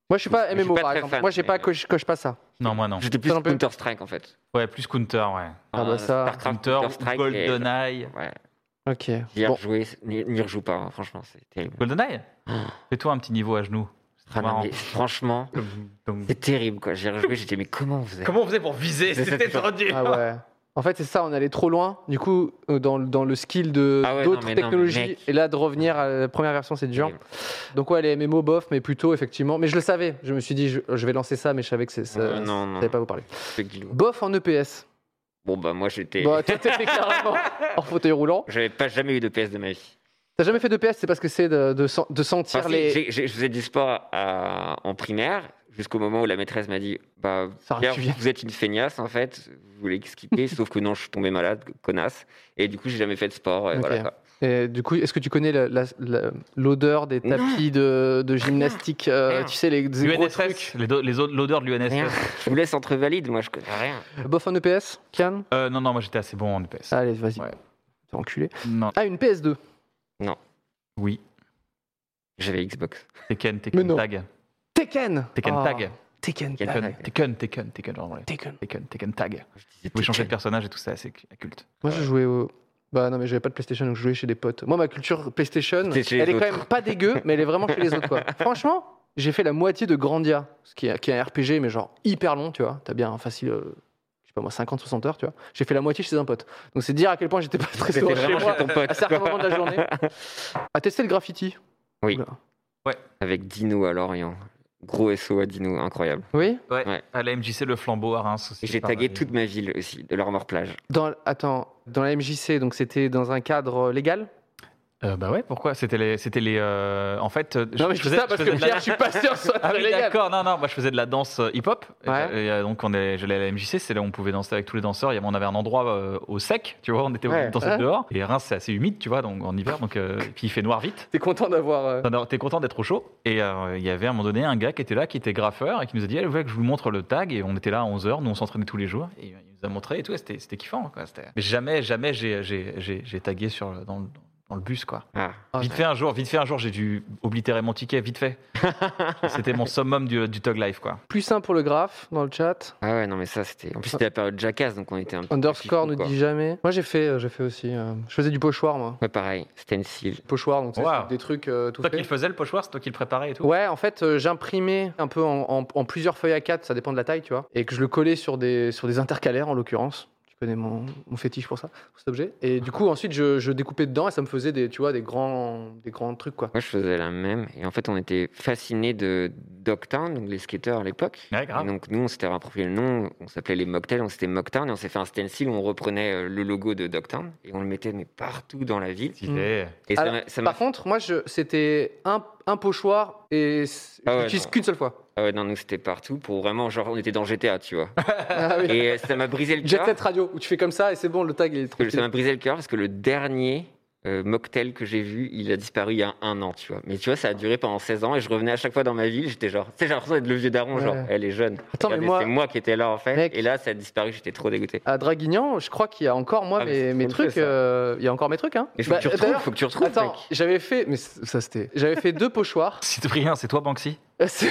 Speaker 3: Moi, je suis pas
Speaker 2: Je suis
Speaker 3: MMO
Speaker 2: pas
Speaker 3: par
Speaker 2: très
Speaker 3: exemple.
Speaker 2: fan,
Speaker 3: Moi, j'ai
Speaker 2: mais- euh,
Speaker 3: pas coche, coche pas ça.
Speaker 1: Non, moi non.
Speaker 2: J'étais plus
Speaker 3: Ça, un peu.
Speaker 2: Counter-Strike, en fait.
Speaker 1: Ouais, plus Counter, ouais.
Speaker 3: Ah, bah,
Speaker 2: Euh,
Speaker 3: ça.
Speaker 2: Starcraft,
Speaker 1: Counter,
Speaker 2: Counter-Strike. et-
Speaker 1: GoldenEye.
Speaker 2: Ouais.
Speaker 3: Ok.
Speaker 2: J'y ai
Speaker 3: Bon.
Speaker 2: rejoué, c'est- n'y n'y rejoue pas, hein, franchement, c'est terrible.
Speaker 1: GoldenEye Fais-toi un petit niveau à genoux. C'est
Speaker 2: Ah non,
Speaker 1: marrant.
Speaker 2: mais franchement,
Speaker 1: Donc-
Speaker 2: c'est terrible, quoi. J'y ai rejoué, j'étais, mais comment on faisait
Speaker 1: Comment on faisait pour viser
Speaker 2: Mais
Speaker 1: C'était
Speaker 2: c'était
Speaker 1: trop dur.
Speaker 3: Ah ouais. En fait, c'est ça, on allait trop loin. Du coup, euh, dans, le- dans le skill de
Speaker 2: Ah ouais, non,
Speaker 3: d'autres
Speaker 2: mais non, mais
Speaker 3: technologies,
Speaker 2: mec.
Speaker 3: et là, de revenir à la première version, c'est dur.
Speaker 2: Terrible.
Speaker 3: Donc, ouais, les MMO bof, mais plutôt, effectivement. Mais je le savais, je me suis dit, je, je vais lancer ça, mais je savais que c'est ça.
Speaker 2: Euh, non,
Speaker 3: je
Speaker 2: non.
Speaker 3: savais pas vous parler.
Speaker 2: C'est Guild Wars.
Speaker 3: Bof en E EPS.
Speaker 2: Bon, bah, moi, j'étais.
Speaker 3: Bah, toi, t'étais carrément en fauteuil roulant.
Speaker 2: J'avais pas jamais eu de PS de ma vie.
Speaker 3: T'as jamais fait d'EPS, c'est parce que c'est de, de, sen- de sentir
Speaker 2: Enfin, si,
Speaker 3: les.
Speaker 2: j'ai- j'ai- je faisais du sport à- en primaire jusqu'au moment où la maîtresse m'a dit bah,
Speaker 3: Ça
Speaker 2: Pierre,
Speaker 3: tu viens.
Speaker 2: vous êtes une feignasse en fait, vous voulez skipper, sauf que non, je suis tombé malade, connasse, et du coup j'ai jamais fait de sport. et
Speaker 3: Ok.
Speaker 2: voilà, quoi.
Speaker 3: Et du coup, est-ce que tu connais la- la- la- l'odeur des tapis de, de gymnastique euh,
Speaker 2: Rien.
Speaker 3: Tu sais, les, les gros
Speaker 1: L'UNSS,
Speaker 3: trucs.
Speaker 1: les do- les o- l'odeur de
Speaker 2: Rien.
Speaker 1: l'UNSS.
Speaker 2: Je vous laisse entre valides, moi je connais rien.
Speaker 3: Bof en EPS, Kian
Speaker 1: Euh, non, non, moi j'étais assez bon en EPS.
Speaker 3: Allez, vas-y.
Speaker 1: Ouais.
Speaker 3: T'es enculé.
Speaker 1: Non,
Speaker 3: Ah, une PS2.
Speaker 1: oui.
Speaker 2: J'avais Xbox.
Speaker 1: Tekken,
Speaker 3: Mais
Speaker 1: Tekken
Speaker 3: non.
Speaker 1: Tag.
Speaker 3: Tekken
Speaker 1: Tekken
Speaker 3: Ah,
Speaker 1: Tag.
Speaker 3: Tekken Tag.
Speaker 2: Tekken.
Speaker 1: Tekken,
Speaker 2: Tag.
Speaker 1: Tekken, Tekken, Tekken, genre, ouais.
Speaker 3: Tekken.
Speaker 1: Tekken, Tekken Tag.
Speaker 3: Ah,
Speaker 2: Je disais,
Speaker 1: Vous pouvez changer de
Speaker 2: Tekken.
Speaker 1: personnage et tout, c'est assez culte.
Speaker 3: Moi, je jouais au. Bah non, mais j'avais pas de PlayStation, donc je jouais chez des potes. Moi, ma culture PlayStation,
Speaker 2: C'était chez
Speaker 3: elle
Speaker 2: les
Speaker 3: est quand
Speaker 2: autres.
Speaker 3: même pas dégueu, mais elle est vraiment chez les autres, quoi. Franchement, j'ai fait la moitié de Grandia, ce qui est, qui est un RPG, mais genre hyper long, tu vois. T'as bien un facile, euh, je sais pas moi, 50, 60 heures, tu vois. J'ai fait la moitié chez un pote. Donc c'est dire à quel point j'étais pas très
Speaker 2: C'était
Speaker 3: souvent chez
Speaker 2: vraiment
Speaker 3: moi
Speaker 2: chez ton pote.
Speaker 3: à certains moments de la journée. À tester le graffiti.
Speaker 2: Oui.
Speaker 3: Oula.
Speaker 2: Avec Dino à Lorient. Gros SO à Dino, incroyable.
Speaker 3: Oui
Speaker 1: Ouais.
Speaker 2: Ouais.
Speaker 1: À la MJC, le flambeau à Reims aussi.
Speaker 2: Et j'ai
Speaker 1: pareil.
Speaker 2: tagué toute ma ville aussi, de l'Armor Plage.
Speaker 3: dans, Attends, dans la MJC, donc c'était dans un cadre légal
Speaker 1: Euh, bah ouais, pourquoi C'était les. C'était les euh, en fait. euh,
Speaker 3: Non, mais je dis ça parce que
Speaker 1: faisais de la-
Speaker 3: Pierre, je suis pas sûr que ce soit
Speaker 1: Ah
Speaker 3: très
Speaker 1: oui,
Speaker 3: légal.
Speaker 1: d'accord, non, non, moi je faisais de la danse euh, hip-hop. Et,
Speaker 3: Ouais.
Speaker 1: euh, et, euh, donc on est, j'allais à la MJC, c'est là où on pouvait danser avec tous les danseurs. Il y avait- on avait un endroit euh, au sec, tu vois, on était obligé
Speaker 2: Ouais.
Speaker 1: de danser
Speaker 3: Ouais. Ah.
Speaker 1: dehors. Et Reims, c'est assez humide, tu vois, donc en hiver, donc, euh, et puis il fait noir vite.
Speaker 3: T'es content d'avoir. euh,
Speaker 1: T'en as- T'es content d'être au chaud. Et euh, il y avait à un moment donné un gars qui était là, qui était graffeur, et qui nous a dit, allez, vous voulez que je vous montre le tag. Et on était là à 11h, nous on s'entraînait tous les jours. Et il nous a montré et tout, et c'était c'était kiffant. Quoi. C'était- Mais jamais, jamais j'ai- j'ai j'ai- j'ai tagué sur, le- dans, le, dans le bus, quoi.
Speaker 2: Ah.
Speaker 3: Ah,
Speaker 1: Vite
Speaker 3: ouais.
Speaker 1: fait un jour, vite fait un jour, j'ai dû oblitérer mon ticket, vite fait. C'était mon summum du, du Tug Life, quoi.
Speaker 3: Plus un pour le graphe dans le chat.
Speaker 2: ah ouais, non mais ça c'était. En plus c'était la période Jackass, donc on était un peu.
Speaker 3: Underscore
Speaker 2: fifou,
Speaker 3: ne
Speaker 2: quoi.
Speaker 3: dit jamais. Moi j'ai fait, euh, j'ai fait aussi. euh, je faisais du pochoir moi.
Speaker 2: Ouais, pareil, stencil.
Speaker 3: Pochoir donc c'est
Speaker 1: Wow.
Speaker 3: des trucs euh, tout
Speaker 1: C'est toi
Speaker 3: faits.
Speaker 1: qui le faisais le pochoir, c'est toi qui le préparais et tout.
Speaker 3: Ouais, en fait, euh, j'imprimais un peu en, en- en plusieurs feuilles à 4 ça dépend de la taille, tu vois, et que je le collais sur des, sur des intercalaires en l'occurrence. Tu connais mon, mon fétiche pour ça, pour cet objet. Et du coup, ensuite, je, je découpais dedans et ça me faisait des, tu vois, des grands, des grands trucs, quoi.
Speaker 2: Moi, je faisais la même. Et en fait, on était fascinés de Dogtown, donc les skateurs à l'époque.
Speaker 1: Ouais,
Speaker 2: Et
Speaker 1: grave.
Speaker 2: donc, nous, on s'était approprié le nom. On s'appelait les Mocktails, on s'était Mocktown. Et on s'est fait un stencil où on reprenait euh, le logo de Dogtown. Et on le mettait mais partout dans la ville.
Speaker 1: Petite idée.
Speaker 2: Et ça
Speaker 3: Alors,
Speaker 2: m'a- ça m'a
Speaker 3: Par contre, moi, je- c'était un, un pochoir et c-
Speaker 2: Ah ouais,
Speaker 3: je l'utilise
Speaker 2: non.
Speaker 3: qu'une seule fois.
Speaker 2: Ah ouais, non, nous c'était partout pour vraiment, genre, on était dans GTA, tu vois.
Speaker 3: Ah oui.
Speaker 2: Et euh, ça m'a brisé le
Speaker 3: Jet
Speaker 2: cœur.
Speaker 3: Set Radio, où tu fais comme ça et c'est bon, le tag il est
Speaker 2: Parce que Ça
Speaker 3: tranquille.
Speaker 2: m'a brisé le cœur parce que le dernier euh, mocktail que j'ai vu, il a disparu il y a un an, tu vois. Mais tu vois, ça a duré pendant 16 ans et je revenais à chaque fois dans ma ville, j'étais genre, tu sais, j'ai l'impression d'être le vieux daron, genre,
Speaker 3: Ouais.
Speaker 2: elle est jeune.
Speaker 3: Attends, mais
Speaker 2: Regardez,
Speaker 3: moi-
Speaker 2: C'est moi qui étais là en fait.
Speaker 3: Mec.
Speaker 2: Et là, ça a disparu, j'étais trop dégoûté.
Speaker 3: À Draguignan, je crois qu'il y a encore moi
Speaker 2: Ah, mais
Speaker 3: mes,
Speaker 2: c'est
Speaker 3: mes
Speaker 2: trop le
Speaker 3: trucs.
Speaker 2: fait, ça.
Speaker 3: euh, Il y a encore mes trucs, hein.
Speaker 2: Mais faut
Speaker 3: Bah,
Speaker 2: que tu retrouves,
Speaker 3: d'ailleurs,
Speaker 2: faut que tu retrouves,
Speaker 3: Attends,
Speaker 2: mec.
Speaker 3: j'avais fait, mais c- ça c'était. J'avais fait deux pochoirs.
Speaker 1: Cyprien, c'est toi Banksy
Speaker 3: C'est-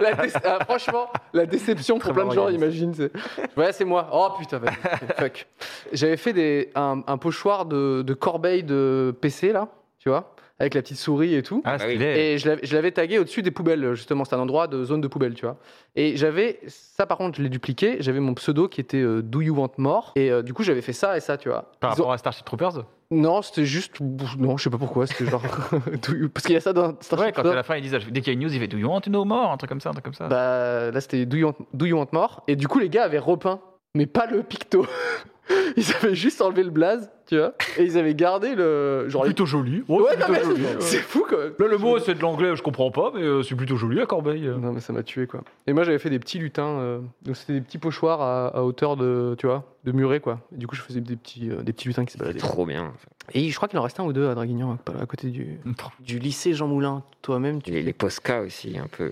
Speaker 3: La dé- ah, franchement, la déception pour
Speaker 1: Très
Speaker 3: plein de
Speaker 1: bon
Speaker 3: gens,
Speaker 1: organisme.
Speaker 3: imagine. c'est- Ouais, c'est moi. Oh putain, vas-y. Fuck. J'avais fait des, un, un pochoir de, de corbeille de PC, là, tu vois, avec la petite souris et tout.
Speaker 1: Ah,
Speaker 2: Bah oui.
Speaker 1: stylé.
Speaker 3: Et je l'avais- je l'avais tagué au-dessus des poubelles, justement. C'est un endroit de zone de poubelle, tu vois. Et j'avais, ça par contre, je l'ai dupliqué. J'avais mon pseudo qui était euh, Do You Want More. Et euh, du coup, j'avais fait ça et ça, tu vois.
Speaker 1: Par
Speaker 3: Ils ont-
Speaker 1: rapport à Starship Troopers
Speaker 3: Non, c'était juste. Non, je sais pas pourquoi. C'était genre. Do you- Parce qu'il y a ça dans Starship
Speaker 1: Ouais, quand à la fin, ils disent, dès qu'il y a une news, il fait Do you want to know more Un truc comme ça, un truc comme ça.
Speaker 3: Bah là c'était Do You Want- Do You Want More et du coup les gars avaient repeint mais pas le picto. Ils avaient juste enlevé le blaze, tu vois, et ils avaient gardé le genre les-
Speaker 1: plutôt joli.
Speaker 3: Ouais, non, mais c'est- c'est fou quoi.
Speaker 1: Là, le mot, c'est de l'anglais, je comprends pas, mais euh, c'est plutôt joli à Corbeil. euh.
Speaker 3: Non mais ça m'a tué quoi. Et moi j'avais fait des petits lutins euh, donc c'était des petits pochoirs à, à hauteur de tu vois, de muret quoi. Et du coup je faisais des petits euh, des petits lutins qui se
Speaker 2: C'est
Speaker 3: baladaient.
Speaker 2: trop bien.
Speaker 3: Et je crois qu'il en restait un ou deux à Draguignan à, à côté du du lycée Jean Moulin, toi-même tu
Speaker 2: Les, les Posca aussi, un peu.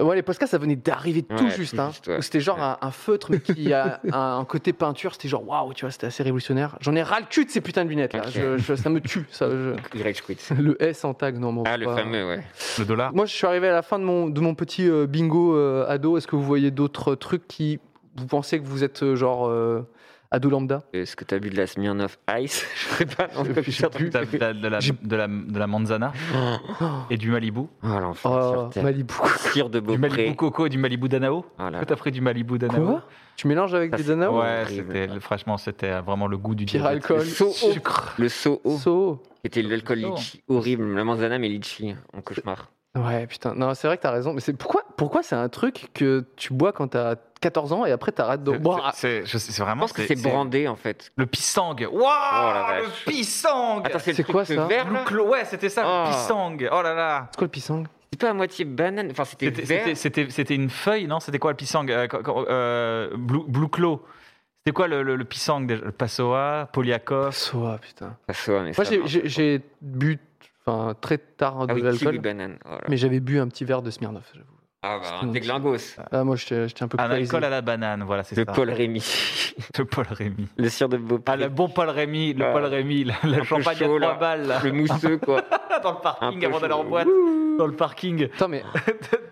Speaker 3: Euh, Ouais, les Posca, ça venait d'arriver tout
Speaker 2: Ouais,
Speaker 3: juste.
Speaker 2: tout
Speaker 3: Hein,
Speaker 2: juste, ouais.
Speaker 3: Où C'était genre
Speaker 2: Ouais.
Speaker 3: un, un feutre, mais qui a un, un côté peinture. C'était genre waouh, tu vois, c'était assez révolutionnaire. J'en ai ras le cul de ces putains de lunettes là.
Speaker 2: Ok.
Speaker 3: Je- je- ça me tue. Ça, je-
Speaker 2: Y Quit.
Speaker 3: Le S en tag, non, mon
Speaker 2: Ah, le
Speaker 3: pas.
Speaker 2: fameux, ouais.
Speaker 1: Le dollar.
Speaker 3: Ah. Moi, je suis arrivé à la fin de mon, de mon petit euh, bingo euh, ado. Est-ce que vous voyez d'autres trucs qui. Vous pensez que vous êtes euh, genre euh, ado lambda
Speaker 2: Euh, ce que t'as bu de la Smirnoff Ice, je sais pas. Non, comme ça,
Speaker 1: De la, de la, de la,
Speaker 3: J'ai-
Speaker 1: de la- de la manzana
Speaker 2: Oh,
Speaker 1: et du Malibu.
Speaker 2: l'enfer.
Speaker 3: Oh,
Speaker 2: sur terre.
Speaker 3: Malibu.
Speaker 2: Cire de
Speaker 1: Du Malibu
Speaker 2: Beaupré.
Speaker 1: Coco et du Malibu
Speaker 2: Oh là
Speaker 1: Danao. Pourquoi
Speaker 2: là.
Speaker 1: t'as pris du Malibu Danao
Speaker 3: Quoi Tu mélanges avec
Speaker 2: Ça,
Speaker 3: des
Speaker 2: c'est-
Speaker 3: ananas
Speaker 1: Ah Ouais,
Speaker 2: horrible.
Speaker 1: c'était, le- franchement, c'était vraiment le goût du
Speaker 3: Pire
Speaker 1: diabète.
Speaker 3: alcool,
Speaker 2: so-
Speaker 3: sucre,
Speaker 2: Le Soho,
Speaker 3: so.
Speaker 2: qui était de l'alcool
Speaker 1: Oh.
Speaker 2: litchi horrible. La manzana, mais litchi, en cauchemar.
Speaker 3: Ouais, putain. Non, c'est vrai que t'as raison. Mais c'est pourquoi, pourquoi c'est un truc que tu bois quand t'as 14 ans et après t'arrêtes de
Speaker 1: C'est,
Speaker 3: boire à-
Speaker 1: c'est- je sais- c'est Oh
Speaker 2: Je
Speaker 1: vraiment.
Speaker 2: pense que c'est brandé, en fait.
Speaker 1: Le pisang. Waouh
Speaker 2: la
Speaker 1: Le
Speaker 2: vache.
Speaker 1: pisang
Speaker 2: Attends, c'est
Speaker 3: C'est
Speaker 2: le truc
Speaker 3: quoi,
Speaker 2: de
Speaker 3: ça
Speaker 2: vert, là
Speaker 1: Clo- Ouais, c'était ça,
Speaker 2: Ah.
Speaker 1: le pisang. Oh là là
Speaker 3: C'est quoi le Ah, pisang
Speaker 2: C'est pas à moitié banane. Enfin, c'était
Speaker 1: C'était,
Speaker 2: vert.
Speaker 1: c'était, c'était, c'était une feuille, non C'était quoi le pisang euh, quand- quand- euh, Blue, Blue Claw. C'était quoi le, le, le pisang déjà Le Passoa,
Speaker 2: Ah,
Speaker 1: Poliakov.
Speaker 3: Soa, putain.
Speaker 2: Ça sonne, Ah, mais
Speaker 3: Moi,
Speaker 2: ça
Speaker 3: j'ai-
Speaker 2: marche.
Speaker 3: j'ai j'ai bu enfin, très tard de
Speaker 2: Ah oui, kiwi
Speaker 3: l'alcool,
Speaker 2: banane. Oh là.
Speaker 3: mais j'avais bu un petit verre de Smirnoff, j'avoue.
Speaker 2: Ah
Speaker 3: c'est
Speaker 2: bah,
Speaker 3: tout.
Speaker 2: un déglingos.
Speaker 3: Ah, moi, j'étais j'étais un peu
Speaker 1: Un
Speaker 3: crazy.
Speaker 1: alcool à la banane, voilà, c'est
Speaker 2: Le
Speaker 1: ça.
Speaker 2: Paul Rémy.
Speaker 1: Le Paul Rémy.
Speaker 2: le cire de
Speaker 1: Ah,
Speaker 2: Beaupré.
Speaker 1: le bon Paul Rémy, le
Speaker 2: Ah.
Speaker 1: Paul Rémy, la, la
Speaker 2: peu
Speaker 1: champagne
Speaker 2: chaud,
Speaker 1: à trois
Speaker 2: là.
Speaker 1: balles, là,
Speaker 2: Le mousseux, quoi.
Speaker 1: dans le parking,
Speaker 2: peu
Speaker 1: avant d'aller en
Speaker 2: chaud.
Speaker 1: boîte, dans le parking.
Speaker 3: Putain, mais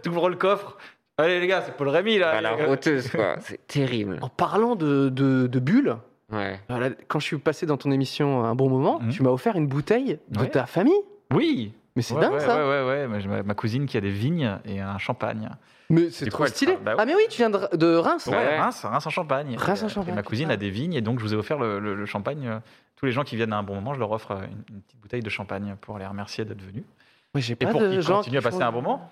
Speaker 1: T'ouvres le coffre. Allez, les gars, c'est Paul Rémy, là. Euh,
Speaker 2: À Bah, la roteuse, quoi. C'est terrible.
Speaker 3: en parlant de, de, de bulles,
Speaker 2: Ouais.
Speaker 3: voilà, quand je suis passé dans ton émission Un bon moment,
Speaker 1: Mhm.
Speaker 3: tu m'as offert une bouteille de
Speaker 1: Ouais.
Speaker 3: ta famille.
Speaker 1: Oui
Speaker 3: Mais c'est
Speaker 1: Ouais,
Speaker 3: dingue
Speaker 1: ouais,
Speaker 3: ça.
Speaker 1: Ouais, ouais, ouais. Mais j'ai Ma, ma cousine qui a des vignes et un champagne.
Speaker 3: Mais c'est
Speaker 1: Du
Speaker 3: trop
Speaker 1: coup, elle
Speaker 3: stylé.
Speaker 1: parle- bah ouais.
Speaker 3: Ah, mais oui, tu viens de, de Reims.
Speaker 1: Ouais,
Speaker 2: Ouais.
Speaker 1: Reims, Reims en champagne.
Speaker 3: Reims en
Speaker 1: Et,
Speaker 3: champagne,
Speaker 1: Et ma cousine
Speaker 3: putain.
Speaker 1: a des vignes et donc je vous ai offert le, le- le champagne. euh, Tous les gens qui viennent à un bon moment, je leur offre euh, une, une petite bouteille de champagne pour les remercier d'être venus.
Speaker 3: Ouais, j'ai
Speaker 1: Et
Speaker 3: pas
Speaker 1: pour
Speaker 3: de
Speaker 1: qu'ils
Speaker 3: gens
Speaker 1: continuent à
Speaker 3: qui
Speaker 1: passer
Speaker 3: font-
Speaker 1: un bon moment.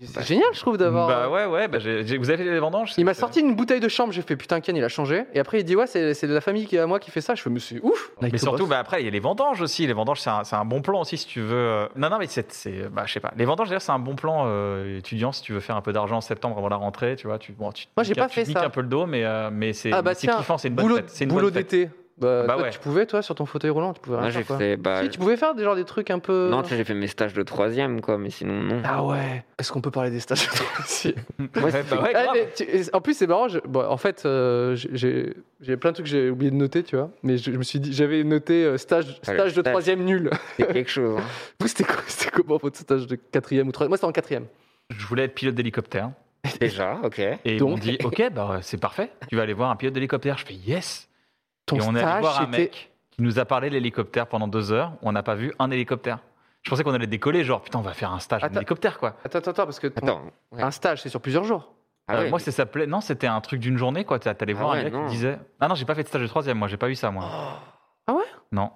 Speaker 3: C'est génial, je trouve, d'avoir. euh,
Speaker 1: Bah ouais, ouais. bah j'ai- j'ai- vous avez fait les vendanges
Speaker 3: Il m'a
Speaker 1: c'est-
Speaker 3: sorti une bouteille de chambre, j'ai fait putain, Ken, il a changé. Et après, il dit ouais, c'est c'est de la famille qui est à moi qui fait ça. Je fais, mais c'est ouf.
Speaker 1: Mais surtout, bah, après, il y a les vendanges aussi. Les vendanges, c'est un, c'est un bon plan aussi si tu veux. euh, Non, non, mais c'est. c'est- Bah, je sais pas. Les vendanges, d'ailleurs, c'est un bon plan euh, étudiant si tu veux faire un peu d'argent en septembre avant la rentrée. Tu vois, tu, bon, tu,
Speaker 3: Moi, j'ai
Speaker 1: tu-
Speaker 3: pas
Speaker 1: tu
Speaker 3: fait
Speaker 1: niques
Speaker 3: ça.
Speaker 1: un peu le dos, mais, euh, mais c'est
Speaker 3: Ah, bah,
Speaker 1: mais c'est
Speaker 3: tiens,
Speaker 1: kiffant, c'est une bonne
Speaker 3: boulot,
Speaker 1: fête. C'est une
Speaker 3: boulot
Speaker 1: bonne fête.
Speaker 3: d'été. Bah,
Speaker 1: Bah
Speaker 3: toi,
Speaker 1: ouais.
Speaker 3: tu pouvais, toi, sur ton fauteuil roulant, tu pouvais rien
Speaker 2: Moi, j'ai
Speaker 3: faire. Quoi.
Speaker 2: fait.
Speaker 1: euh,
Speaker 2: Bah,
Speaker 3: Si, tu pouvais euh, faire des, genre, des trucs un peu.
Speaker 2: Non, tu sais, j'ai fait mes stages de troisième, quoi, mais sinon, non.
Speaker 3: Ah ouais. Est-ce qu'on peut parler des stages Si.
Speaker 2: Moi,
Speaker 1: Ouais,
Speaker 2: c'est-
Speaker 1: bah ouais,
Speaker 3: Ah,
Speaker 1: grave.
Speaker 3: mais tu- En plus, c'est marrant. je- bon, en fait, euh, j'ai- j'ai j'ai plein de trucs que j'ai oublié de noter, tu vois. Mais je, je me suis dit, j'avais noté euh, stage,
Speaker 2: Ah, le
Speaker 3: stage de
Speaker 2: stage.
Speaker 3: troisième nul.
Speaker 2: c'est quelque chose. hein.
Speaker 3: Vous, c'était quoi- c'était comment votre stage de quatrième ou troisième Moi, c'était en quatrième.
Speaker 1: Je voulais être pilote d'hélicoptère.
Speaker 2: Déjà, ok.
Speaker 1: Et
Speaker 3: Donc-
Speaker 1: on dit, ok, bah, euh, c'est parfait. Tu vas aller voir un pilote d'hélicoptère. Je fais yes.
Speaker 3: Ton
Speaker 1: et on est allé
Speaker 3: stage,
Speaker 1: voir un
Speaker 3: c'était-
Speaker 1: mec qui nous a parlé de l'hélicoptère pendant deux heures. On n'a pas vu un hélicoptère. Je pensais qu'on allait décoller, genre putain, on va faire un stage en
Speaker 3: Attends.
Speaker 1: hélicoptère quoi.
Speaker 3: Attends, attends, attends, parce que ton-
Speaker 2: Attends. ouais.
Speaker 3: un stage, c'est sur plusieurs jours.
Speaker 2: Ah
Speaker 1: Euh,
Speaker 2: ouais,
Speaker 1: Moi, ça s'appelait. Non, c'était un truc d'une journée quoi. T'as- T'allais
Speaker 2: Ah
Speaker 1: voir
Speaker 2: ouais,
Speaker 1: un gars
Speaker 2: non. Oh.
Speaker 1: qui disait. Ah non, j'ai pas fait de stage de troisième, moi, j'ai pas eu ça moi.
Speaker 3: Ah ouais
Speaker 1: Non.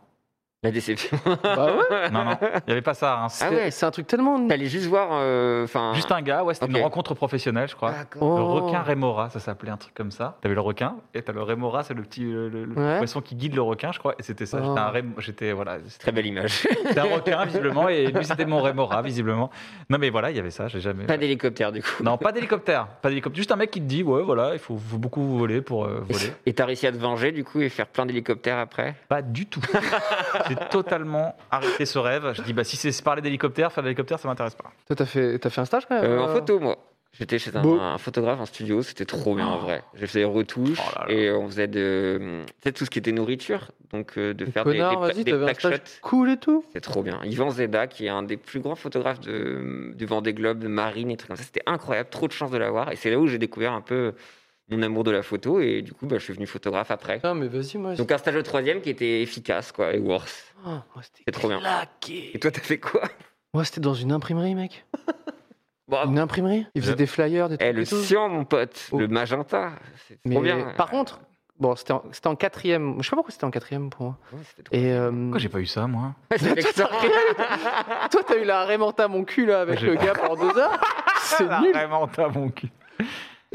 Speaker 2: La déception.
Speaker 3: Bah ouais.
Speaker 1: Non, non, il n'y avait pas ça. hein.
Speaker 2: Ah ouais.
Speaker 3: C'est un truc tellement.
Speaker 2: T'allais juste voir. euh, Enfin.
Speaker 1: Juste un gars, ouais, c'était
Speaker 2: Ok.
Speaker 1: une rencontre professionnelle, je crois.
Speaker 2: Ah, d'accord.
Speaker 3: Oh.
Speaker 1: Le requin rémora, ça s'appelait un truc comme ça. T'avais le requin et t'as le rémora, c'est le petit le, le- le
Speaker 3: Ouais.
Speaker 1: poisson qui guide le requin, je crois. Et c'était ça.
Speaker 3: Oh.
Speaker 1: J'étais un rémo- j'étais voilà, c'était
Speaker 2: Très belle image.
Speaker 1: c'était un requin visiblement et lui c'était mon rémora visiblement. Non mais voilà, il y avait ça. J'ai jamais.
Speaker 2: Pas d'hélicoptère du coup.
Speaker 1: Non, pas d'hélicoptère, pas d'hélicoptère. Juste un mec qui te dit ouais voilà, il faut, faut beaucoup voler pour euh, voler.
Speaker 2: Et t'as réussi à te venger du coup et faire plein d'hélicoptères après
Speaker 1: Pas du tout. J'ai totalement arrêté ce rêve. Je dis bah si c'est parler d'hélicoptère, faire de l'hélicoptère, ça m'intéresse pas.
Speaker 3: Toi, t'as fait, t'as fait un stage quand même
Speaker 2: Euh, En
Speaker 3: euh,
Speaker 2: photo, moi. J'étais chez un,
Speaker 3: Beau.
Speaker 2: un photographe en studio, c'était trop bien en vrai. J'ai fait des retouches
Speaker 1: Oh là là.
Speaker 2: et on faisait de. Tu sais, tout ce qui était nourriture. Donc euh, de
Speaker 3: mais
Speaker 2: faire des-
Speaker 3: Connard,
Speaker 2: des,
Speaker 3: vas-y,
Speaker 2: des
Speaker 3: t'avais un
Speaker 2: plaques
Speaker 3: stage
Speaker 2: shots.
Speaker 3: cool et tout.
Speaker 2: C'était trop bien. Yvan Zeda, qui est un des plus grands photographes de, du Vendée Globe, de marine et trucs comme ça. C'était incroyable, trop de chance de l'avoir. Et c'est là où j'ai découvert un peu mon amour de la photo. Et du coup, bah, je suis venu photographe après.
Speaker 3: Putain, mais vas-y, moi.
Speaker 2: Donc un stage au troisième qui était efficace, quoi, et worse.
Speaker 3: Oh, moi, c'était
Speaker 2: C'est trop bien.
Speaker 3: claqué.
Speaker 2: Et toi, t'as fait quoi
Speaker 3: Moi, c'était dans une imprimerie, mec.
Speaker 2: Bravo.
Speaker 3: Une imprimerie. Ils faisaient
Speaker 1: Je-
Speaker 3: des flyers, des trucs.
Speaker 2: Eh, Ah. le
Speaker 3: et tout.
Speaker 2: cyan, mon pote,
Speaker 3: Oh.
Speaker 2: le magenta, c'est
Speaker 3: Mais
Speaker 2: trop bien.
Speaker 3: par contre, bon, c'était en, c'était en quatrième. Je sais pas pourquoi c'était en quatrième pour moi.
Speaker 2: Ouais, c'était trop
Speaker 3: Et euh,
Speaker 1: Pourquoi j'ai pas eu ça moi
Speaker 2: C'est
Speaker 3: toi, t'as
Speaker 2: excellent.
Speaker 3: rien- toi, t'as eu la rémenta mon cul là avec
Speaker 1: J'ai
Speaker 3: le
Speaker 1: pas-
Speaker 3: gars pendant deux heures. C'est nul.
Speaker 1: Ah, bah, Vraiment t'as mon cul.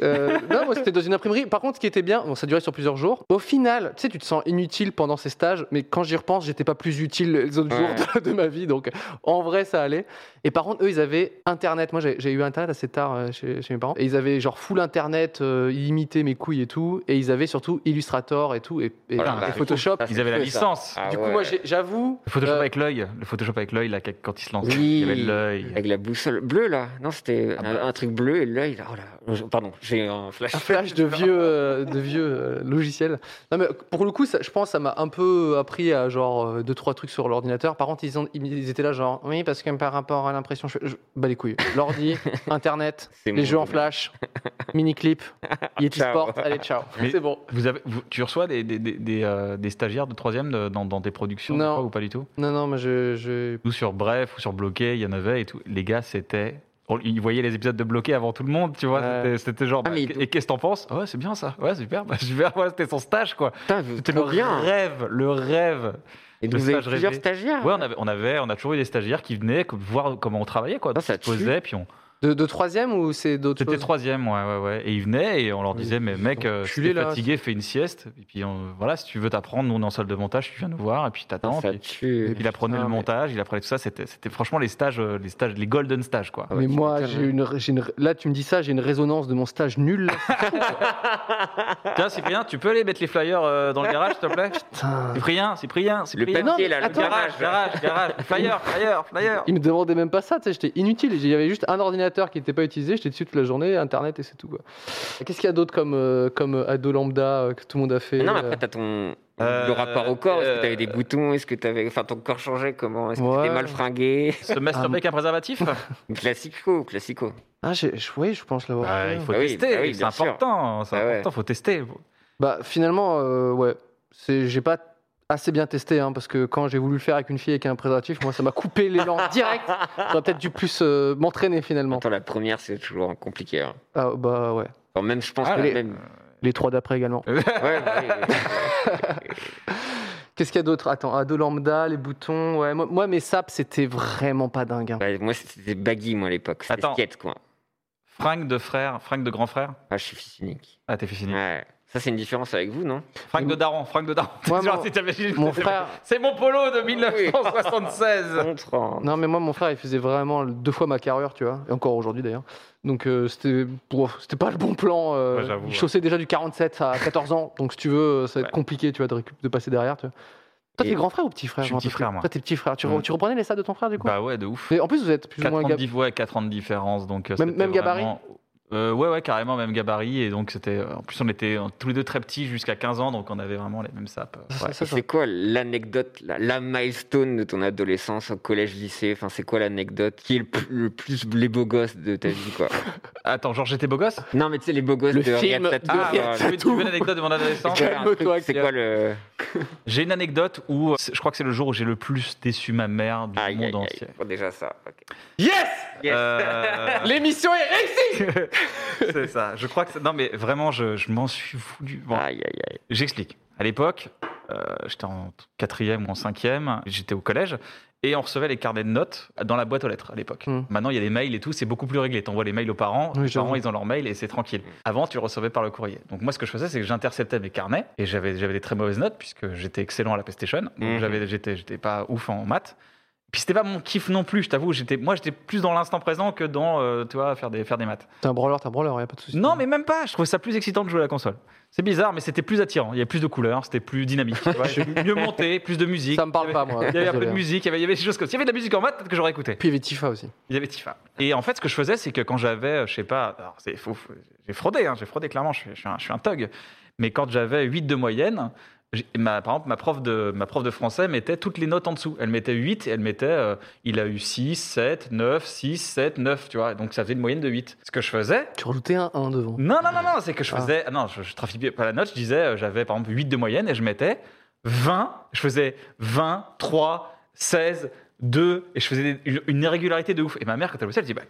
Speaker 3: Euh, non, moi c'était dans une imprimerie. Par contre, ce qui était bien, bon, ça durait sur plusieurs jours. Au final, tu sais, tu te sens inutile pendant ces stages, mais quand j'y repense, j'étais pas plus utile les autres
Speaker 2: Ouais.
Speaker 3: jours de, de ma vie. Donc, en vrai, ça allait. Et par contre, eux, ils avaient internet. Moi, j'ai j'ai eu internet assez tard euh, chez, chez mes parents. Et ils avaient genre full internet, euh, ils imitaient mes couilles et tout. Et ils avaient surtout Illustrator et tout et, et-
Speaker 2: Oh là
Speaker 3: et
Speaker 2: là, c'est
Speaker 3: Photoshop.
Speaker 2: fou. Ah,
Speaker 1: Ils avaient la
Speaker 2: c'est fou, ça.
Speaker 1: licence.
Speaker 2: Ah
Speaker 3: du coup,
Speaker 2: ouais.
Speaker 3: moi, j'ai- j'avoue.
Speaker 1: Le Photoshop
Speaker 3: euh,
Speaker 1: avec l'œil, le Photoshop avec l'œil là quand il se lance,
Speaker 2: Oui.
Speaker 1: il y avait l'œil.
Speaker 2: Avec la boussole bleue, là. Non, c'était
Speaker 1: Ah
Speaker 2: un,
Speaker 3: bah.
Speaker 2: un truc bleu et l'œil. là. Oh là. Je- Pardon, j'ai un flash.
Speaker 3: un flash de vieux, euh, de vieux euh, logiciels. Non, mais pour le coup, ça- je pense ça m'a un peu appris à genre euh, deux trois trucs sur l'ordinateur. Par contre, ils, ont- ils étaient là genre oui parce que par rapport à l'impression, je, je bats les couilles. L'ordi, internet,
Speaker 2: C'est
Speaker 3: les
Speaker 2: mon
Speaker 3: jeux en
Speaker 2: domaine.
Speaker 3: flash, mini clip, Yeti
Speaker 2: Ciao.
Speaker 3: Sport, allez ciao,
Speaker 1: Mais-
Speaker 3: c'est bon.
Speaker 1: Vous avez, vous- tu reçois des, des, des, des, euh, des stagiaires de troisième de- dans, dans des productions des
Speaker 3: Non.
Speaker 1: fois, ou pas du tout
Speaker 3: Non non, mais je, je-
Speaker 1: Ou sur Bref ou sur Bloqué, il y en avait et tout. Les gars, c'était. on- Ils voyaient les épisodes de Bloqué avant tout le monde, tu vois.
Speaker 3: Ouais.
Speaker 1: C'était- C'était genre.
Speaker 2: Ah,
Speaker 1: bah,
Speaker 2: mais
Speaker 1: et qu'est-ce que t'en penses Ouais, c'est bien ça. Ouais, super. Bah, super. Ouais, c'était son stage, quoi.
Speaker 2: Putain, vous-
Speaker 1: C'était
Speaker 2: trop
Speaker 1: le
Speaker 2: bien.
Speaker 1: rêve, le rêve.
Speaker 2: Et
Speaker 1: le
Speaker 2: donc, vous avez
Speaker 1: stage
Speaker 2: plusieurs
Speaker 1: rêvé.
Speaker 2: stagiaires.
Speaker 1: Ouais, on avait, on avait, on a toujours eu des stagiaires qui venaient comme voir comment on travaillait, quoi.
Speaker 2: Ah, ça
Speaker 1: Ils se posaient, puis on.
Speaker 3: de, de troisième ou c'est d'autres
Speaker 1: C'était
Speaker 3: choses
Speaker 1: troisième, ouais, ouais, ouais. Et ils venaient et on leur disait, mais mec, euh, si
Speaker 3: enculés,
Speaker 1: t'es
Speaker 3: là,
Speaker 1: fatigué, fais une sieste. Et puis on- voilà, si tu veux t'apprendre, nous on est en salle de montage, tu viens nous voir et puis t'attends.
Speaker 2: Putain, Ah, ça
Speaker 1: Puis-
Speaker 2: tue.
Speaker 1: Il apprenait
Speaker 3: Putain,
Speaker 1: le
Speaker 3: mais-
Speaker 1: montage, il apprenait tout ça. C'était c'était franchement les stages, euh, les stages, les golden stages, quoi.
Speaker 2: Ah ouais,
Speaker 3: mais
Speaker 2: tu
Speaker 3: moi,
Speaker 2: m'étonnes,
Speaker 3: j'ai
Speaker 2: hein.
Speaker 3: une, j'ai une- là tu me dis ça, j'ai une résonance de mon stage nul.
Speaker 1: Tiens, Cyprien, tu peux aller mettre les flyers euh, dans le garage, s'il te plaît
Speaker 3: Putain.
Speaker 1: Cyprien, Cyprien,
Speaker 2: Le
Speaker 1: Cyprien.
Speaker 3: Non,
Speaker 2: papier,
Speaker 3: mais
Speaker 2: là, le
Speaker 3: attends.
Speaker 2: garage. là.
Speaker 1: Garage, garage, flyer, flyer, flyer.
Speaker 3: Ils me demandaient même pas ça, tu sais, j'étais inutile. Il y avait juste un ordinateur qui n'était pas utilisé, j'étais dessus toute la journée, internet et c'est tout. quoi. Qu'est-ce qu'il y a d'autre comme, euh, comme ado lambda euh, que tout le monde a fait
Speaker 2: Non, mais
Speaker 3: euh,
Speaker 2: après, t'as ton.
Speaker 1: Euh,
Speaker 2: le rapport au corps, est-ce que t'avais des
Speaker 1: euh,
Speaker 2: boutons Est-ce que t'avais. Enfin, ton corps changeait comment Est-ce que
Speaker 3: Ouais.
Speaker 2: t'étais mal fringué
Speaker 1: Se masturber avec un préservatif
Speaker 2: Ah, Classico, classico.
Speaker 3: Ah, j'ai- je- oui, je pense l'avoir
Speaker 1: Bah,
Speaker 3: fait.
Speaker 1: Il faut
Speaker 2: Bah oui,
Speaker 1: tester,
Speaker 2: bah oui,
Speaker 1: c'est
Speaker 2: bien sûr.
Speaker 1: important. C'est
Speaker 2: Bah ouais.
Speaker 1: important, faut tester.
Speaker 3: Bah, finalement, euh, ouais, c'est, j'ai pas assez bien testé, hein, parce que quand j'ai voulu le faire avec une fille avec un préservatif, moi, ça m'a coupé l'élan direct. J'aurais peut-être dû plus euh, m'entraîner finalement.
Speaker 2: Attends, la première, c'est toujours compliqué. hein.
Speaker 3: Ah, bah ouais.
Speaker 2: Enfin, même, je pense
Speaker 1: Ah,
Speaker 2: que
Speaker 3: les-
Speaker 2: même.
Speaker 3: Les trois d'après également.
Speaker 2: Ouais, bah oui, oui.
Speaker 3: Qu'est-ce qu'il y a d'autre Attends, ado lambda, les boutons. Ouais, moi, moi, mes saps, c'était vraiment pas dingue. hein.
Speaker 2: Ouais, moi, c'était baggy, moi, à l'époque. C'était
Speaker 1: Attends.
Speaker 2: skate, quoi.
Speaker 1: Franck de frère, Franck de grand frère.
Speaker 2: Ah, je suis fils unique.
Speaker 1: Ah, t'es fait
Speaker 3: Mmh.
Speaker 1: finir.
Speaker 2: Ouais. Ça, c'est une différence avec vous, non
Speaker 1: Franck de Daron, Franck de Daron.
Speaker 3: Moi,
Speaker 1: Genre,
Speaker 3: mon-
Speaker 1: si t'avais-
Speaker 3: Mon frère,
Speaker 1: C'est mon polo
Speaker 2: Ah
Speaker 1: de 1976.
Speaker 2: Contre, en-
Speaker 3: Non, mais moi, mon frère, il faisait vraiment deux fois ma carrière, tu vois, et encore aujourd'hui d'ailleurs. Donc, euh, c'était bon, c'était pas le bon plan. euh,
Speaker 1: Ouais, j'avoue,
Speaker 3: il
Speaker 1: ouais.
Speaker 3: chaussait déjà du 47 à 14 ans, donc si tu veux, euh, ça va être
Speaker 1: Ouais.
Speaker 3: compliqué, tu vois, de, récup- de passer derrière. Tu vois. Toi,
Speaker 2: Et-
Speaker 3: t'es grand frère ou petit frère
Speaker 1: Je suis
Speaker 3: m'en
Speaker 1: petit
Speaker 3: rappelle plus.
Speaker 1: frère, moi.
Speaker 3: Toi, t'es petit frère. Tu,
Speaker 1: Ouais.
Speaker 3: tu reprenais les sacs de ton frère, du coup
Speaker 1: Bah ouais, de ouf.
Speaker 3: Mais en plus, vous êtes plus
Speaker 1: 4
Speaker 3: ou moins
Speaker 1: ans, de
Speaker 3: gap-
Speaker 1: dif- ouais, quatre ans de différence. Donc, euh,
Speaker 3: Même-
Speaker 1: c'était
Speaker 3: même gabarit
Speaker 1: vraiment- Euh, Ouais, ouais, carrément, même gabarit. Et donc, c'était. En plus, on était euh, tous les deux très petits jusqu'à 15 ans, donc on avait vraiment les mêmes sapes.
Speaker 3: Ça,
Speaker 1: Ouais.
Speaker 3: ça, ça.
Speaker 2: C'est quoi l'anecdote, la, la milestone de ton adolescence au collège, lycée Enfin, c'est quoi l'anecdote qui est le, plus- le plus les beaux gosses de ta vie, quoi
Speaker 1: Attends, genre, j'étais beau gosse
Speaker 2: Non, mais tu sais, les beaux gosses
Speaker 3: Le
Speaker 2: de Harriet
Speaker 3: film
Speaker 2: Tatoeur,
Speaker 1: Ah,
Speaker 2: quoi.
Speaker 1: ouais, tu veux- tu veux une anecdote de mon adolescence
Speaker 2: C'est quoi un truc-
Speaker 3: Calme-toi,
Speaker 2: C'est quoi le.
Speaker 1: J'ai une anecdote où euh, c'est- je crois que c'est le jour où j'ai le plus déçu ma mère du
Speaker 2: Aïe, aïe, aïe.
Speaker 1: monde entier.
Speaker 2: Bon, déjà ça. ok.
Speaker 3: Yes
Speaker 2: Yes.
Speaker 1: Euh,
Speaker 3: L'émission est réussie
Speaker 1: c'est ça. Je crois que c'est- non, mais vraiment, je, je m'en suis voulu. Bon,
Speaker 2: Aïe, aïe, aïe.
Speaker 1: J'explique. À l'époque, Euh, j'étais en quatrième ou en cinquième, j'étais au collège, et on recevait les carnets de notes dans la boîte aux lettres à l'époque.
Speaker 3: Mm.
Speaker 1: Maintenant, il y a les mails et tout, c'est beaucoup plus réglé. T'envoies les mails aux parents,
Speaker 3: Oui,
Speaker 1: les
Speaker 3: j'avoue.
Speaker 1: parents, ils ont leur mail et c'est tranquille. Avant, tu le recevais par le courrier. Donc moi, ce que je faisais, c'est que j'interceptais mes carnets, et j'avais j'avais des très mauvaises notes, puisque j'étais excellent à la PlayStation, donc
Speaker 2: Mhm.
Speaker 1: j'avais- j'étais j'étais pas ouf en maths. Puis c'était pas mon kiff non plus, je t'avoue. J'étais, moi, j'étais plus dans l'instant présent que dans, euh, tu vois, faire des, faire des maths.
Speaker 3: T'es un brawler, t'es un brawler, y a pas de souci.
Speaker 1: Non, mais même pas. Je trouvais ça plus excitant de jouer à la console. C'est bizarre, mais c'était plus attirant. Il y avait plus de couleurs, c'était plus dynamique. tu vois. C'était mieux monté, plus de musique.
Speaker 3: ça me parle pas, moi.
Speaker 1: Il y avait un peu de
Speaker 3: Désolé. hein.
Speaker 1: musique, il y avait, il y avait des choses comme ça. Il y avait de la musique en maths, peut-être que j'aurais écouté.
Speaker 3: Puis il y avait Tifa aussi.
Speaker 1: Il y avait Tifa. Et en fait, ce que je faisais, c'est que quand j'avais, euh, je sais pas, alors c'est faux, faux, j'ai fraudé, hein, j'ai fraudé clairement, je suis, je suis un, je suis un thug. Mais quand j'avais 8 de moyenne, j'ai- ma, par exemple, ma prof, de, ma prof de français mettait toutes les notes en dessous. Elle mettait 8 et elle mettait, euh, il a eu 6, 7, 9, 6, 7, 9, tu vois. Donc ça faisait une moyenne de 8. Ce que je faisais,
Speaker 3: Tu rajoutais un 1 devant.
Speaker 1: non, non, non, non, c'est que je
Speaker 3: Ah.
Speaker 1: faisais. ah Non, je, je trafiquais pas la note, je disais, euh, j'avais par exemple 8 de moyenne et je mettais 20, je faisais 20, 3, 16, 2, et je faisais des- une, une irrégularité de ouf. Et ma mère, quand elle bossait, elle dit, bah,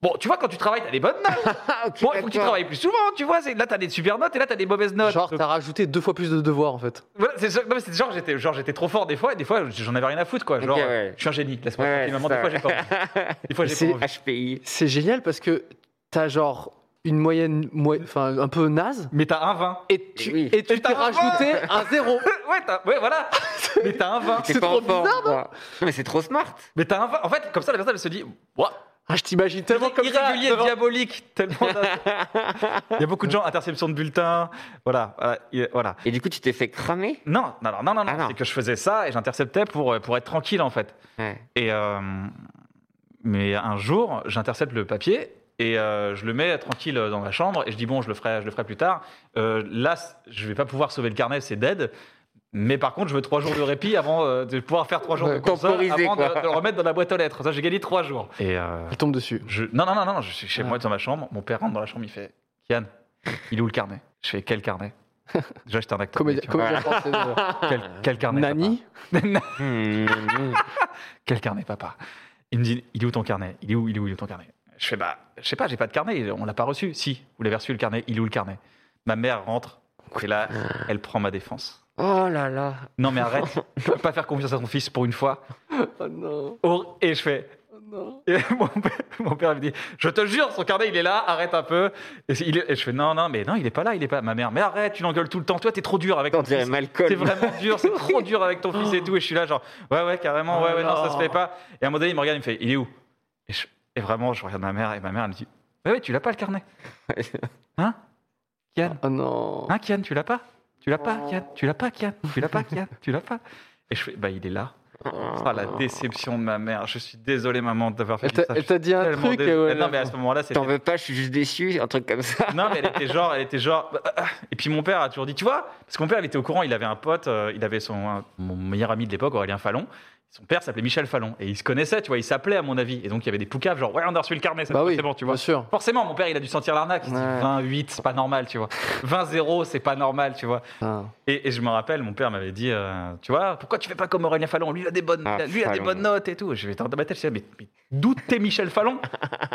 Speaker 1: bon, tu vois, quand tu travailles, t'as des bonnes notes.
Speaker 2: Ah, ok,
Speaker 1: Bon, il faut que tu
Speaker 2: d'accord.
Speaker 1: travailles plus souvent, tu vois. c'est- Là, t'as des super notes et là, t'as des mauvaises notes.
Speaker 3: Genre,
Speaker 1: Donc,
Speaker 3: t'as rajouté deux fois plus de devoirs en fait.
Speaker 1: voilà, c'est ça- non, mais c'est genre, j'étais, genre, j'étais trop fort des fois, et des fois, j'en avais rien à foutre, quoi.
Speaker 2: Ok,
Speaker 1: Genre,
Speaker 2: ouais.
Speaker 1: euh, je suis un génie, laisse-moi
Speaker 2: Ouais,
Speaker 1: tranquille, maman, des
Speaker 2: ça.
Speaker 1: fois, j'ai pas envie. Des fois, j'ai
Speaker 3: C'est-
Speaker 1: pas envie.
Speaker 2: HPI.
Speaker 3: C'est génial parce que t'as genre une moyenne, mo- enfin un peu naze,
Speaker 1: Mais t'as un 20.
Speaker 3: et tu
Speaker 2: Oui.
Speaker 3: et tu
Speaker 1: Et
Speaker 3: t'es
Speaker 1: t'as
Speaker 3: rajouté un zéro.
Speaker 1: Ouais, t'as- ouais, voilà. mais t'as un 20.
Speaker 2: T'es
Speaker 3: C'est
Speaker 2: pas
Speaker 3: trop
Speaker 2: en forme,
Speaker 3: bizarre,
Speaker 2: quoi. Non, mais c'est trop smart.
Speaker 1: Mais t'as un 20. En fait, comme ça, la personne, elle se dit, Ouah,
Speaker 3: Ah, je t'imagine tellement comme ça.
Speaker 1: irrégulier,
Speaker 3: devant-
Speaker 1: diabolique, tellement. Il y a beaucoup de gens, interception de bulletin, voilà, voilà, il- voilà.
Speaker 2: Et du coup, tu t'es fait cramer
Speaker 1: Non, non, non, non, non,
Speaker 2: Ah, non.
Speaker 1: c'est que je faisais ça et j'interceptais pour, euh, pour être tranquille en fait.
Speaker 2: Ouais.
Speaker 1: Et euh, mais un jour, j'intercepte le papier et euh, je le mets tranquille dans ma chambre et je dis bon, je le ferai, je le ferai plus tard. Euh, là, c- je vais pas pouvoir sauver le carnet, c'est dead. Mais par contre, je veux trois jours de répit avant euh, de pouvoir faire trois jours de
Speaker 3: Ouais,
Speaker 1: console
Speaker 2: temporiser,
Speaker 1: avant
Speaker 2: quoi.
Speaker 1: de, de le remettre dans la boîte aux lettres. Ça, j'ai gagné trois jours. Et euh,
Speaker 3: Il tombe dessus.
Speaker 1: je- Non, non, non, non, je suis chez
Speaker 3: Ah.
Speaker 1: moi dans ma chambre. Mon père rentre dans la chambre, il fait Kian, il est où le carnet Je fais Quel carnet Déjà, j'étais un acteur.
Speaker 3: Comédien,
Speaker 1: tu vois.
Speaker 3: comédien français. d'ailleurs.
Speaker 1: Quel, quel carnet papa
Speaker 3: Nani,
Speaker 2: Hmm, hmm.
Speaker 1: Quel carnet, papa Il me dit Il est où ton carnet Il est où Il est où Il est où ton carnet Je fais Bah, je sais pas, j'ai pas de carnet, on l'a pas reçu. Si, vous l'avez reçu le carnet, il est où le carnet Ma mère rentre, et là,
Speaker 3: Ah.
Speaker 1: elle prend ma défense.
Speaker 2: Oh là là.
Speaker 1: Non, mais arrête, je peux pas faire confiance à ton fils pour une fois.
Speaker 3: oh non,
Speaker 1: Or- Et je fais
Speaker 3: oh non.
Speaker 1: Et mon, père, mon père me dit Je te jure, son carnet, il est là, arrête un peu. Et, il est- et je fais Non, non, mais non, il est pas là, il est pas. là. Ma mère, mais arrête, tu l'engueules tout le temps. Toi, t'es trop dur avec
Speaker 2: On
Speaker 1: ton
Speaker 2: dirait
Speaker 1: fils.
Speaker 2: Malcolm.
Speaker 1: C'est vraiment dur, c'est trop dur avec ton fils et tout. Et je suis là, genre, ouais, ouais, carrément, ouais, ouais, non, ça se fait pas. Et à un moment donné, il me regarde, il me fait Il est où et, je- et vraiment, je regarde ma mère et ma mère, elle me dit Ouais, ouais, tu l'as pas le carnet. Hein Kian
Speaker 3: Oh non.
Speaker 1: Hein, Kian, tu l'as pas Tu l'as pas, Kian Tu l'as pas, Kian Tu l'as pas, Kian Tu l'as pas Et je fais Bah, il est là. Ah, la déception de ma mère. Je suis désolé, maman, d'avoir fait
Speaker 3: Elle t'a-
Speaker 1: ça.
Speaker 3: elle t'a dit un
Speaker 1: Tellement
Speaker 3: truc. euh,
Speaker 1: désolé. Eh,
Speaker 3: et ouais,
Speaker 1: non, mais à ce moment-là, c'était.
Speaker 2: T'en veux pas, je suis juste déçu, un truc comme ça.
Speaker 1: Non, mais elle était genre, elle était genre. bah, ah, ah. Et puis mon père a toujours dit, tu vois, parce que mon père, il était au courant, il avait un pote, euh, il avait son un- mon meilleur ami de l'époque, Aurélien Fallon. Son père s'appelait Michel Fallon et ils se connaissaient, tu vois, ils s'appelaient à mon avis. Et donc il y avait des poucaves, genre, ouais, on a reçu le carnet, c'est
Speaker 3: Bah oui,
Speaker 1: bon, tu vois.
Speaker 3: bien sûr.
Speaker 1: Forcément, mon père, il a dû sentir l'arnaque. Il se dit
Speaker 3: Ouais.
Speaker 1: 28, c'est pas normal, tu vois. 20-0, c'est pas normal, tu vois.
Speaker 3: Ah.
Speaker 1: Et, et je me rappelle, mon père m'avait dit, euh, tu vois, pourquoi tu fais pas comme Aurélien Fallon Lui, il a des bonnes,
Speaker 2: Ah,
Speaker 1: lui, il a des
Speaker 2: Fallon.
Speaker 1: bonnes notes et tout. Je vais dans ma tête, je disais, mais, mais d'où t'es Michel Fallon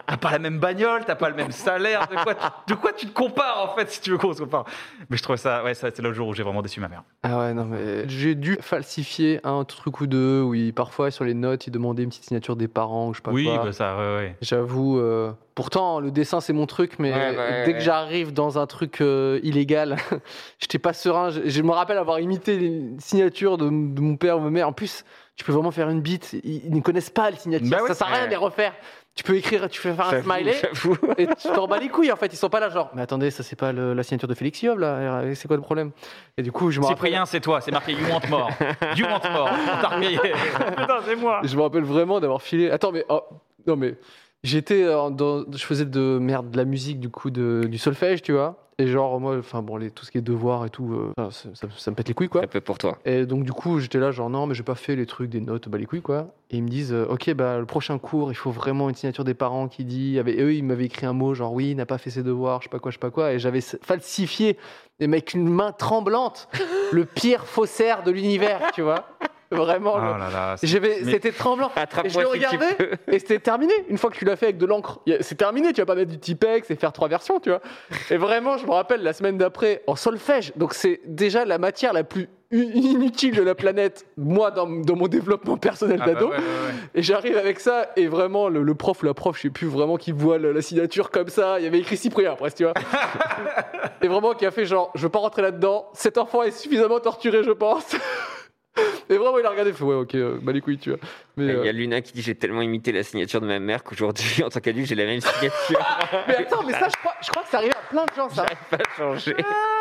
Speaker 1: T'as pas la même bagnole, t'as pas le même salaire. De quoi, tu, de quoi tu te compares en fait, si tu veux qu'on se compare Mais je trouve ça, ouais, ça c'est le jour où j'ai vraiment déçu ma mère.
Speaker 3: Ah ouais, non, mais j'ai dû falsifier un truc ou deux. Oui, parfois sur les notes, ils demandaient une petite signature des parents ou je sais pas
Speaker 1: oui,
Speaker 3: quoi.
Speaker 1: bah, ça, ouais, ouais.
Speaker 3: J'avoue. euh, Pourtant, le dessin, c'est mon truc, mais
Speaker 2: Ouais, bah ouais,
Speaker 3: dès
Speaker 2: ouais.
Speaker 3: que j'arrive dans un truc euh, illégal, j'étais pas serein. Je, je me rappelle avoir imité les signatures de, de mon père ou ma mère. En plus, tu peux vraiment faire une bite. Ils, ils ne connaissent pas les signatures.
Speaker 1: Bah ouais.
Speaker 3: Ça sert à rien de les refaire. Tu peux écrire, tu fais faire un
Speaker 2: J'avoue,
Speaker 3: smiley.
Speaker 2: j'avoue.
Speaker 3: Et tu t'en bats les couilles en fait, ils sont pas là genre Mais attendez, ça c'est pas le- la signature de Félix Yob là, euh, c'est quoi le problème Et du coup, je me rappelle,
Speaker 1: Cyprien, c'est toi, c'est marqué You Want More. You Want More. On t'a remis. Putain, c'est moi.
Speaker 3: Ah. je me rappelle vraiment d'avoir filé. Attends, mais oh, non, mais j'étais euh, dans. Je faisais de merde de la musique, du coup, de, du solfège, tu vois. Et genre, moi, enfin bon, les, tout ce qui est devoirs et tout, euh, enfin, ça, ça- ça me pète les couilles quoi.
Speaker 2: Un peu pour toi.
Speaker 3: Et donc, du coup, j'étais là, genre, non, mais j'ai pas fait les trucs des notes, bah les couilles, quoi. Et ils me disent, euh, ok, bah le prochain cours, il faut vraiment une signature des parents qui dit. avec- Et eux, ils m'avaient écrit un mot, genre, oui, il n'a pas fait ses devoirs, je sais pas quoi, je sais pas quoi. Et j'avais s- falsifié, mais avec une main tremblante, le pire faussaire de l'univers, tu vois. Vraiment.
Speaker 1: Oh
Speaker 3: le-
Speaker 1: là là. c'est-
Speaker 3: J'avais-
Speaker 1: mais-
Speaker 3: C'était tremblant. Et je
Speaker 2: Attrape-moi
Speaker 3: le
Speaker 2: si tu
Speaker 3: regardais
Speaker 2: peux.
Speaker 3: et c'était terminé. Une fois que tu l'as fait avec de l'encre, y a- c'est terminé. Tu vas pas mettre du Tipex et faire trois versions, tu vois. Et vraiment, je me rappelle la semaine d'après en solfège. Donc c'est déjà la matière la plus i- inutile de la planète, moi, dans, dans mon développement personnel
Speaker 1: Ah bah
Speaker 3: d'ado.
Speaker 1: ouais, ouais, ouais.
Speaker 3: Et j'arrive avec ça, et vraiment, le, le prof, la prof, je sais plus vraiment qui voit le- la signature comme ça. Il y avait écrit Cyprien, presque, tu vois. et vraiment, qui a fait genre, je veux pas rentrer là-dedans. Cet enfant est suffisamment torturé, je pense. et vraiment, il a regardé, il fait, ouais, ok, euh, bah les couilles, tu vois. Mais,
Speaker 2: Il y
Speaker 3: euh,
Speaker 2: a Luna qui dit J'ai tellement imité la signature de ma mère qu'aujourd'hui, en tant qu'adulte, j'ai la même signature.
Speaker 3: mais attends, mais ça, je crois, je crois que ça arrivait à plein de gens, ça.
Speaker 2: pas changé.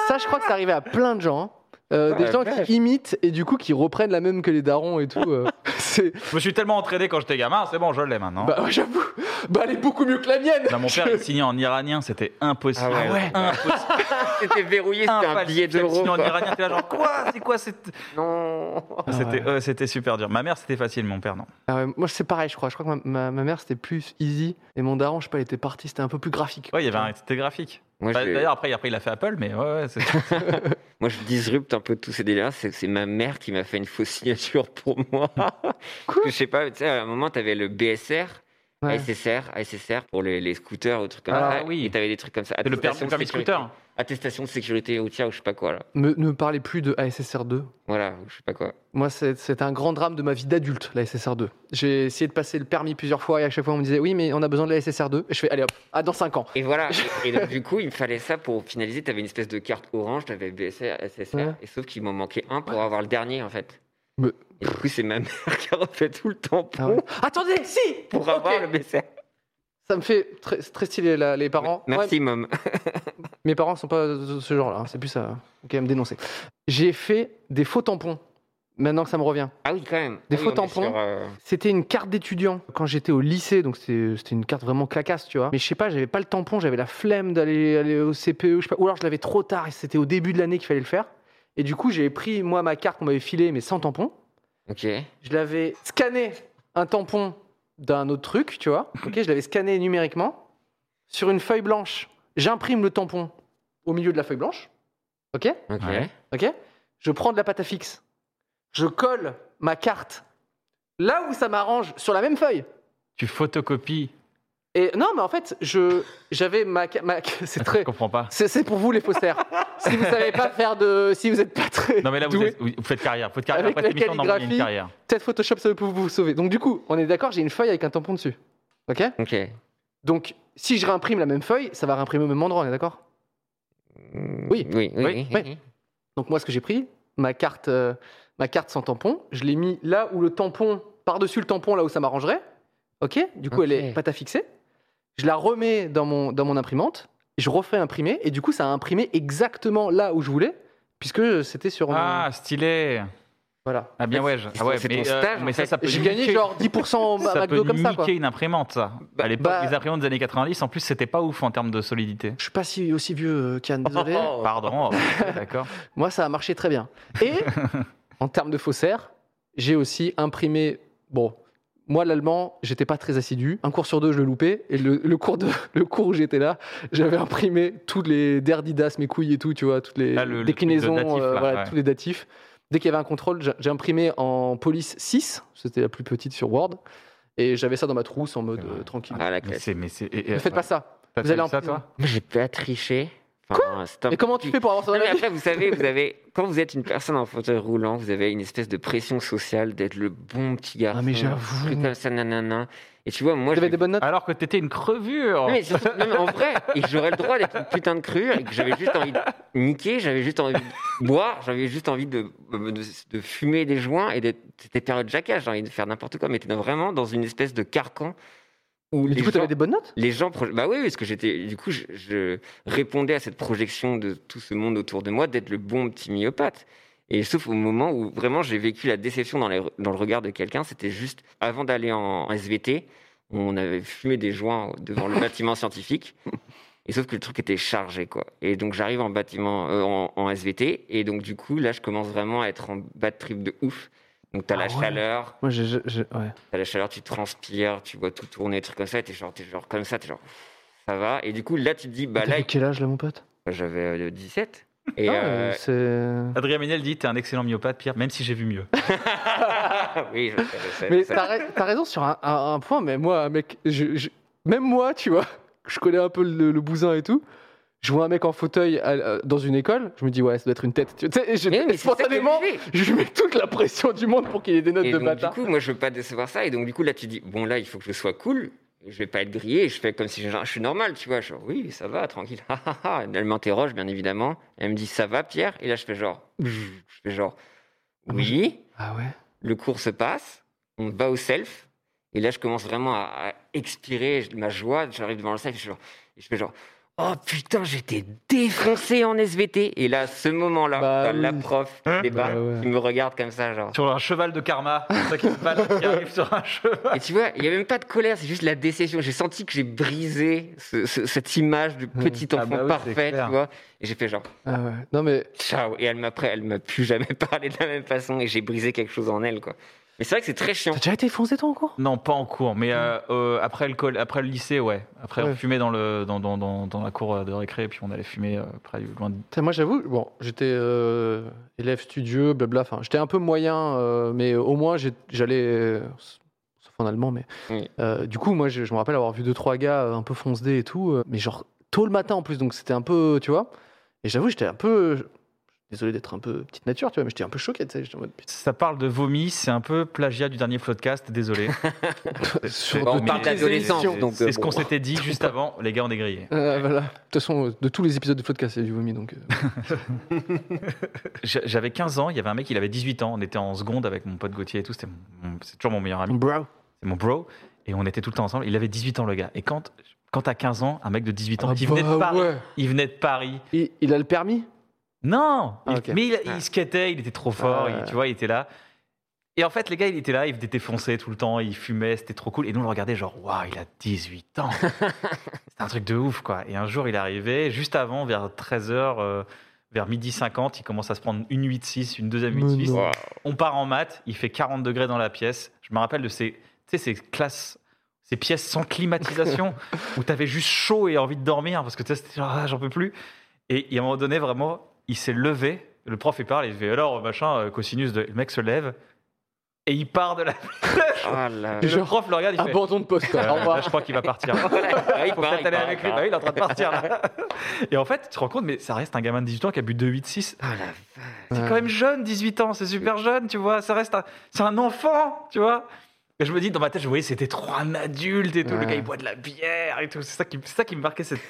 Speaker 3: Ça, je crois que ça arrivait à plein de gens. hein. Euh,
Speaker 2: Ah,
Speaker 3: des
Speaker 2: la
Speaker 3: gens
Speaker 2: vache.
Speaker 3: qui imitent et du coup qui reprennent la même que les darons et tout. euh, c'est
Speaker 1: Je me suis tellement entraîné quand j'étais gamin, c'est bon, je l'ai maintenant.
Speaker 3: bah ouais, j'avoue, bah elle est beaucoup mieux que la mienne.
Speaker 1: Non, mon père, il signait en iranien, c'était impossible.
Speaker 2: Ah ouais.
Speaker 1: Impossible.
Speaker 2: C'était verrouillé, c'était un billet
Speaker 1: Infallible. Ça me
Speaker 2: d'euro.
Speaker 1: signait en
Speaker 2: quoi.
Speaker 1: iranien, t'es là genre quoi C'est quoi cette-
Speaker 2: Non.
Speaker 3: Oh,
Speaker 1: C'était euh, c'était super dur. Ma mère, c'était facile, mon père, non.
Speaker 3: Ah ouais, moi c'est pareil, je crois. Je crois que ma, ma- ma mère c'était plus easy et mon daron, je sais pas, il était parti, c'était un peu plus graphique.
Speaker 1: Ouais, il y avait un... c'était graphique.
Speaker 2: Moi,
Speaker 1: Bah,
Speaker 2: je-
Speaker 1: D'ailleurs, après, après, il a fait Apple, mais ouais, ouais, c'est-
Speaker 2: Moi, je disrupte un peu tous ces délires. C'est c'est ma mère qui m'a fait une fausse signature pour moi. Parce que je sais pas, tu sais, à un moment, t'avais le BSR,
Speaker 3: Ouais.
Speaker 2: ASSR, ASSR pour les, les scooters ou trucs comme
Speaker 1: Ah
Speaker 2: ça.
Speaker 1: oui.
Speaker 2: Et t'avais des trucs comme ça.
Speaker 1: c'est le permis,
Speaker 2: Attestation
Speaker 1: le permis
Speaker 2: de sécurité-
Speaker 1: scooter.
Speaker 2: Attestation de sécurité routière ou je sais pas quoi, là.
Speaker 3: Me- ne parlez plus de ASSR2.
Speaker 2: Voilà, ou je sais pas quoi.
Speaker 3: Moi, c'est c'est un grand drame de ma vie d'adulte, la SSR2. J'ai essayé de passer le permis plusieurs fois et à chaque fois on me disait oui, mais on a besoin de la SSR2. Et je fais allez hop, à dans 5 ans.
Speaker 2: Et voilà. et, et donc, du coup, il me fallait ça pour finaliser. T'avais une espèce de carte orange, t'avais BSR, SSR.
Speaker 3: Ouais.
Speaker 2: Et sauf qu'il m'en manquait un pour avoir le dernier, en fait.
Speaker 3: Mais-
Speaker 2: Et du coup, c'est ma mère qui a refait tout le tampon
Speaker 3: Ah ouais. Attendez, si
Speaker 2: pour
Speaker 3: Ok.
Speaker 2: avoir le BSR.
Speaker 3: Ça me fait très, très stylé la- les parents. Ouais,
Speaker 2: Merci, mom.
Speaker 3: Mes parents sont pas de ce genre-là, hein, c'est plus ça. Ok, à me dénoncer. J'ai fait des faux tampons, maintenant que ça me revient.
Speaker 2: Ah oui, quand même.
Speaker 3: Des
Speaker 2: Ah oui,
Speaker 3: faux
Speaker 2: on est
Speaker 3: tampons.
Speaker 2: sur, euh,
Speaker 3: C'était une carte d'étudiant quand j'étais au lycée, donc c'était c'était une carte vraiment clacasse, tu vois. Mais je sais pas, j'avais pas le tampon, j'avais la flemme d'aller aller au CPE, je sais pas. Ou alors je l'avais trop tard et c'était au début de l'année qu'il fallait le faire. Et du coup, j'avais pris, moi, ma carte qu'on m'avait filée, mais sans tampon.
Speaker 2: Ok.
Speaker 3: Je l'avais scanné un tampon d'un autre truc, tu vois. Ok, je l'avais scanné numériquement sur une feuille blanche. J'imprime le tampon au milieu de la feuille blanche. Ok
Speaker 2: Ok.
Speaker 1: Ouais.
Speaker 3: Ok Je prends de la pâte à fixe. Je colle ma carte là où ça m'arrange sur la même feuille.
Speaker 1: Tu photocopies.
Speaker 3: Et non, mais en fait, je j'avais ma, ca- ma c'est
Speaker 1: Je
Speaker 3: très
Speaker 1: comprends pas.
Speaker 3: c'est c'est pour vous les posters. si vous savez pas faire de si vous êtes pas très
Speaker 1: Non, mais là, vous,
Speaker 3: doué,
Speaker 1: êtes- vous faites carrière. Vous faites carrière.
Speaker 3: Avec
Speaker 1: Après cette
Speaker 3: la
Speaker 1: émission, on envoie une
Speaker 3: calligraphie.
Speaker 1: carrière.
Speaker 3: peut-être Photoshop ça peut vous vous sauver. Donc du coup, on est d'accord, j'ai une feuille avec un tampon dessus. OK
Speaker 2: Ok.
Speaker 3: Donc si je réimprime la même feuille, ça va réimprimer au même endroit, on est d'accord Oui.
Speaker 2: Oui, oui, oui.
Speaker 3: oui. Donc moi, ce que j'ai pris, ma carte, euh, ma carte sans tampon, je l'ai mis là où le tampon, par-dessus le tampon, là où ça m'arrangerait. Ok Du coup,
Speaker 2: Ok.
Speaker 3: elle est pas à fixer. Je la remets dans mon, dans mon imprimante, je refais imprimer, et du coup, ça a imprimé exactement là où je voulais, puisque c'était sur mon-
Speaker 1: Ah, stylé.
Speaker 3: Voilà.
Speaker 1: Ah, bien, ouais. je- Ah, ouais
Speaker 2: c'est
Speaker 1: mais,
Speaker 2: ton
Speaker 1: euh,
Speaker 2: stage, en
Speaker 1: mais ça,
Speaker 2: fait.
Speaker 1: ça peut
Speaker 3: J'ai gagné
Speaker 1: niquer-
Speaker 3: genre 10% au
Speaker 1: ça
Speaker 3: McDo
Speaker 1: peut
Speaker 3: comme ça, quoi.
Speaker 1: niquer une imprimante, ça. à l'époque,
Speaker 3: bah-
Speaker 1: les imprimantes des années 90, en plus, c'était pas ouf en termes de solidité.
Speaker 3: Je suis pas si aussi vieux, euh, Kian, désolé.
Speaker 1: Pardon, oh, d'accord.
Speaker 3: Moi, ça a marché très bien. Et en termes de faussaires, j'ai aussi imprimé. Bon, moi, l'allemand, j'étais pas très assidu. Un cours sur deux, je le loupais. Et le, le cours, de, le cours où j'étais là, j'avais imprimé toutes les derdidas, mes couilles et tout, tu vois, toutes les
Speaker 1: Ah, le- le
Speaker 3: déclinaisons,
Speaker 1: truc de datif,
Speaker 3: euh,
Speaker 1: là,
Speaker 3: voilà,
Speaker 1: ouais.
Speaker 3: tous les datifs. Dès qu'il y avait un contrôle, j'ai- j'ai imprimé en police 6, c'était la plus petite sur Word. Et j'avais ça dans ma trousse en mode
Speaker 1: Ouais.
Speaker 3: euh, tranquille.
Speaker 2: Ah, la
Speaker 1: Mais
Speaker 2: classe.
Speaker 1: c'est. Mais c'est et- et-
Speaker 3: ne faites pas ça.
Speaker 1: T'as
Speaker 3: Vous allez
Speaker 1: fait
Speaker 3: en
Speaker 1: ça,
Speaker 3: prison.
Speaker 1: toi
Speaker 2: Moi, j'ai pas triché. Quoi
Speaker 3: Et comment tu fais pour avoir ça dans
Speaker 2: Non,
Speaker 3: la
Speaker 2: mais
Speaker 3: vie
Speaker 2: après, vous savez, vous avez, quand vous êtes une personne en fauteuil roulant, vous avez une espèce de pression sociale d'être le bon petit garçon.
Speaker 3: Ah, mais j'avoue.
Speaker 2: truc comme ça, nanana. Et tu vois, moi,
Speaker 3: Vous
Speaker 2: je.
Speaker 3: avez des bonnes notes
Speaker 1: Alors que t'étais une crevure.
Speaker 2: Non, mais surtout, non, mais en vrai, et que j'aurais le droit d'être une putain de crue, et que j'avais juste envie de niquer, j'avais juste envie de boire, j'avais juste envie de, de, de fumer des joints et d'être. C'était période jackage, j'avais envie de faire n'importe quoi, mais t'es vraiment dans une espèce de carcan où
Speaker 3: Mais
Speaker 2: les
Speaker 3: Du coup,
Speaker 2: gens-
Speaker 3: t'avais des bonnes notes
Speaker 2: les gens, proj- bah oui, oui, parce que j'étais, du coup, je, je répondais à cette projection de tout ce monde autour de moi d'être le bon petit myopathe. Et sauf au moment où vraiment j'ai vécu la déception dans, les- dans le regard de quelqu'un, c'était juste avant d'aller en SVT, on avait fumé des joints devant le bâtiment scientifique. Et sauf que le truc était chargé, quoi. Et donc j'arrive en bâtiment, euh, en, en SVT, et donc du coup là je commence vraiment à être en bad trip de ouf. Donc t'as
Speaker 3: Ah
Speaker 2: la
Speaker 3: ouais.
Speaker 2: chaleur,
Speaker 3: Moi, j'ai. j'ai- j'ai- ouais.
Speaker 2: T'as la chaleur, tu transpires, tu vois tout tourner, des trucs comme ça, et t'es genre, t'es genre comme ça, t'es genre, ça va. Et du coup, là, tu te dis, bah
Speaker 3: T'as
Speaker 2: là,
Speaker 3: vu quel âge, là, mon pote
Speaker 2: j'avais euh, 17. Et
Speaker 3: Ah,
Speaker 2: euh,
Speaker 3: euh,
Speaker 1: Adrien Méniel dit T'es un excellent myopathe, Pierre, même si j'ai vu mieux.
Speaker 2: ah oui, je sais, je sais,
Speaker 3: c'est-
Speaker 2: je
Speaker 3: Mais
Speaker 2: sais.
Speaker 3: t'as ra- t'as raison sur un, un- un point, mais moi, mec, je- je- même moi, tu vois, je connais un peu le, le bousin et tout. je vois un mec en fauteuil à- euh, dans une école, je me dis ouais, ça doit être une tête. Tu sais, et je-
Speaker 2: Mais oui, mais c'est ça que
Speaker 3: spontanément,
Speaker 2: je lui
Speaker 3: je lui mets toute la pression du monde pour qu'il ait des notes
Speaker 2: Et
Speaker 3: de
Speaker 2: donc, du
Speaker 3: bâtard.
Speaker 2: coup, moi, je veux pas décevoir ça. Et donc, du coup, là, tu dis, bon, là, il faut que je sois cool. Je vais pas être grillé. Je fais comme si je, je suis normal, tu vois. Genre, oui, ça va, tranquille. Ah, ah, ah. Elle m'interroge, bien évidemment. Elle me dit, ça va, Pierre Et là, je fais genre, je fais genre, oui.
Speaker 3: Ah ouais.
Speaker 2: Le cours se passe. On va au self. Et là, je commence vraiment à, à expirer je- ma joie. J'arrive devant le self. et je fais genre- et je fais genre, oh putain, j'étais défoncé en SVT. Et là, à ce moment-là,
Speaker 3: Bah
Speaker 2: t'as la
Speaker 3: oui.
Speaker 2: prof
Speaker 1: Hein
Speaker 2: qui débarque,
Speaker 3: Bah ouais.
Speaker 2: qui me regarde comme ça, genre.
Speaker 1: Sur un cheval de karma, c'est ça qui se passe, qui arrive sur un cheval.
Speaker 2: Et tu vois, il n'y a même pas de colère, c'est juste la déception. J'ai senti que j'ai brisé ce- ce- cette image de petit
Speaker 1: Ah
Speaker 2: enfant
Speaker 1: bah oui, c'est
Speaker 2: parfait,
Speaker 1: clair.
Speaker 2: tu vois. Et j'ai fait genre,
Speaker 3: Ah ouais. Non mais
Speaker 2: ciao. Et elle m'a après, elle m'a plus jamais parlé de la même façon et j'ai brisé quelque chose en elle, quoi. Mais c'est vrai que c'est très chiant.
Speaker 3: t'as déjà été foncé toi en cours
Speaker 1: Non, pas en cours, mais euh, euh, après, le col- après le lycée, ouais. Après,
Speaker 3: Ouais.
Speaker 1: on fumait dans, le, dans, dans, dans, dans la cour de récré, puis on allait fumer euh, près du loin de-
Speaker 3: Putain, Moi j'avoue, bon, j'étais euh, élève studieux, blabla. Enfin, j'étais un peu moyen, euh, mais au moins j'ai- j'allais. euh, sauf en allemand, mais.
Speaker 2: Oui.
Speaker 3: euh, du coup, moi je, je me rappelle avoir vu deux trois gars euh, un peu foncedés et tout, euh, mais genre tôt le matin en plus, donc c'était un peu, tu vois. Et j'avoue, j'étais un peu. Désolé d'être un peu petite nature, tu vois, mais j'étais un peu choqué, tu sais. J'étais en mode, putain,
Speaker 1: Ça parle de vomi, c'est un peu plagiat du dernier podcast, désolé. C'est-
Speaker 3: Sur
Speaker 1: c'est-
Speaker 3: de
Speaker 2: Bon, on
Speaker 1: mais
Speaker 2: parle
Speaker 3: toutes les
Speaker 2: d'adolescence,
Speaker 3: émissions.
Speaker 2: donc. euh,
Speaker 1: C'est ce qu'on
Speaker 2: s'est
Speaker 1: s'était dit juste avant, les gars, on est grillés.
Speaker 3: Euh, voilà. De toute façon, euh, de tous les épisodes de podcast, c'est du vomi, donc. euh,
Speaker 1: J'a- J'avais 15 ans, il y avait un mec, il avait 18 ans, on était en seconde avec mon pote Gauthier et tout, c'était mon- mon- c'est toujours mon meilleur ami.
Speaker 3: Bro.
Speaker 1: c'est mon bro, et on était tout le temps ensemble. Il avait 18 ans, le gars. Et quand, quand t'as 15 ans, un mec de 18 ans,
Speaker 3: Ah
Speaker 1: il, venait de
Speaker 3: bah
Speaker 1: Paris,
Speaker 3: ouais.
Speaker 1: il venait de Paris.
Speaker 3: Il, il a le permis
Speaker 1: Non
Speaker 3: Ah,
Speaker 1: il-
Speaker 3: ok.
Speaker 1: Mais il, il skatait, il était trop fort,
Speaker 3: Ah.
Speaker 1: il- tu vois, il était là. Et en fait, les gars, il était là, il était foncé tout le temps, il fumait, c'était trop cool. Et nous, on le regardait genre, waouh, il a 18 ans. c'était un truc de ouf, quoi. Et un jour, il est arrivé, juste avant, vers 13h, vers midi 50, il commence à se prendre une 8-6, une deuxième
Speaker 3: Mais
Speaker 1: 8-6.
Speaker 3: non.
Speaker 2: Oh,
Speaker 1: On part en maths, il fait 40 degrés dans la pièce. Je me rappelle de ces, tu sais, ces classes, ces pièces sans climatisation où t'avais juste chaud et envie de dormir parce que tu sais, c'était genre, ah, j'en peux plus. Et, et à un moment donné, vraiment, il s'est levé. Le prof, il parle, il fait alors, machin, euh, cosinus, de... le mec se lève et il part de la.
Speaker 2: oh
Speaker 1: Et le
Speaker 3: Genre,
Speaker 1: prof le regarde, il fait.
Speaker 3: Abandon de poste.
Speaker 1: euh,
Speaker 3: Au revoir.
Speaker 1: là, je crois qu'il va partir.
Speaker 2: il
Speaker 1: Faut
Speaker 2: part,
Speaker 1: peut-être
Speaker 2: il
Speaker 1: aller
Speaker 2: part,
Speaker 1: avec
Speaker 2: il part.
Speaker 1: lui. Bah oui, il est en train de partir là. Et en fait, tu te rends compte, mais ça reste un gamin de 18 ans qui a bu 2, 8, 6.
Speaker 2: Ah la
Speaker 1: C'est
Speaker 3: Ouais.
Speaker 1: quand même jeune, 18 ans, c'est super jeune, tu vois. Ça reste un, c'est un enfant, tu vois. Et je me dis, dans ma tête, je voyais, c'était trop un adulte et tout. Le
Speaker 3: Ouais.
Speaker 1: gars, il boit de la bière et tout. C'est ça qui, c'est ça qui me marquait. c'est-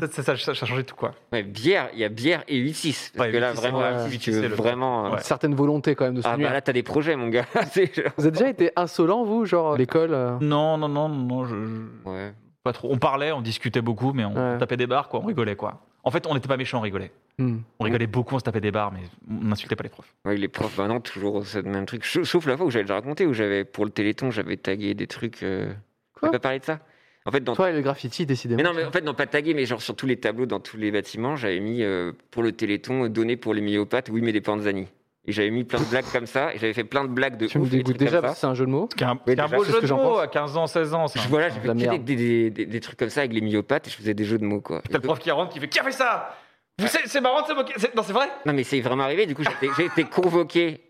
Speaker 1: ça, ça, ça, ça changeait tout, quoi.
Speaker 2: Ouais, bière, il y a bière et 8-6. Parce
Speaker 1: Ouais,
Speaker 2: que là,
Speaker 1: 8-6,
Speaker 2: vraiment,
Speaker 3: ouais.
Speaker 2: 8-6, tu
Speaker 1: 8-6,
Speaker 2: veux
Speaker 1: c'est le-
Speaker 2: vraiment. euh,
Speaker 1: Ouais.
Speaker 3: Certaines volontés quand même de se
Speaker 2: Ah
Speaker 3: nuire.
Speaker 2: bah là, t'as des projets, mon gars. C'est genre-
Speaker 3: Vous avez déjà été insolent, vous, genre à l'école euh,
Speaker 1: Non, non, non, non, je, je-
Speaker 2: Ouais.
Speaker 1: pas trop. On parlait, on discutait beaucoup, mais on
Speaker 3: Ouais.
Speaker 1: tapait des barres, quoi. On rigolait, quoi. En fait, on n'était pas méchants, on rigolait.
Speaker 3: hmm.
Speaker 1: On rigolait beaucoup, on se tapait des barres, mais on n'insultait pas les profs.
Speaker 2: Ouais, les profs, maintenant, toujours c'est le même truc. Chau- Sauf la fois où j'avais déjà raconté, où j'avais, pour le Téléthon, j'avais tagué des trucs. Euh...
Speaker 3: Quoi
Speaker 2: on pas parlé de ça En fait, dans.
Speaker 3: Toi et le graffiti, décidément.
Speaker 2: Mais non, mais en fait, non, pas tagué, mais genre sur tous les tableaux, dans tous les bâtiments, j'avais mis euh, pour le Téléthon, euh, donné pour les myopathes, oui, mais des panzani. Et j'avais mis plein de blagues comme ça, et j'avais fait plein de blagues de.
Speaker 3: tu me
Speaker 2: ouf, des
Speaker 3: dégoûtes
Speaker 2: trucs comme
Speaker 3: déjà
Speaker 2: ça.
Speaker 3: parce que c'est un jeu de mots.
Speaker 1: C'est un,
Speaker 2: Mais
Speaker 1: c'est un
Speaker 2: déjà,
Speaker 1: beau
Speaker 3: c'est ce
Speaker 1: jeu
Speaker 3: que
Speaker 1: de
Speaker 3: j'en
Speaker 1: mots
Speaker 3: pense.
Speaker 1: à 15 ans, 16 ans. ça.
Speaker 2: Je- voilà, j'ai
Speaker 3: la
Speaker 2: fait que des,
Speaker 3: merde.
Speaker 2: des- des- des trucs comme ça avec les myopathes, et je faisais des jeux de mots, quoi.
Speaker 1: T'as le prof qui rentre, qui fait Qui a fait ça Vous, c'est, c'est marrant de se moquer. c'est- Non, c'est vrai
Speaker 2: Non, mais c'est vraiment arrivé. Du coup, j'ai été- j'ai été convoqué.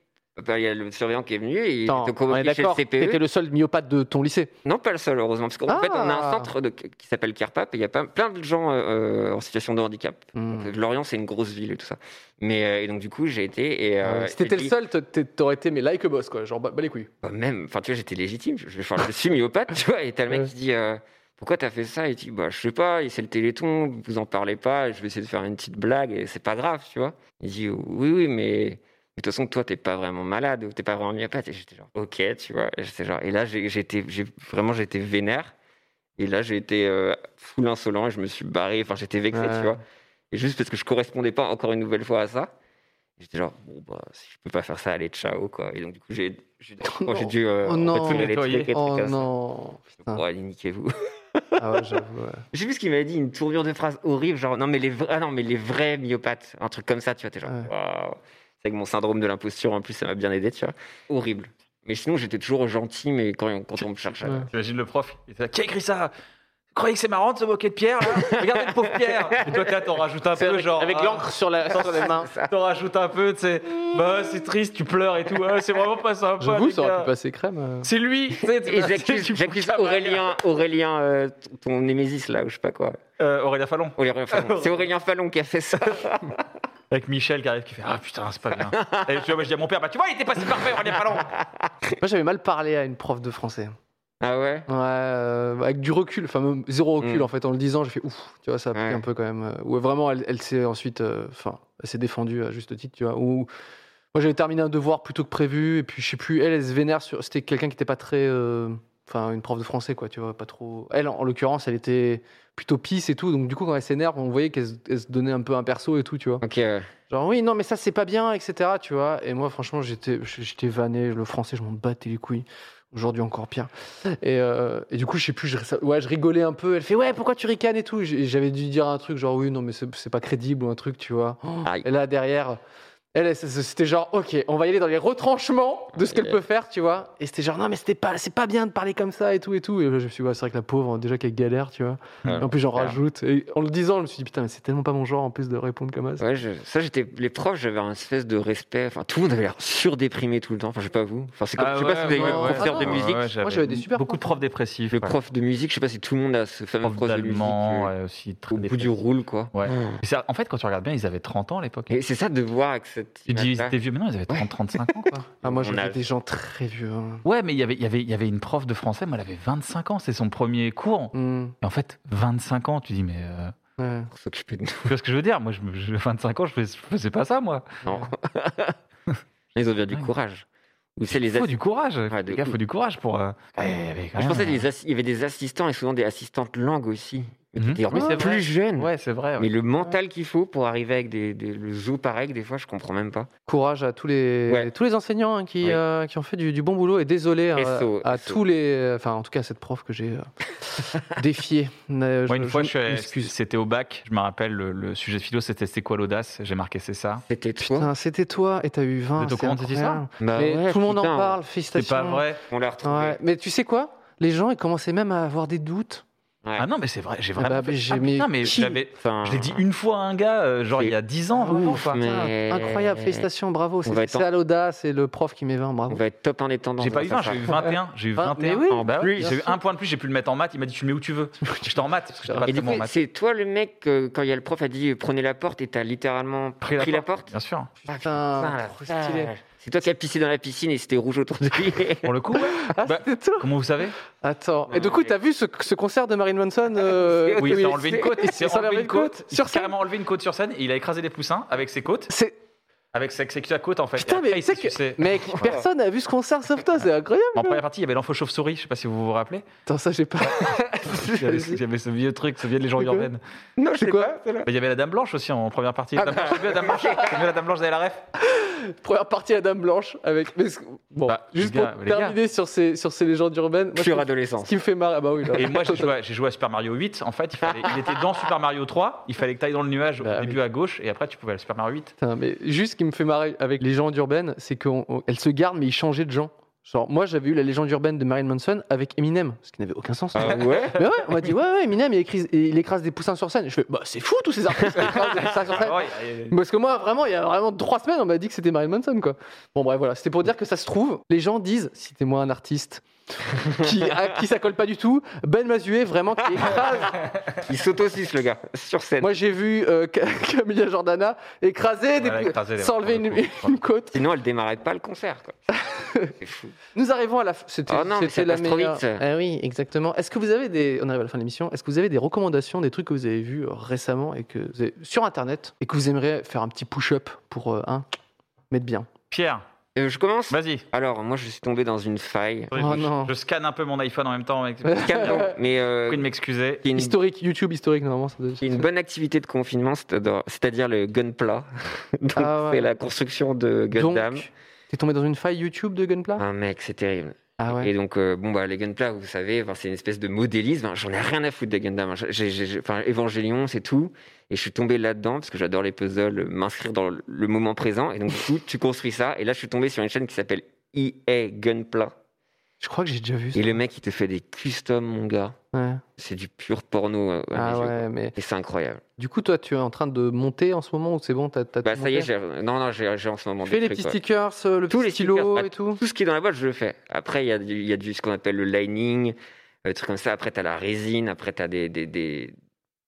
Speaker 2: Enfin, Il y a le surveillant qui est venu et il
Speaker 3: Attends,
Speaker 2: était
Speaker 3: on est
Speaker 2: convoqué chez le E.
Speaker 3: d'accord. T'étais
Speaker 2: CPE.
Speaker 3: le seul myopathe de ton lycée.
Speaker 2: Non, pas le seul, heureusement. Parce qu'en
Speaker 3: Ah.
Speaker 2: fait, on a un centre de- qui s'appelle Carpap et il y a pas- plein de gens euh, euh, en situation de handicap.
Speaker 3: Hmm.
Speaker 2: Donc, Lorient, c'est une grosse ville et tout ça. Mais euh, et donc, du coup, j'ai été. Et, euh,
Speaker 3: Ah Ouais, si t'étais
Speaker 2: et
Speaker 3: le
Speaker 2: puis,
Speaker 3: seul, t'- t'- t'aurais été mais like a boss quoi, genre bah, bah les couilles.
Speaker 2: bah, même, enfin, tu vois, j'étais légitime. Je, enfin, je suis myopathe, tu vois. Et t'as le mec
Speaker 3: Ouais.
Speaker 2: qui dit. euh, pourquoi t'as fait ça Il dit bah je sais pas, c'est le Téléthon, vous en parlez pas, je vais essayer de faire une petite blague et c'est pas grave, tu vois. Il dit oui oui mais mais de toute façon, toi, t'es pas vraiment malade, ou t'es pas vraiment myopathe. Et j'étais genre, ok, tu vois. Et, j'étais genre, et là, j'ai- j'étais, j'ai vraiment, j'étais vénère. Et là, j'ai été euh, full insolent et je me suis barré. Enfin, j'étais vexé,
Speaker 3: Ouais.
Speaker 2: tu vois. Et juste parce que je correspondais pas encore une nouvelle fois à ça, j'étais genre, bon, bah, si je peux pas faire ça, allez, ciao, quoi. Et donc, du coup, j'ai j'ai-
Speaker 3: non.
Speaker 2: j'ai dû euh,
Speaker 3: Oh non.
Speaker 2: retirer les trucs et trucs
Speaker 3: Oh
Speaker 2: comme ça.
Speaker 3: non. putain.
Speaker 2: Bon, allez, niquez-vous.
Speaker 3: Ah ouais, j'avoue. ouais.
Speaker 2: J'ai vu ce qu'il m'avait dit, une tournure de phrase horrible, genre non mais les vrais, ah non mais les vrais myopathes, un truc comme ça, tu vois, t'es genre
Speaker 3: Ouais.
Speaker 2: waouh. C'est avec mon syndrome de l'imposture en plus, ça m'a bien aidé, tu vois. Horrible. Mais sinon, j'étais toujours gentil, mais quand, quand on me cherche, à-
Speaker 3: Ouais.
Speaker 1: T'imagines le prof, il était là, qui a écrit ça croyez que c'est marrant de se moquer de Pierre là Regardez le pauvre Pierre Et toi, t'as- t'en rajoutes un peu,
Speaker 3: avec,
Speaker 1: genre.
Speaker 3: avec
Speaker 1: ah,
Speaker 3: l'encre sur, la- sur les mains.
Speaker 1: T'en rajoutes un peu, tu sais. Bah, c'est triste, tu pleures et tout. Ah, c'est vraiment pas sympa.
Speaker 3: J'avoue,
Speaker 1: les
Speaker 3: ça
Speaker 1: gars.
Speaker 3: aurait pu passer crème. euh.
Speaker 1: C'est lui tu sais, tu-
Speaker 2: Et j'accuse
Speaker 1: tu-
Speaker 2: j'accuse Aurélien, Aurélien euh, ton Némésis là, ou je sais pas quoi.
Speaker 1: Euh, Aurélien Fallon.
Speaker 2: Aurélien Fallon. C'est Aurélien Fallon qui a fait ça.
Speaker 1: Avec Michel qui arrive, qui fait Ah putain, c'est pas bien. Et tu vois, moi je dis à mon père Bah, tu vois, il était pas si parfait, Aurélien Fallon.
Speaker 3: Moi, j'avais mal parlé à une prof de français.
Speaker 2: Ah ouais
Speaker 3: Ouais, euh, avec du recul, enfin même zéro recul
Speaker 2: Mm.
Speaker 3: en fait. En le disant, j'ai fait ouf, tu vois, ça a pris
Speaker 2: Ouais.
Speaker 3: un peu quand même. euh, Où vraiment, elle, elle s'est ensuite, euh, enfin, elle s'est défendue à juste titre, tu vois. Où moi j'avais terminé un devoir plus tôt que prévu, et puis je sais plus, elle, elle se vénère sur. C'était quelqu'un qui était pas très. euh, Enfin, une prof de français, quoi, tu vois, pas trop. Elle, en, en l'occurrence, elle était plutôt pisse et tout, donc du coup, quand elle s'énerve, on voyait qu'elle se- elle se donnait un peu un perso et tout, tu vois.
Speaker 2: Ok. ouais.
Speaker 3: Genre oui, non, mais ça c'est pas bien, etc. Tu vois. Et moi, franchement, j'étais, j'étais vanné. Le français, je m'en battais les couilles. Aujourd'hui encore pire. Et, euh, et du coup, je sais plus. Je, ça- ouais, je rigolais un peu. Elle fait ouais, pourquoi tu ricanes et tout. Et j'ai- J'avais dû dire un truc genre oui, non, mais c'est, c'est pas crédible ou un truc, tu vois.
Speaker 2: Aïe.
Speaker 3: Et là derrière, elle, elle, c'était genre ok, on va y aller dans les retranchements de ce qu'elle peut faire, tu vois. Et c'était genre non, mais c'était pas, c'est pas bien de parler comme ça et tout et tout. Et là, je me suis dit ouais, c'est vrai que la pauvre hein, déjà qu'elle galère, tu vois.
Speaker 2: Ouais.
Speaker 3: Et en plus, j'en
Speaker 2: Clair.
Speaker 3: rajoute. Et en le disant, je me suis dit putain, mais c'est tellement pas mon genre en plus de répondre comme ça.
Speaker 2: Ouais, je- ça, j'étais. Les profs, j'avais un espèce de respect. Enfin, tout le monde avait l'air surdéprimé tout le temps. Enfin, je sais pas vous. Enfin, c'est comme.
Speaker 1: Ah
Speaker 2: je sais
Speaker 1: ouais,
Speaker 2: pas si vous avez eu
Speaker 3: ouais,
Speaker 2: un
Speaker 3: ouais.
Speaker 2: professeur de
Speaker 3: Ah non,
Speaker 2: musique.
Speaker 3: Moi, j'avais des super
Speaker 1: Beaucoup de profs dépressifs.
Speaker 2: Le
Speaker 1: ouais.
Speaker 2: prof de musique, je sais pas si tout le monde a ce fameux
Speaker 1: prof
Speaker 2: prof de musique.
Speaker 1: d'allemand
Speaker 2: euh,
Speaker 1: ouais, aussi. Très
Speaker 2: Au bout du roule, quoi.
Speaker 1: Ouais. Et ça, en fait, quand tu regardes bien, ils avaient 30 ans à l'époque.
Speaker 2: Et c'est ça de voir avec cette.
Speaker 1: Tu dis, ils
Speaker 2: image-là.
Speaker 1: étaient vieux, mais non, ils avaient 30-35 ans. Quoi.
Speaker 3: Ah, moi,
Speaker 2: On
Speaker 3: j'ai
Speaker 2: a-
Speaker 3: des gens très vieux. hein.
Speaker 1: Ouais, mais il y avait- il y avait- il y avait une prof de français, moi, elle avait 25 ans, c'est son premier cours.
Speaker 3: Hmm,
Speaker 1: Et en fait, 25 ans, tu dis, mais. euh,
Speaker 3: ouais.
Speaker 2: Pour s'occuper de nous.
Speaker 1: Tu vois ce que je veux dire Moi, je, me- je- 25 ans, je fais- je faisais pas ça, moi.
Speaker 2: Non. Ils ont bien du
Speaker 1: Ouais.
Speaker 2: courage. Ou c'est les
Speaker 1: Il faut
Speaker 2: ass-
Speaker 1: du courage.
Speaker 2: Ouais, de
Speaker 1: les gars,
Speaker 2: ouf. Ah
Speaker 1: faut du courage pour. euh, eh, mais quand
Speaker 2: Je
Speaker 1: même,
Speaker 2: pensais
Speaker 1: euh,
Speaker 2: qu'il y avait des assistants et souvent des assistantes langue aussi. Mais
Speaker 1: Mhm.
Speaker 2: t'es
Speaker 1: Oui,
Speaker 2: encore
Speaker 1: c'est vrai.
Speaker 2: plus jeune.
Speaker 1: Ouais, c'est vrai. ouais.
Speaker 2: Mais le mental qu'il faut pour arriver avec des, des- le zoo pareil, des fois, je comprends même pas.
Speaker 3: Courage à tous les,
Speaker 2: Ouais.
Speaker 3: tous les enseignants hein, qui,
Speaker 2: Oui.
Speaker 3: euh, qui ont fait du, du bon boulot et désolé hein,
Speaker 2: SO,
Speaker 3: à
Speaker 2: SO.
Speaker 3: tous les. Enfin, en tout cas, à cette prof que j'ai euh, défiée. Euh,
Speaker 1: Moi, une fois, je suis-
Speaker 3: m'excuse.
Speaker 1: c'était au bac. Je me rappelle, le, le sujet de philo, c'était c'est quoi l'audace J'ai marqué c'est ça.
Speaker 2: C'était toi.
Speaker 3: Putain, c'était toi et t'as eu 20.
Speaker 1: Vous êtes au
Speaker 3: c'est
Speaker 1: courant de cette histoire
Speaker 3: incroyable.
Speaker 2: Bah
Speaker 3: Mais
Speaker 2: ouais,
Speaker 3: tout le monde
Speaker 2: putain,
Speaker 3: en parle,
Speaker 1: C'est
Speaker 3: félicitations.
Speaker 1: pas vrai.
Speaker 2: On l'a retrouvé.
Speaker 3: Ouais. Mais tu sais quoi Les gens, ils commençaient même à avoir des doutes.
Speaker 2: Ouais.
Speaker 1: Ah non, mais c'est vrai. J'ai vraiment.
Speaker 3: bah,
Speaker 1: fait-
Speaker 3: mais j'ai-
Speaker 1: Ah,
Speaker 3: mais
Speaker 1: putain, mais
Speaker 3: qui
Speaker 1: j'avais-
Speaker 2: Enfin,
Speaker 1: Je l'ai dit une fois à un gars, euh, genre il y a 10 ans, vraiment,
Speaker 3: Ouf,
Speaker 1: quoi.
Speaker 2: mais-
Speaker 3: putain, Incroyable, félicitations, bravo.
Speaker 2: Eh. va
Speaker 3: C'est
Speaker 2: être
Speaker 3: c'est à l'audace et le prof qui met 20, bravo.
Speaker 2: On va être top indépendant.
Speaker 1: J'ai pas
Speaker 2: dans
Speaker 1: eu 20,
Speaker 2: ça.
Speaker 1: j'ai eu 21. J'ai eu
Speaker 3: Ah,
Speaker 1: 21.
Speaker 3: mais oui.
Speaker 2: En
Speaker 1: Bah ouais,
Speaker 2: plus,
Speaker 1: j'ai eu un point de plus, j'ai pu le mettre en maths. Il m'a dit, tu le mets où tu veux. J'étais en maths, parce que j'étais pas
Speaker 2: Et
Speaker 1: très
Speaker 2: du
Speaker 1: bon en
Speaker 2: coup,
Speaker 1: maths.
Speaker 2: c'est toi le mec, que, quand il y a le prof, a dit euh, prenez la porte et t'as littéralement pris la, porte.
Speaker 1: Bien sûr. hein.
Speaker 2: Ah,
Speaker 3: Putain, trop
Speaker 2: la
Speaker 3: stylé.
Speaker 2: vache. C'est toi qui as pissé dans la piscine et c'était rouge autour de lui.
Speaker 1: Pour le coup, ouais.
Speaker 3: Ah,
Speaker 1: Bah,
Speaker 3: c'était toi
Speaker 1: Comment vous savez
Speaker 3: Attends,
Speaker 2: Non,
Speaker 3: et du
Speaker 2: non,
Speaker 3: coup,
Speaker 2: mais-
Speaker 3: t'as vu ce, ce concert de Marilyn Manson euh,
Speaker 1: Oui,
Speaker 3: où
Speaker 1: il s'est enlevé une côte.
Speaker 3: il
Speaker 1: Il s'est
Speaker 3: s'est
Speaker 1: enlevé une côte. Il
Speaker 3: sur
Speaker 1: s'est
Speaker 3: scène.
Speaker 1: carrément enlevé une côte sur scène. et Il a écrasé des poussins avec ses côtes.
Speaker 3: C'est
Speaker 1: Avec sa, avec sa côte, en fait.
Speaker 3: putain,
Speaker 1: Et
Speaker 3: mais tu
Speaker 1: après, il
Speaker 3: sais
Speaker 1: s'est
Speaker 3: que
Speaker 1: sucé.
Speaker 3: mec, personne n'a vu ce concert sauf toi, c'est incroyable.
Speaker 1: En première partie, il y avait l'enfant chauve-souris. Je sais pas si vous vous rappelez.
Speaker 3: Attends, ça j'ai pas.
Speaker 1: Il y avait ce- il y avait ce vieux truc, ce vieux légende
Speaker 3: quoi
Speaker 1: urbaine.
Speaker 2: non, je sais
Speaker 3: quoi
Speaker 2: pas. c'est là.
Speaker 1: Mais Il y avait la dame blanche aussi en première partie. La dame blanche, la dame blanche, T'as vu la dame blanche, vous avez la ref.
Speaker 3: première partie à Dame Blanche avec. mais ce- Bon,
Speaker 1: Bah,
Speaker 3: juste
Speaker 1: les gars,
Speaker 3: pour
Speaker 1: les gars.
Speaker 3: terminer sur ces sur ces légendes urbaines. moi,
Speaker 2: Pure
Speaker 3: ce qui- ce
Speaker 2: adolescence.
Speaker 3: qui me fait marrer, ah bah oui. là.
Speaker 1: Et moi, j'ai joué, à- j'ai joué à Super Mario 8. En fait, il, fallait- il était dans Super Mario 3. Il fallait que tu ailles dans le nuage au
Speaker 3: Bah,
Speaker 1: début à gauche et après, tu pouvais aller à Super Mario 8.
Speaker 3: Putain, mais juste ce qui me fait marrer avec les légendes urbaines, c'est qu'elles se gardent mais ils changeaient de gens. Genre, moi j'avais eu la légende urbaine de Marilyn Manson avec Eminem, ce qui n'avait aucun sens.
Speaker 2: Ah ouais
Speaker 3: Mais ouais, on m'a dit, ouais, ouais, Eminem, il, écrise- il écrase des poussins sur scène. Je fais, bah, c'est fou, tous ces artistes qui écrasent des poussins sur scène.
Speaker 1: Ah ouais, et-
Speaker 3: Parce que moi, vraiment, il y a vraiment trois semaines, on m'a dit que c'était Marilyn Manson, quoi. Bon, bref, voilà. C'était pour dire que ça se trouve, les gens disent, citez-moi un artiste qui, à qui ça colle pas du tout. Ben Mazué, vraiment, qui écrase.
Speaker 2: Il s'autosuce, le gars, sur scène.
Speaker 3: moi, j'ai vu euh, Ca- Camilla Jordana écraser des
Speaker 1: Voilà, écraser les-
Speaker 3: s'enlever
Speaker 1: pour
Speaker 3: une,
Speaker 1: le coup.
Speaker 3: une côte.
Speaker 2: Sinon, elle démarrait pas le concert. quoi. C'est fou.
Speaker 3: Nous arrivons à la fin. C'était
Speaker 2: Oh non, mais
Speaker 3: c'était
Speaker 2: ça
Speaker 3: la
Speaker 2: passe trop
Speaker 3: meilleure.
Speaker 2: vite.
Speaker 3: Ah oui, exactement. Est-ce que vous avez des. On arrive à la fin de l'émission. Est-ce que vous avez des recommandations, des trucs que vous avez vus euh, récemment et que vous avez- sur Internet et que vous aimeriez faire un petit push-up pour euh, un mettre bien
Speaker 1: Pierre,
Speaker 2: Euh, je commence
Speaker 1: vas-y.
Speaker 2: Alors, moi, je suis tombé dans une faille.
Speaker 3: Oh
Speaker 1: je,
Speaker 3: non.
Speaker 1: je scanne un peu mon iPhone en même temps. Mec. Je
Speaker 2: Calme, mais euh,
Speaker 1: prie de m'excuser.
Speaker 2: qui est une-
Speaker 3: Historique, YouTube historique, normalement. Ça doit...
Speaker 2: qui est une bonne activité de confinement, c'est-à-dire c'est-à-dire le gunpla. Donc,
Speaker 3: Ah ouais.
Speaker 2: c'est la construction de Gundam.
Speaker 3: Donc, t'es tombé dans une faille YouTube de Gunpla
Speaker 2: Ah mec, c'est terrible.
Speaker 3: Ah
Speaker 2: Et
Speaker 3: ouais.
Speaker 2: donc, euh, bon, bah, les Gunpla, vous savez, enfin, c'est une espèce de modélisme. hein. J'en ai rien à foutre des Gundam. hein. J'ai- j'ai- j'ai- Enfin, Evangelion, c'est tout. Et je suis tombé là-dedans parce que j'adore les puzzles, euh, m'inscrire dans le- le E moment présent. Et donc, du coup, tu construis ça. Et là, je suis tombé sur une chaîne qui s'appelle EA Gunpla.
Speaker 3: Je crois que j'ai déjà vu ça.
Speaker 2: Et le mec, il te fait des customs, mon gars.
Speaker 3: Ouais.
Speaker 2: C'est du pur porno. euh, à mes
Speaker 3: Ah
Speaker 2: yeux,
Speaker 3: ouais,
Speaker 2: quoi.
Speaker 3: mais
Speaker 2: Et c'est incroyable.
Speaker 3: du coup, toi, tu es en train de monter en ce moment ou c'est bon t'as, t'as
Speaker 2: Bah,
Speaker 3: tout
Speaker 2: ça y est,
Speaker 3: monté
Speaker 2: j'ai. Non, non, j'ai j'ai en ce moment
Speaker 3: Tu fais
Speaker 2: des
Speaker 3: les
Speaker 2: trucs,
Speaker 3: petits
Speaker 2: ouais.
Speaker 3: stickers, euh, le
Speaker 2: Tous
Speaker 3: petit
Speaker 2: les
Speaker 3: stylo
Speaker 2: stickers, pas
Speaker 3: et tout
Speaker 2: Tout ce qui est dans la boîte, je le fais. Après, il y a du, il y a du ce qu'on appelle le lining, euh, des trucs comme ça. Après, t'as la résine. Après, t'as des, des, des, des-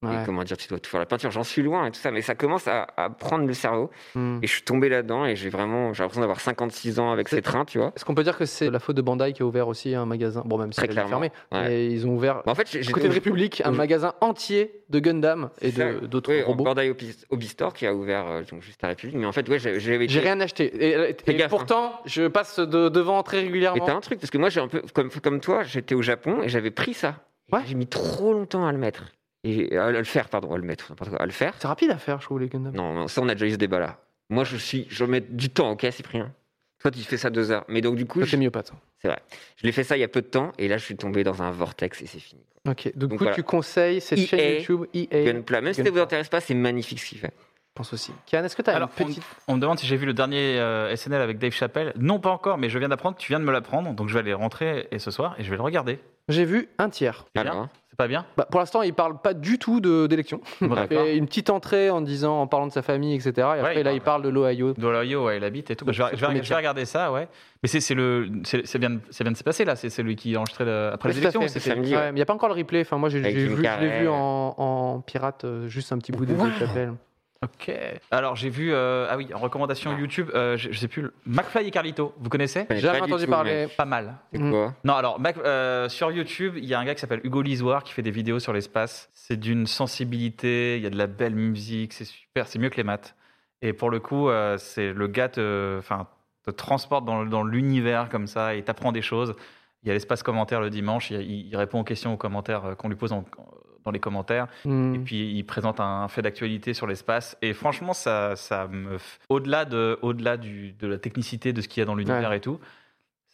Speaker 3: Ouais.
Speaker 2: Comment dire, tu dois tout faire la peinture. J'en suis loin et tout ça, mais ça commence à, à prendre le cerveau.
Speaker 3: Hmm.
Speaker 2: Et je suis tombé là-dedans et j'ai vraiment. J'ai l'impression d'avoir 56 ans avec
Speaker 3: C'est-
Speaker 2: ces trains, tu vois.
Speaker 3: Est-ce qu'on peut dire que c'est la faute de Bandai qui a ouvert aussi un magasin Bon, même si
Speaker 2: Très
Speaker 3: elle est fermée,
Speaker 2: clairement, ouais.
Speaker 3: mais ils ont ouvert
Speaker 2: Mais en fait, j'ai. j'ai-
Speaker 3: côté de République un
Speaker 2: je-
Speaker 3: magasin entier de Gundam et
Speaker 2: C'est ça.
Speaker 3: de- d'autres
Speaker 2: Oui, au
Speaker 3: robots.
Speaker 2: Bandai Hobby Hobby Store qui a ouvert euh, donc juste à République. Mais en fait, ouais, j'ai- j'avais
Speaker 3: J'ai
Speaker 2: été-
Speaker 3: rien acheté. Et, et
Speaker 2: Fais gaffe,
Speaker 3: pourtant, je passe de- devant très
Speaker 2: Mais t'as
Speaker 3: régulièrement.
Speaker 2: un truc, parce que moi, j'ai un peu, comme, comme toi, j'étais au Japon et j'avais pris ça. Et
Speaker 3: Ouais.
Speaker 2: J'ai mis trop longtemps à le mettre. Et, à, à le faire, pardon, à le mettre, n'importe quoi, à le faire.
Speaker 3: C'est rapide à faire, je trouve, les Gundam.
Speaker 2: Non, non, ça, on a déjà eu ce débat-là. Moi, je suis, je mets du temps, ok, Cyprien Toi, tu fais ça deux heures. Mais donc, du coup,
Speaker 3: Toi,
Speaker 2: je,
Speaker 3: t'es myopathe.
Speaker 2: c'est vrai. Je l'ai fait ça il y a peu de temps et là, je suis tombé dans un vortex et c'est fini.
Speaker 3: Ok, donc, du coup,
Speaker 2: voilà. E
Speaker 3: tu conseilles cette
Speaker 2: EA,
Speaker 3: chaîne YouTube EA.
Speaker 2: Gunpla, même si ça
Speaker 3: Gunpla.
Speaker 2: vous intéresse pas, c'est magnifique ce qu'il fait.
Speaker 3: Je pense aussi. Kian, est-ce que t'as une
Speaker 1: Alors,
Speaker 3: petite.
Speaker 1: On me demande si j'ai vu le dernier euh, SNL avec Dave Chappelle. Non, pas encore, mais je viens d'apprendre, tu viens de me l'apprendre, donc je vais aller rentrer et ce soir et je vais le regarder.
Speaker 3: J'ai vu un tiers.
Speaker 1: C'est bien
Speaker 2: Alors,
Speaker 1: C'est pas bien
Speaker 3: Bah, pour l'instant, il parle pas du tout de- d'élection. Il
Speaker 1: Bon, d'accord.
Speaker 3: fait une petite entrée en disant, en parlant de sa famille, etc. Et après,
Speaker 1: il
Speaker 3: là, il parle de l'Ohio.
Speaker 1: Dans l'Ohio, ouais, il habite et tout. Bah, je, vais, je vais-
Speaker 3: premier
Speaker 1: je vais
Speaker 3: tiers.
Speaker 1: regarder ça, ouais. Mais c'est c'est le, c'est c'est bien, ça vient de se passer là. C'est celui qui a enregistré le- après
Speaker 3: Ouais,
Speaker 1: les
Speaker 3: tout à
Speaker 1: élections.
Speaker 3: fait.
Speaker 1: ou c'était-
Speaker 2: Samedi,
Speaker 3: Il
Speaker 2: ouais.
Speaker 3: n'y a pas encore le replay. Enfin, moi, j'ai
Speaker 2: Avec
Speaker 3: j'ai
Speaker 2: Jim
Speaker 3: vu, je l'ai
Speaker 2: Carrey.
Speaker 3: vu en, en pirate, euh, juste un petit bout de
Speaker 2: Wow.
Speaker 3: Dave Chappelle.
Speaker 1: Ok. Alors j'ai vu, euh, ah oui, en recommandation
Speaker 2: Ah.
Speaker 1: YouTube, euh, je, je sais plus, le- McFly et Carlito. Vous connaissez
Speaker 2: Je connais
Speaker 3: Jamais
Speaker 2: pas du
Speaker 3: entendu
Speaker 2: tout,
Speaker 3: parler.
Speaker 2: mec.
Speaker 1: Pas mal.
Speaker 2: C'est
Speaker 3: Mm.
Speaker 2: quoi
Speaker 1: Non, alors Mac- euh, sur YouTube, il y a un gars qui s'appelle Hugo Lisoire qui fait des vidéos sur l'espace. C'est d'une sensibilité, il y a de la belle musique, c'est super, c'est mieux que les maths. Et pour le coup, euh, c'est le gars te, enfin, te transporte dans, dans l'univers comme ça et t'apprend des choses. Il y a l'espace commentaire le dimanche, il, il- il répond aux questions aux commentaires euh, qu'on lui pose en- dans les commentaires.
Speaker 3: Hmm.
Speaker 1: Et puis il présente un fait d'actualité sur l'espace. Et franchement, ça, ça me. f- Au-delà de, au delà de la technicité de ce qu'il y a dans l'univers et tout,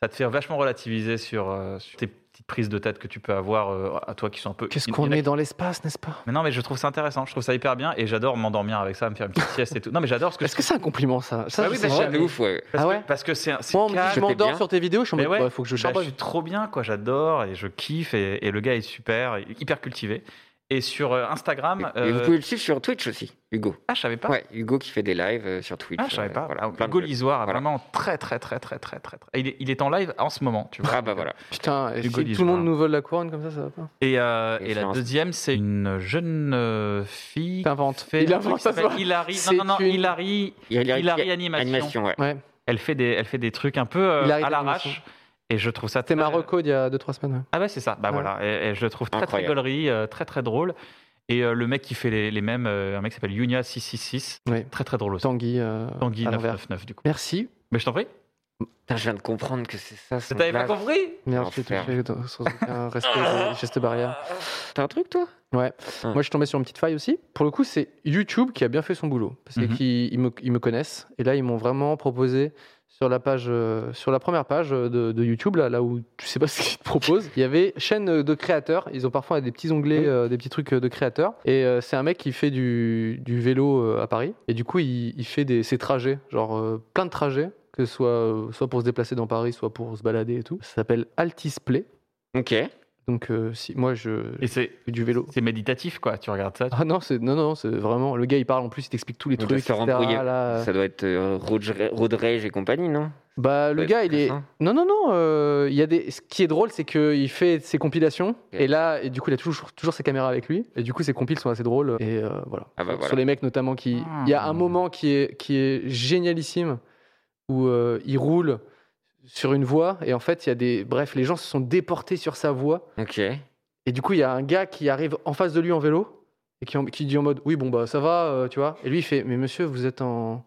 Speaker 1: ça te fait vachement relativiser sur, euh, sur tes petites prises de tête que tu peux avoir euh, à toi qui sont un peu.
Speaker 3: Qu'est-ce
Speaker 1: il-
Speaker 3: qu'on
Speaker 1: il y en a
Speaker 3: est
Speaker 1: qui-
Speaker 3: dans l'espace, n'est-ce pas
Speaker 1: Mais non, mais je trouve ça intéressant. Je trouve ça hyper bien et j'adore m'endormir avec ça, me faire une petite sieste et tout. Non, mais j'adore ce que.
Speaker 3: Est-ce que c'est un compliment, ça, ça
Speaker 1: Bah
Speaker 3: je
Speaker 1: oui,
Speaker 3: sais
Speaker 1: bah,
Speaker 3: pas.
Speaker 2: Ouais, de ouf, ouais.
Speaker 1: parce
Speaker 3: Ah
Speaker 1: que-
Speaker 3: ouais
Speaker 1: Parce que c'est. c'est
Speaker 3: Moi, on me dit,
Speaker 1: calme.
Speaker 3: je
Speaker 2: C'était
Speaker 3: m'endors
Speaker 2: bien.
Speaker 3: sur tes vidéos, je suis en
Speaker 1: Mais
Speaker 3: mode,
Speaker 1: ouais.
Speaker 3: ouais, faut que je
Speaker 1: Bah, je
Speaker 3: charbonne.
Speaker 1: suis trop bien, quoi. J'adore et je kiffe et, et le gars est super, hyper cultivé. Et sur euh, Instagram,
Speaker 2: Et vous
Speaker 1: euh,
Speaker 2: pouvez le suivre sur Twitch aussi, Hugo.
Speaker 1: ah, je savais pas.
Speaker 2: Ouais, Hugo qui fait des lives euh, sur Twitch.
Speaker 1: Ah, je savais
Speaker 2: euh,
Speaker 1: pas.
Speaker 2: voilà,
Speaker 1: Ah,
Speaker 2: plein de
Speaker 1: Hugo
Speaker 2: jeux.
Speaker 1: Lisoire,
Speaker 2: Voilà.
Speaker 1: vraiment très, très, très, très, très, très, très. Il est, il est en live en ce moment, tu vois.
Speaker 2: Ah bah voilà.
Speaker 3: Putain, et si
Speaker 1: Hugo Lise,
Speaker 3: tout le monde
Speaker 1: voilà.
Speaker 3: nous vole la couronne comme ça, ça va pas.
Speaker 1: Et, euh,
Speaker 2: Et
Speaker 1: et la
Speaker 2: sur Insta.
Speaker 1: deuxième, c'est une jeune euh, fille.
Speaker 3: T'inventes.
Speaker 1: qui fait
Speaker 3: Il
Speaker 1: un truc
Speaker 3: invente,
Speaker 1: qui
Speaker 3: ça se
Speaker 1: s'appelle
Speaker 3: voit.
Speaker 1: Hilary.
Speaker 3: C'est
Speaker 1: Non, non, non,
Speaker 3: une-
Speaker 1: Hilary.
Speaker 2: Il y a-
Speaker 1: Hilary animation.
Speaker 2: animation, ouais.
Speaker 3: Ouais,
Speaker 1: Elle fait des, elle fait des trucs un peu euh,
Speaker 3: Hilary
Speaker 1: à
Speaker 3: Animation.
Speaker 1: l'arrache. Et je trouve ça.
Speaker 3: c'était
Speaker 1: très-
Speaker 3: ma reco il y a 2-3 semaines. ouais.
Speaker 1: Ah ouais, c'est ça. Bah
Speaker 3: Ouais.
Speaker 1: voilà. Et, et je le trouve très, très
Speaker 2: Incroyable.
Speaker 1: gaulerie, euh, très, très drôle. Et euh, le mec qui fait les, les mêmes, euh, un mec qui s'appelle Yunia666.
Speaker 3: Oui.
Speaker 1: Très, très drôle aussi.
Speaker 3: Tanguy, euh,
Speaker 1: Tanguy
Speaker 3: à l'envers.
Speaker 1: 999, du coup.
Speaker 3: Merci.
Speaker 1: Mais je t'en prie.
Speaker 2: Putain, je viens de comprendre que c'est ça. son
Speaker 1: T'avais pas
Speaker 2: blaze.
Speaker 1: compris
Speaker 3: Merci, j'ai
Speaker 2: L'enfer.
Speaker 3: touché dans- sans aucun respect des gestes barrières.
Speaker 2: T'as un truc, toi
Speaker 3: Ouais.
Speaker 2: Ouais.
Speaker 3: Moi, je suis tombé sur une petite faille aussi. Pour le coup, c'est YouTube qui a bien fait son boulot. Parce
Speaker 1: Mhm.
Speaker 3: qu'ils ils me, ils me connaissent. Et là, ils m'ont vraiment proposé sur la, page, euh, sur la première page de, de YouTube, là, là où tu sais pas ce qu'ils te proposent. Il y avait chaîne euh, de créateurs. Ils ont parfois des petits
Speaker 1: Mhm.
Speaker 3: onglets, euh, des petits trucs de créateurs. Et euh, c'est un mec qui fait du, du vélo euh, à Paris. Et du coup, il, il fait des, ses trajets, genre euh, plein de trajets. Que ce soit, euh, soit pour se déplacer dans Paris, soit pour se balader et tout. Ça s'appelle Altisplay.
Speaker 2: Ok.
Speaker 3: Donc, euh, si, moi, je,
Speaker 1: Et c'est
Speaker 3: fais du vélo.
Speaker 1: c'est méditatif, quoi. Tu regardes ça. tu-
Speaker 3: Ah non, c'est non, non, c'est vraiment le gars. Il parle en plus, il t'explique tous les
Speaker 2: Il doit
Speaker 3: trucs.
Speaker 2: se faire
Speaker 3: etc.,
Speaker 2: embrouiller.
Speaker 3: là.
Speaker 2: Ça doit être euh, road, road rage et compagnie, non
Speaker 3: Bah le
Speaker 2: doit
Speaker 3: gars,
Speaker 2: être
Speaker 3: il est
Speaker 2: stressant.
Speaker 3: non, non, non. euh, il y a des. Ce qui est drôle, c'est que il fait ses compilations et là, et du coup, il a toujours toujours ses caméras avec lui et du coup, ses compiles sont assez drôles et euh, voilà.
Speaker 2: Ah bah
Speaker 3: Sur
Speaker 2: voilà.
Speaker 3: les mecs notamment qui. Il y a un
Speaker 1: Hmm.
Speaker 3: moment qui est qui est génialissime où euh, il roule sur une voie et en fait, il y a des. Bref, les gens se sont déportés sur sa voie
Speaker 2: Ok.
Speaker 3: Et du coup, il y a un gars qui arrive en face de lui en vélo et qui, en- qui dit en mode Oui, bon, bah ça va, euh, tu vois. Et lui, il fait Mais monsieur, vous êtes en,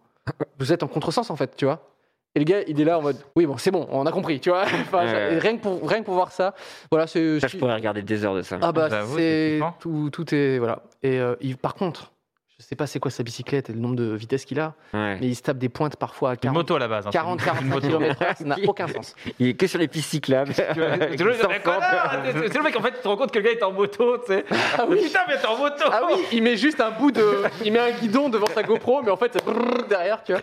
Speaker 3: vous êtes en contresens, en fait, tu vois. Et le gars, il est là en mode Oui, bon, c'est bon, on a compris, tu vois. Enfin,
Speaker 2: Ouais, ouais.
Speaker 3: et rien, que pour, rien que pour voir ça, voilà, c'est.
Speaker 2: Ça, je pourrais regarder des heures de ça.
Speaker 3: Ah bah,
Speaker 1: J'avoue, c'est
Speaker 3: c'est.
Speaker 1: kiffant.
Speaker 3: Tout, tout est. Voilà. Et euh, il- par contre, Je sais pas c'est quoi sa bicyclette et le nombre de vitesses qu'il a,
Speaker 2: Ouais.
Speaker 3: mais il se tape des pointes parfois à
Speaker 1: Une
Speaker 3: 40,
Speaker 1: moto à la base. hein, c'est
Speaker 3: 40
Speaker 1: une-
Speaker 3: 45 km/h, ça n'a aucun sens.
Speaker 2: Il est que sur les pistes cyclables.
Speaker 1: C'est le, mec, ah, non, c'est- c'est le mec, en fait, tu te rends compte que le gars est en moto, tu sais. Ah, Putain, mais t'es en moto
Speaker 3: Ah oui, il met juste un bout de. Il met un guidon devant sa GoPro, mais en fait, c'est brrr derrière, tu vois.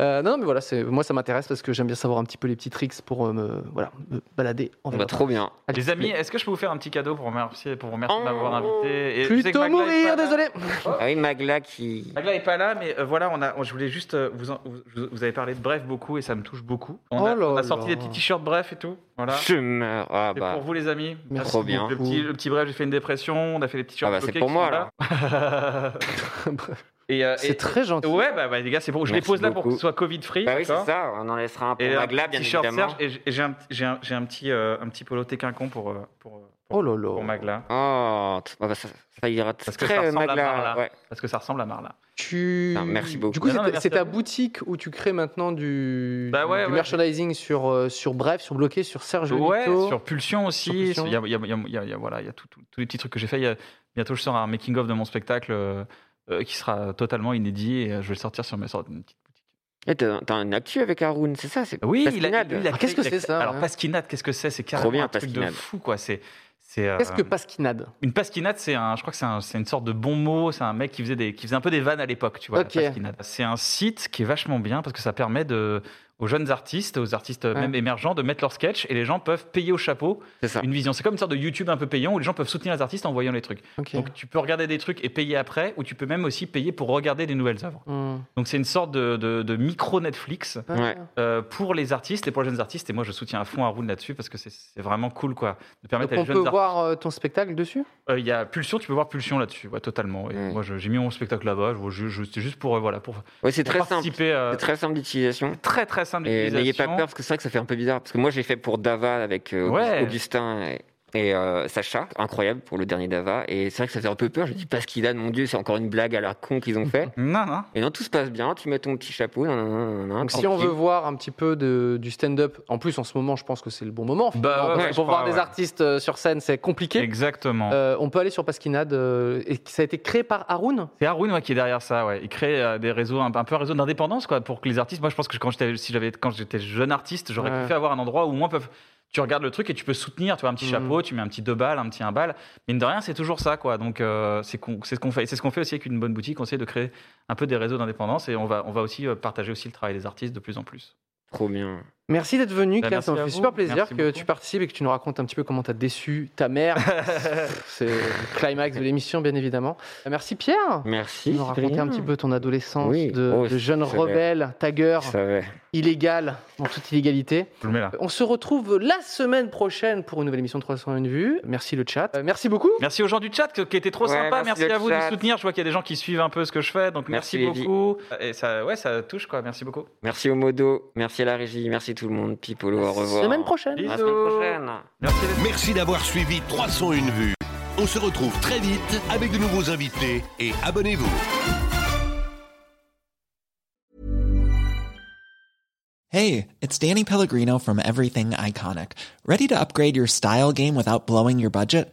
Speaker 3: Euh, non, non, mais voilà, c'est- moi ça m'intéresse parce que j'aime bien savoir un petit peu les petits tricks pour euh, me, voilà, me balader en
Speaker 2: On va
Speaker 3: vélo.
Speaker 2: trop bien.
Speaker 1: Les amis, est-ce que je peux vous faire un petit cadeau pour vous remercier, pour vous remercier de m'avoir
Speaker 2: Oh.
Speaker 1: invité Et je sais que
Speaker 3: Plutôt
Speaker 1: Magla est
Speaker 3: mourir,
Speaker 1: pas là.
Speaker 3: désolé
Speaker 2: Ah oui, Magla qui.
Speaker 1: Magla est pas là, mais euh, voilà, on a, je voulais juste euh, vous, en- vous, vous avez parlé de Bref beaucoup et ça me touche beaucoup. On, a,
Speaker 3: Oh là
Speaker 1: on a sorti
Speaker 3: là.
Speaker 1: des petits t-shirts Bref et tout. Voilà.
Speaker 2: Je meurs. Ah
Speaker 1: C'est
Speaker 2: bah.
Speaker 1: pour vous les amis.
Speaker 3: Merci
Speaker 2: Trop bien.
Speaker 1: Le petit, le petit bref, j'ai fait une dépression, on a fait les petits shirts
Speaker 2: Ah bah, c'est
Speaker 1: bloqués
Speaker 2: pour
Speaker 1: qui
Speaker 2: moi,
Speaker 1: sont et, euh, et-
Speaker 3: C'est très gentil.
Speaker 1: Ouais, bah, bah, les gars, c'est pour. Je les
Speaker 2: Merci
Speaker 1: pose là pour que
Speaker 2: beaucoup.
Speaker 1: ce soit Covid free.
Speaker 2: Bah oui,
Speaker 1: d'accord
Speaker 2: c'est ça. On en laissera un pour
Speaker 1: Et un
Speaker 2: Magla,
Speaker 1: petit
Speaker 2: bien
Speaker 1: t-shirt
Speaker 2: évidemment.
Speaker 1: Serge et j'ai- et j'ai un, j'ai un- j'ai un petit euh, un petit polo Téquinquon pour euh, pour euh, pour,
Speaker 3: Oh là là.
Speaker 1: pour Magla
Speaker 2: Oh, t- ah bah, ça, ça ira
Speaker 1: Parce que ça
Speaker 2: très
Speaker 1: ressemble à Marla.
Speaker 2: Magla. Ouais.
Speaker 1: parce que ça ressemble à Marla.
Speaker 3: Tu...
Speaker 2: Non, merci beaucoup.
Speaker 3: Du coup,
Speaker 1: Non, non,
Speaker 3: c'est-
Speaker 1: mais merci
Speaker 3: c'est
Speaker 1: à
Speaker 3: ta
Speaker 1: vous.
Speaker 3: boutique où tu crées maintenant du,
Speaker 1: Bah ouais,
Speaker 3: du
Speaker 1: ouais.
Speaker 3: merchandising sur, euh, sur Bref, sur Bloqué, sur Serge
Speaker 1: Ouais,
Speaker 3: Lito.
Speaker 1: sur Pulsion
Speaker 3: Sur
Speaker 1: aussi.
Speaker 3: Pulsion.
Speaker 1: Il y a, il y a- il y a- il y a- il y a- voilà, il y a tout- tout- tous les petits trucs que j'ai fait. Il y a- bientôt, je sors un making of de mon spectacle euh, euh, qui sera totalement inédit et euh, je vais le sortir sur mes sortes.
Speaker 2: Et t'as t'as un actu avec Haroun, c'est ça c'est
Speaker 1: Oui, il a,
Speaker 2: Pasquinade.
Speaker 1: lui, il a
Speaker 3: Ah, qu'est-ce que
Speaker 1: créé- il a
Speaker 3: c'est,
Speaker 1: créé-
Speaker 3: ça,
Speaker 1: Alors
Speaker 3: ouais.
Speaker 1: pasquinade, qu'est-ce que c'est C'est carrément
Speaker 2: bien,
Speaker 1: un truc de
Speaker 2: pasquinade.
Speaker 1: fou quoi. C'est c'est euh,
Speaker 3: Qu'est-ce que Pasquinade
Speaker 1: une pasquinade C'est un, je crois que c'est un- c'est une sorte de bon mot. C'est un mec qui faisait des, qui faisait un peu des vannes à l'époque, tu vois. la
Speaker 3: Ok.
Speaker 1: pasquinade. C'est un site qui est vachement bien parce que ça permet de aux jeunes artistes, aux artistes même émergents, de mettre leur sketch et les gens peuvent payer au chapeau
Speaker 2: C'est ça.
Speaker 3: Ah.
Speaker 1: une vision. C'est comme une sorte de YouTube un peu payant où les gens peuvent soutenir les artistes en voyant les trucs.
Speaker 3: Ok.
Speaker 1: Donc tu peux regarder des trucs et payer après, ou tu peux même aussi payer pour regarder des nouvelles œuvres.
Speaker 3: Hmm.
Speaker 1: Donc c'est une sorte de, de- de micro Netflix
Speaker 3: Ah.
Speaker 2: Ouais.
Speaker 1: euh, pour les artistes et pour les jeunes artistes. Et moi je soutiens à fond Haroun là-dessus parce que c'est c'est vraiment cool quoi de
Speaker 3: Donc
Speaker 1: permettre à
Speaker 3: on
Speaker 1: des
Speaker 3: peut
Speaker 1: jeunes artistes.
Speaker 3: voir euh, ton spectacle dessus
Speaker 1: Euh, Il y a Pulsion, tu peux voir Pulsion là-dessus, ouais, totalement. Et
Speaker 2: Mm.
Speaker 1: moi je- j'ai mis mon spectacle là-bas, je- je- je- c'est juste pour euh, voilà pour,
Speaker 2: Ouais, c'est
Speaker 1: pour
Speaker 2: très simple.
Speaker 1: participer. euh,
Speaker 2: C'est très simple d'utilisation.
Speaker 1: très très simple.
Speaker 2: Et n'ayez pas
Speaker 1: d'utilisation.
Speaker 2: peur, parce que c'est vrai que ça fait un peu bizarre. Parce que moi, j'ai fait pour Dava avec euh, Auguste-
Speaker 1: Ouais.
Speaker 2: Augustin et, et, euh, Sacha. Incroyable pour le dernier Dava. Et c'est vrai que ça fait un peu peur. Je me dis, Pasquidane, mon Dieu, c'est encore une blague à la con qu'ils ont fait.
Speaker 1: Non non.
Speaker 2: Et non, tout se passe bien. Tu mets ton petit chapeau. nan, nan, nan, nan, nan,
Speaker 3: Donc si
Speaker 2: tranquille.
Speaker 3: on veut voir un petit peu de, du stand-up, en plus en ce moment, je pense que c'est le bon moment. finalement,
Speaker 1: Bah ouais,
Speaker 3: parce
Speaker 1: ouais,
Speaker 3: que
Speaker 1: je
Speaker 3: pour
Speaker 1: crois,
Speaker 3: voir des
Speaker 1: ouais.
Speaker 3: artistes euh, sur scène, c'est compliqué.
Speaker 1: Exactement.
Speaker 3: Euh, on peut aller sur Pasquinade. euh, et ça a été créé par Haroun
Speaker 1: C'est Haroun ouais, qui est derrière ça, ouais. Il crée euh, des réseaux, un, un peu un réseau d'indépendance, quoi, pour que les artistes. Moi, je pense que quand j'étais, si j'avais, quand j'étais jeune artiste, j'aurais
Speaker 3: Ouais.
Speaker 1: préféré avoir un endroit où moi peuvent. Tu regardes le truc et tu peux soutenir, tu vois, un
Speaker 2: Mm.
Speaker 1: petit
Speaker 3: Mhm.
Speaker 1: chapeau, tu mets un petit deux balles, un petit un balle. Mine de rien, c'est toujours ça, quoi. Donc, euh, c'est, qu'on- c'est ce qu'on fait. Et C'est ce qu'on fait aussi avec une bonne boutique. On essaie de créer un peu des réseaux d'indépendance et on va, on va aussi euh, partager aussi le travail des artistes de plus en plus.
Speaker 2: Trop bien.
Speaker 3: Merci d'être venu,
Speaker 1: Bah,
Speaker 3: Claire. Ça
Speaker 1: merci
Speaker 3: m'a
Speaker 1: à
Speaker 3: fait
Speaker 1: vous.
Speaker 3: super plaisir
Speaker 1: Merci
Speaker 3: que
Speaker 1: beaucoup.
Speaker 3: tu participes et que tu nous racontes un petit peu comment t'as déçu ta mère. C'est le climax de l'émission, bien évidemment. Euh, Merci, Pierre.
Speaker 2: Merci.
Speaker 3: Tu nous raconter
Speaker 2: Cyprien.
Speaker 3: un petit peu ton adolescence
Speaker 2: Oui.
Speaker 3: de,
Speaker 2: Oh,
Speaker 3: de jeune
Speaker 2: je savais.
Speaker 3: rebelle, tagueur,
Speaker 2: Je savais.
Speaker 3: illégal, en toute illégalité.
Speaker 1: Je le mets là.
Speaker 3: On se retrouve la semaine prochaine pour une nouvelle émission de 301 vues. Merci le chat. Euh, merci beaucoup.
Speaker 1: Merci aux gens du chat qui était trop
Speaker 2: Ouais,
Speaker 1: sympa.
Speaker 2: merci
Speaker 1: Merci,
Speaker 2: le
Speaker 1: à vous
Speaker 2: chat.
Speaker 1: de soutenir. Je vois qu'il y a des gens qui suivent un peu ce que je fais, donc merci,
Speaker 2: Merci, Eddie.
Speaker 1: beaucoup. Et ça, ouais, ça touche quoi. Merci beaucoup.
Speaker 2: Merci au modo. Merci à la régie. Merci tout le monde. Pipolo, au revoir.
Speaker 3: Semaine prochaine.
Speaker 2: À la semaine prochaine.
Speaker 1: Merci. les-
Speaker 4: Merci d'avoir suivi 301 vues. On se retrouve très vite avec de nouveaux invités et abonnez-vous.
Speaker 6: Hey, it's Danny Pellegrino from Everything Iconic. Ready to upgrade your style game without blowing your budget?